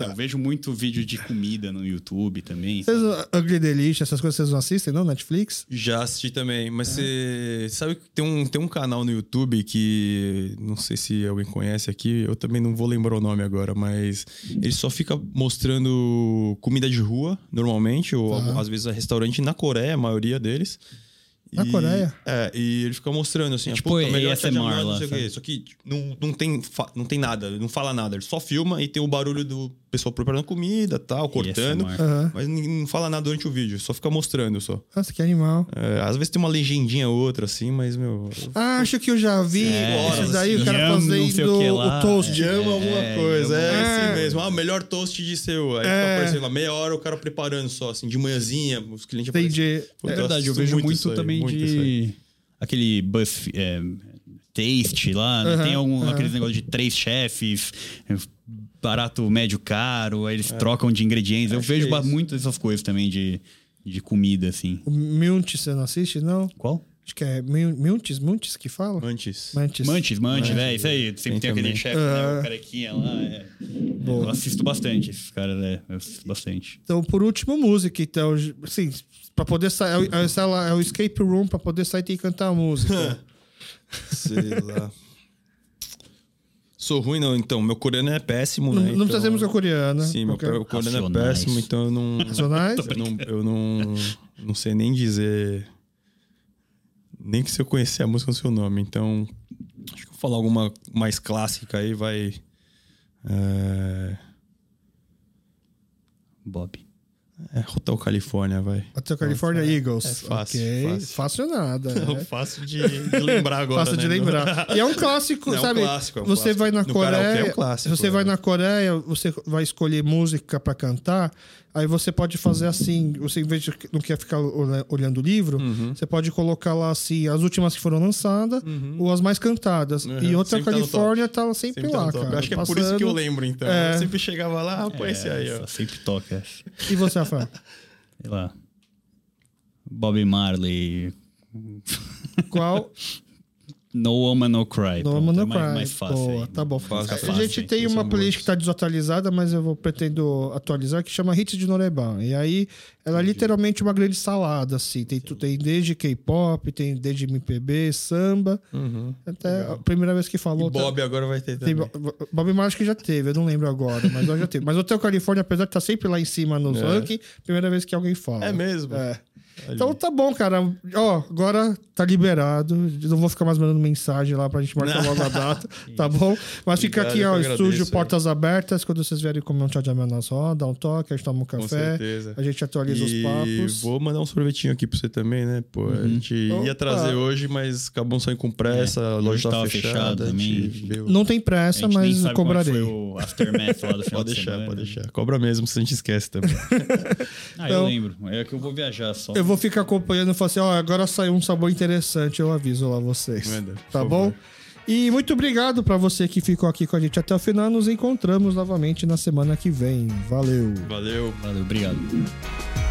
[SPEAKER 3] Eu vejo muito vídeo de comida no YouTube também.
[SPEAKER 1] Vocês, Ugly Delicious, essas coisas vocês não assistem, não? Netflix?
[SPEAKER 2] Já assisti também,
[SPEAKER 1] É.
[SPEAKER 2] mas você sabe que tem um, tem um canal no YouTube que não sei se alguém conhece aqui, eu também não vou lembrar o nome agora, mas ele só fica mostrando comida de rua, normalmente, ou
[SPEAKER 1] Tá.
[SPEAKER 2] algum- às vezes é restaurante na Coreia, a maioria deles.
[SPEAKER 1] Na Coreia?
[SPEAKER 2] É, e ele fica mostrando assim,
[SPEAKER 3] É
[SPEAKER 2] a
[SPEAKER 3] tipo
[SPEAKER 2] puta, melhor
[SPEAKER 3] ASMR
[SPEAKER 2] tchau, tchau, não
[SPEAKER 3] lá,
[SPEAKER 2] sei o
[SPEAKER 3] sabe?
[SPEAKER 2] quê. Só que tipo, não, não, tem, fa- não tem nada, não fala nada, ele só filma e tem o barulho do pessoal preparando comida
[SPEAKER 3] é
[SPEAKER 2] tal, cortando.
[SPEAKER 3] ASMR.
[SPEAKER 1] Aham.
[SPEAKER 2] Mas não fala nada durante o vídeo, só fica mostrando só.
[SPEAKER 1] Nossa, que animal.
[SPEAKER 2] É, às vezes tem uma legendinha ou outra, assim, mas, meu.
[SPEAKER 1] Ah, acho que eu já vi
[SPEAKER 2] É, horas,
[SPEAKER 1] esses daí,
[SPEAKER 3] assim,
[SPEAKER 1] o cara
[SPEAKER 3] yam, não sei
[SPEAKER 1] fazendo
[SPEAKER 3] o que
[SPEAKER 1] o,
[SPEAKER 3] lá,
[SPEAKER 1] toast.
[SPEAKER 2] Jama alguma
[SPEAKER 3] é,
[SPEAKER 2] coisa, é,
[SPEAKER 1] jama- É.
[SPEAKER 2] assim mesmo. Ah, o melhor toast de seu. Aí
[SPEAKER 1] É.
[SPEAKER 2] fica aparecendo lá meia hora o cara preparando só, assim, de manhãzinha, os clientes aparecendo.
[SPEAKER 1] Entendi.
[SPEAKER 2] Puta,
[SPEAKER 3] É
[SPEAKER 2] eu
[SPEAKER 3] verdade, eu
[SPEAKER 2] assisto
[SPEAKER 3] vejo muito,
[SPEAKER 2] isso aí,
[SPEAKER 3] também
[SPEAKER 2] muito isso aí.
[SPEAKER 3] de. Aquele Buff. é, taste lá, né?
[SPEAKER 1] Aham,
[SPEAKER 3] tem algum,
[SPEAKER 1] aham.
[SPEAKER 3] aqueles negócios de três chefes, é, barato, médio, caro, aí eles trocam de ingredientes. Eu
[SPEAKER 2] É. Acho que
[SPEAKER 3] vejo
[SPEAKER 2] é
[SPEAKER 3] ba-
[SPEAKER 2] isso.
[SPEAKER 3] muito dessas coisas também de, de comida, assim.
[SPEAKER 1] O Mute você não assiste, não?
[SPEAKER 3] Qual?
[SPEAKER 1] Acho que é Mun- Muntes, Muntes que fala?
[SPEAKER 2] Antes.
[SPEAKER 1] Mantis.
[SPEAKER 3] Mantis, Mantis, é isso aí. Sempre
[SPEAKER 2] Tem
[SPEAKER 3] tem aquele
[SPEAKER 2] também.
[SPEAKER 3] chefe, né,
[SPEAKER 1] Ah.
[SPEAKER 3] o carequinha lá. é.
[SPEAKER 1] Boa.
[SPEAKER 3] Eu assisto bastante esses caras, é. Eu assisto bastante.
[SPEAKER 1] Então, por último, música. Então, assim, pra poder sair. É, o- é, o- sei lá, é o escape room, pra poder sair tem que cantar a música.
[SPEAKER 2] Sei lá. Sou ruim, não, então. Meu coreano é péssimo,
[SPEAKER 1] não
[SPEAKER 2] né?
[SPEAKER 1] não
[SPEAKER 2] então...
[SPEAKER 1] precisa ter música coreana.
[SPEAKER 2] Sim, meu
[SPEAKER 1] né? Qualquer-
[SPEAKER 2] pe- coreano é
[SPEAKER 3] Racionais.
[SPEAKER 2] péssimo, então eu não.
[SPEAKER 1] Racionais?
[SPEAKER 2] Eu não, eu não, não sei nem dizer. Nem que se eu conhecer a música no seu nome. Então, acho que eu vou falar alguma mais clássica aí, vai. É,
[SPEAKER 3] Bob.
[SPEAKER 2] é Hotel Califórnia, vai.
[SPEAKER 1] Até o California Eagles.
[SPEAKER 2] É fácil,
[SPEAKER 1] Ok.
[SPEAKER 2] fácil.
[SPEAKER 1] nada.
[SPEAKER 2] Eu
[SPEAKER 1] Né?
[SPEAKER 2] faço É de, de lembrar agora.
[SPEAKER 1] Fácil de
[SPEAKER 2] né?
[SPEAKER 1] lembrar. E é um clássico,
[SPEAKER 2] É um
[SPEAKER 1] sabe?
[SPEAKER 2] clássico, é um
[SPEAKER 1] você
[SPEAKER 2] clássico.
[SPEAKER 1] vai na
[SPEAKER 2] No
[SPEAKER 1] Coreia.
[SPEAKER 2] karaokê é um clássico,
[SPEAKER 1] você vai
[SPEAKER 2] é.
[SPEAKER 1] na Coreia, você vai escolher música pra cantar. Aí você pode fazer assim. Você, em vez de não quer ficar olha- olhando o livro,
[SPEAKER 2] Uhum.
[SPEAKER 1] você pode colocar lá assim as últimas que foram lançadas ou as mais cantadas.
[SPEAKER 2] Uhum.
[SPEAKER 1] E outra
[SPEAKER 2] Sempre tá no top.
[SPEAKER 1] Califórnia tá sempre,
[SPEAKER 2] Sempre tá no
[SPEAKER 1] lá,
[SPEAKER 2] top.
[SPEAKER 1] cara.
[SPEAKER 2] Acho que é por isso que eu
[SPEAKER 1] passando.
[SPEAKER 2] lembro, então.
[SPEAKER 1] É.
[SPEAKER 2] Eu sempre chegava lá, ah, pô, esse aí, ó.
[SPEAKER 3] É, essa Sempre toca essa.
[SPEAKER 1] E você, Rafael?
[SPEAKER 3] Sei lá. Bob Marley.
[SPEAKER 1] Qual?
[SPEAKER 3] No Woman No Cry.
[SPEAKER 1] No
[SPEAKER 3] Pronto,
[SPEAKER 1] Woman
[SPEAKER 3] é
[SPEAKER 1] No
[SPEAKER 3] mais,
[SPEAKER 1] Cry.
[SPEAKER 3] mais fácil.
[SPEAKER 1] Boa,
[SPEAKER 3] aí.
[SPEAKER 1] tá bom.
[SPEAKER 2] Fácil,
[SPEAKER 1] a
[SPEAKER 2] fácil,
[SPEAKER 1] gente
[SPEAKER 2] hein?
[SPEAKER 1] tem
[SPEAKER 2] São
[SPEAKER 1] uma
[SPEAKER 2] boas.
[SPEAKER 1] playlist que está desatualizada, mas eu vou pretendo atualizar, que chama Hits de Norebá. E aí, ela é literalmente uma grande salada, assim. Tem, tu- tem desde K-pop, tem desde MPB, samba.
[SPEAKER 3] Hum,
[SPEAKER 1] Até a primeira vez que falou... tá-
[SPEAKER 2] E Bob agora vai ter
[SPEAKER 1] Uhum. Tem,
[SPEAKER 2] também.
[SPEAKER 1] Bo- Bo- Bob Marley acho que já teve, eu não lembro agora, mas eu já teve. Mas o Hotel Califórnia, apesar de estar sempre lá em cima nos
[SPEAKER 2] É.
[SPEAKER 1] rankings, primeira vez que alguém fala.
[SPEAKER 2] É mesmo?
[SPEAKER 1] É.
[SPEAKER 2] Olha
[SPEAKER 1] Então
[SPEAKER 2] aí.
[SPEAKER 1] tá bom, cara. Ó, agora tá liberado. Eu Não vou ficar mais mandando mensagem lá pra gente marcar logo a data, tá bom? Mas fica
[SPEAKER 2] Obrigado,
[SPEAKER 1] aqui,
[SPEAKER 2] eu
[SPEAKER 1] ó,
[SPEAKER 2] que
[SPEAKER 1] estúdio,
[SPEAKER 2] agradeço aí.
[SPEAKER 1] portas abertas. Quando vocês vierem comer um chá de amenas roda, dá um toque, a gente toma um
[SPEAKER 2] Com
[SPEAKER 1] café,
[SPEAKER 2] certeza.
[SPEAKER 1] a gente atualiza os
[SPEAKER 2] E
[SPEAKER 1] papos.
[SPEAKER 2] Vou mandar um sorvetinho aqui pra você também, né? Pô, a gente
[SPEAKER 1] Opa.
[SPEAKER 2] ia trazer hoje, mas acabamos saindo com pressa, a
[SPEAKER 3] hoje
[SPEAKER 2] loja
[SPEAKER 3] tava
[SPEAKER 2] tava
[SPEAKER 3] fechado
[SPEAKER 2] fechada. a gente
[SPEAKER 3] também.
[SPEAKER 2] veio-
[SPEAKER 1] Não tem
[SPEAKER 3] A gente
[SPEAKER 1] pressa,
[SPEAKER 3] nem
[SPEAKER 1] mas
[SPEAKER 3] sabe como é que
[SPEAKER 1] cobrarei.
[SPEAKER 3] Foi o aftermath lá do final
[SPEAKER 2] Pode
[SPEAKER 3] de
[SPEAKER 2] deixar,
[SPEAKER 3] semana. né?
[SPEAKER 2] pode deixar. Cobra mesmo, se a gente esquece também.
[SPEAKER 3] Ah,
[SPEAKER 1] Então-
[SPEAKER 3] eu lembro. É que eu vou viajar só.
[SPEAKER 1] Eu vou ficar acompanhando e falar assim, ó, agora saiu um sabor interessante, eu aviso lá vocês.
[SPEAKER 2] Manda,
[SPEAKER 1] tá
[SPEAKER 2] por
[SPEAKER 1] bom?
[SPEAKER 2] favor.
[SPEAKER 1] E muito obrigado pra você que ficou aqui com a gente até o final. Nos encontramos novamente na semana que vem. Valeu!
[SPEAKER 2] Valeu.
[SPEAKER 3] Valeu, obrigado.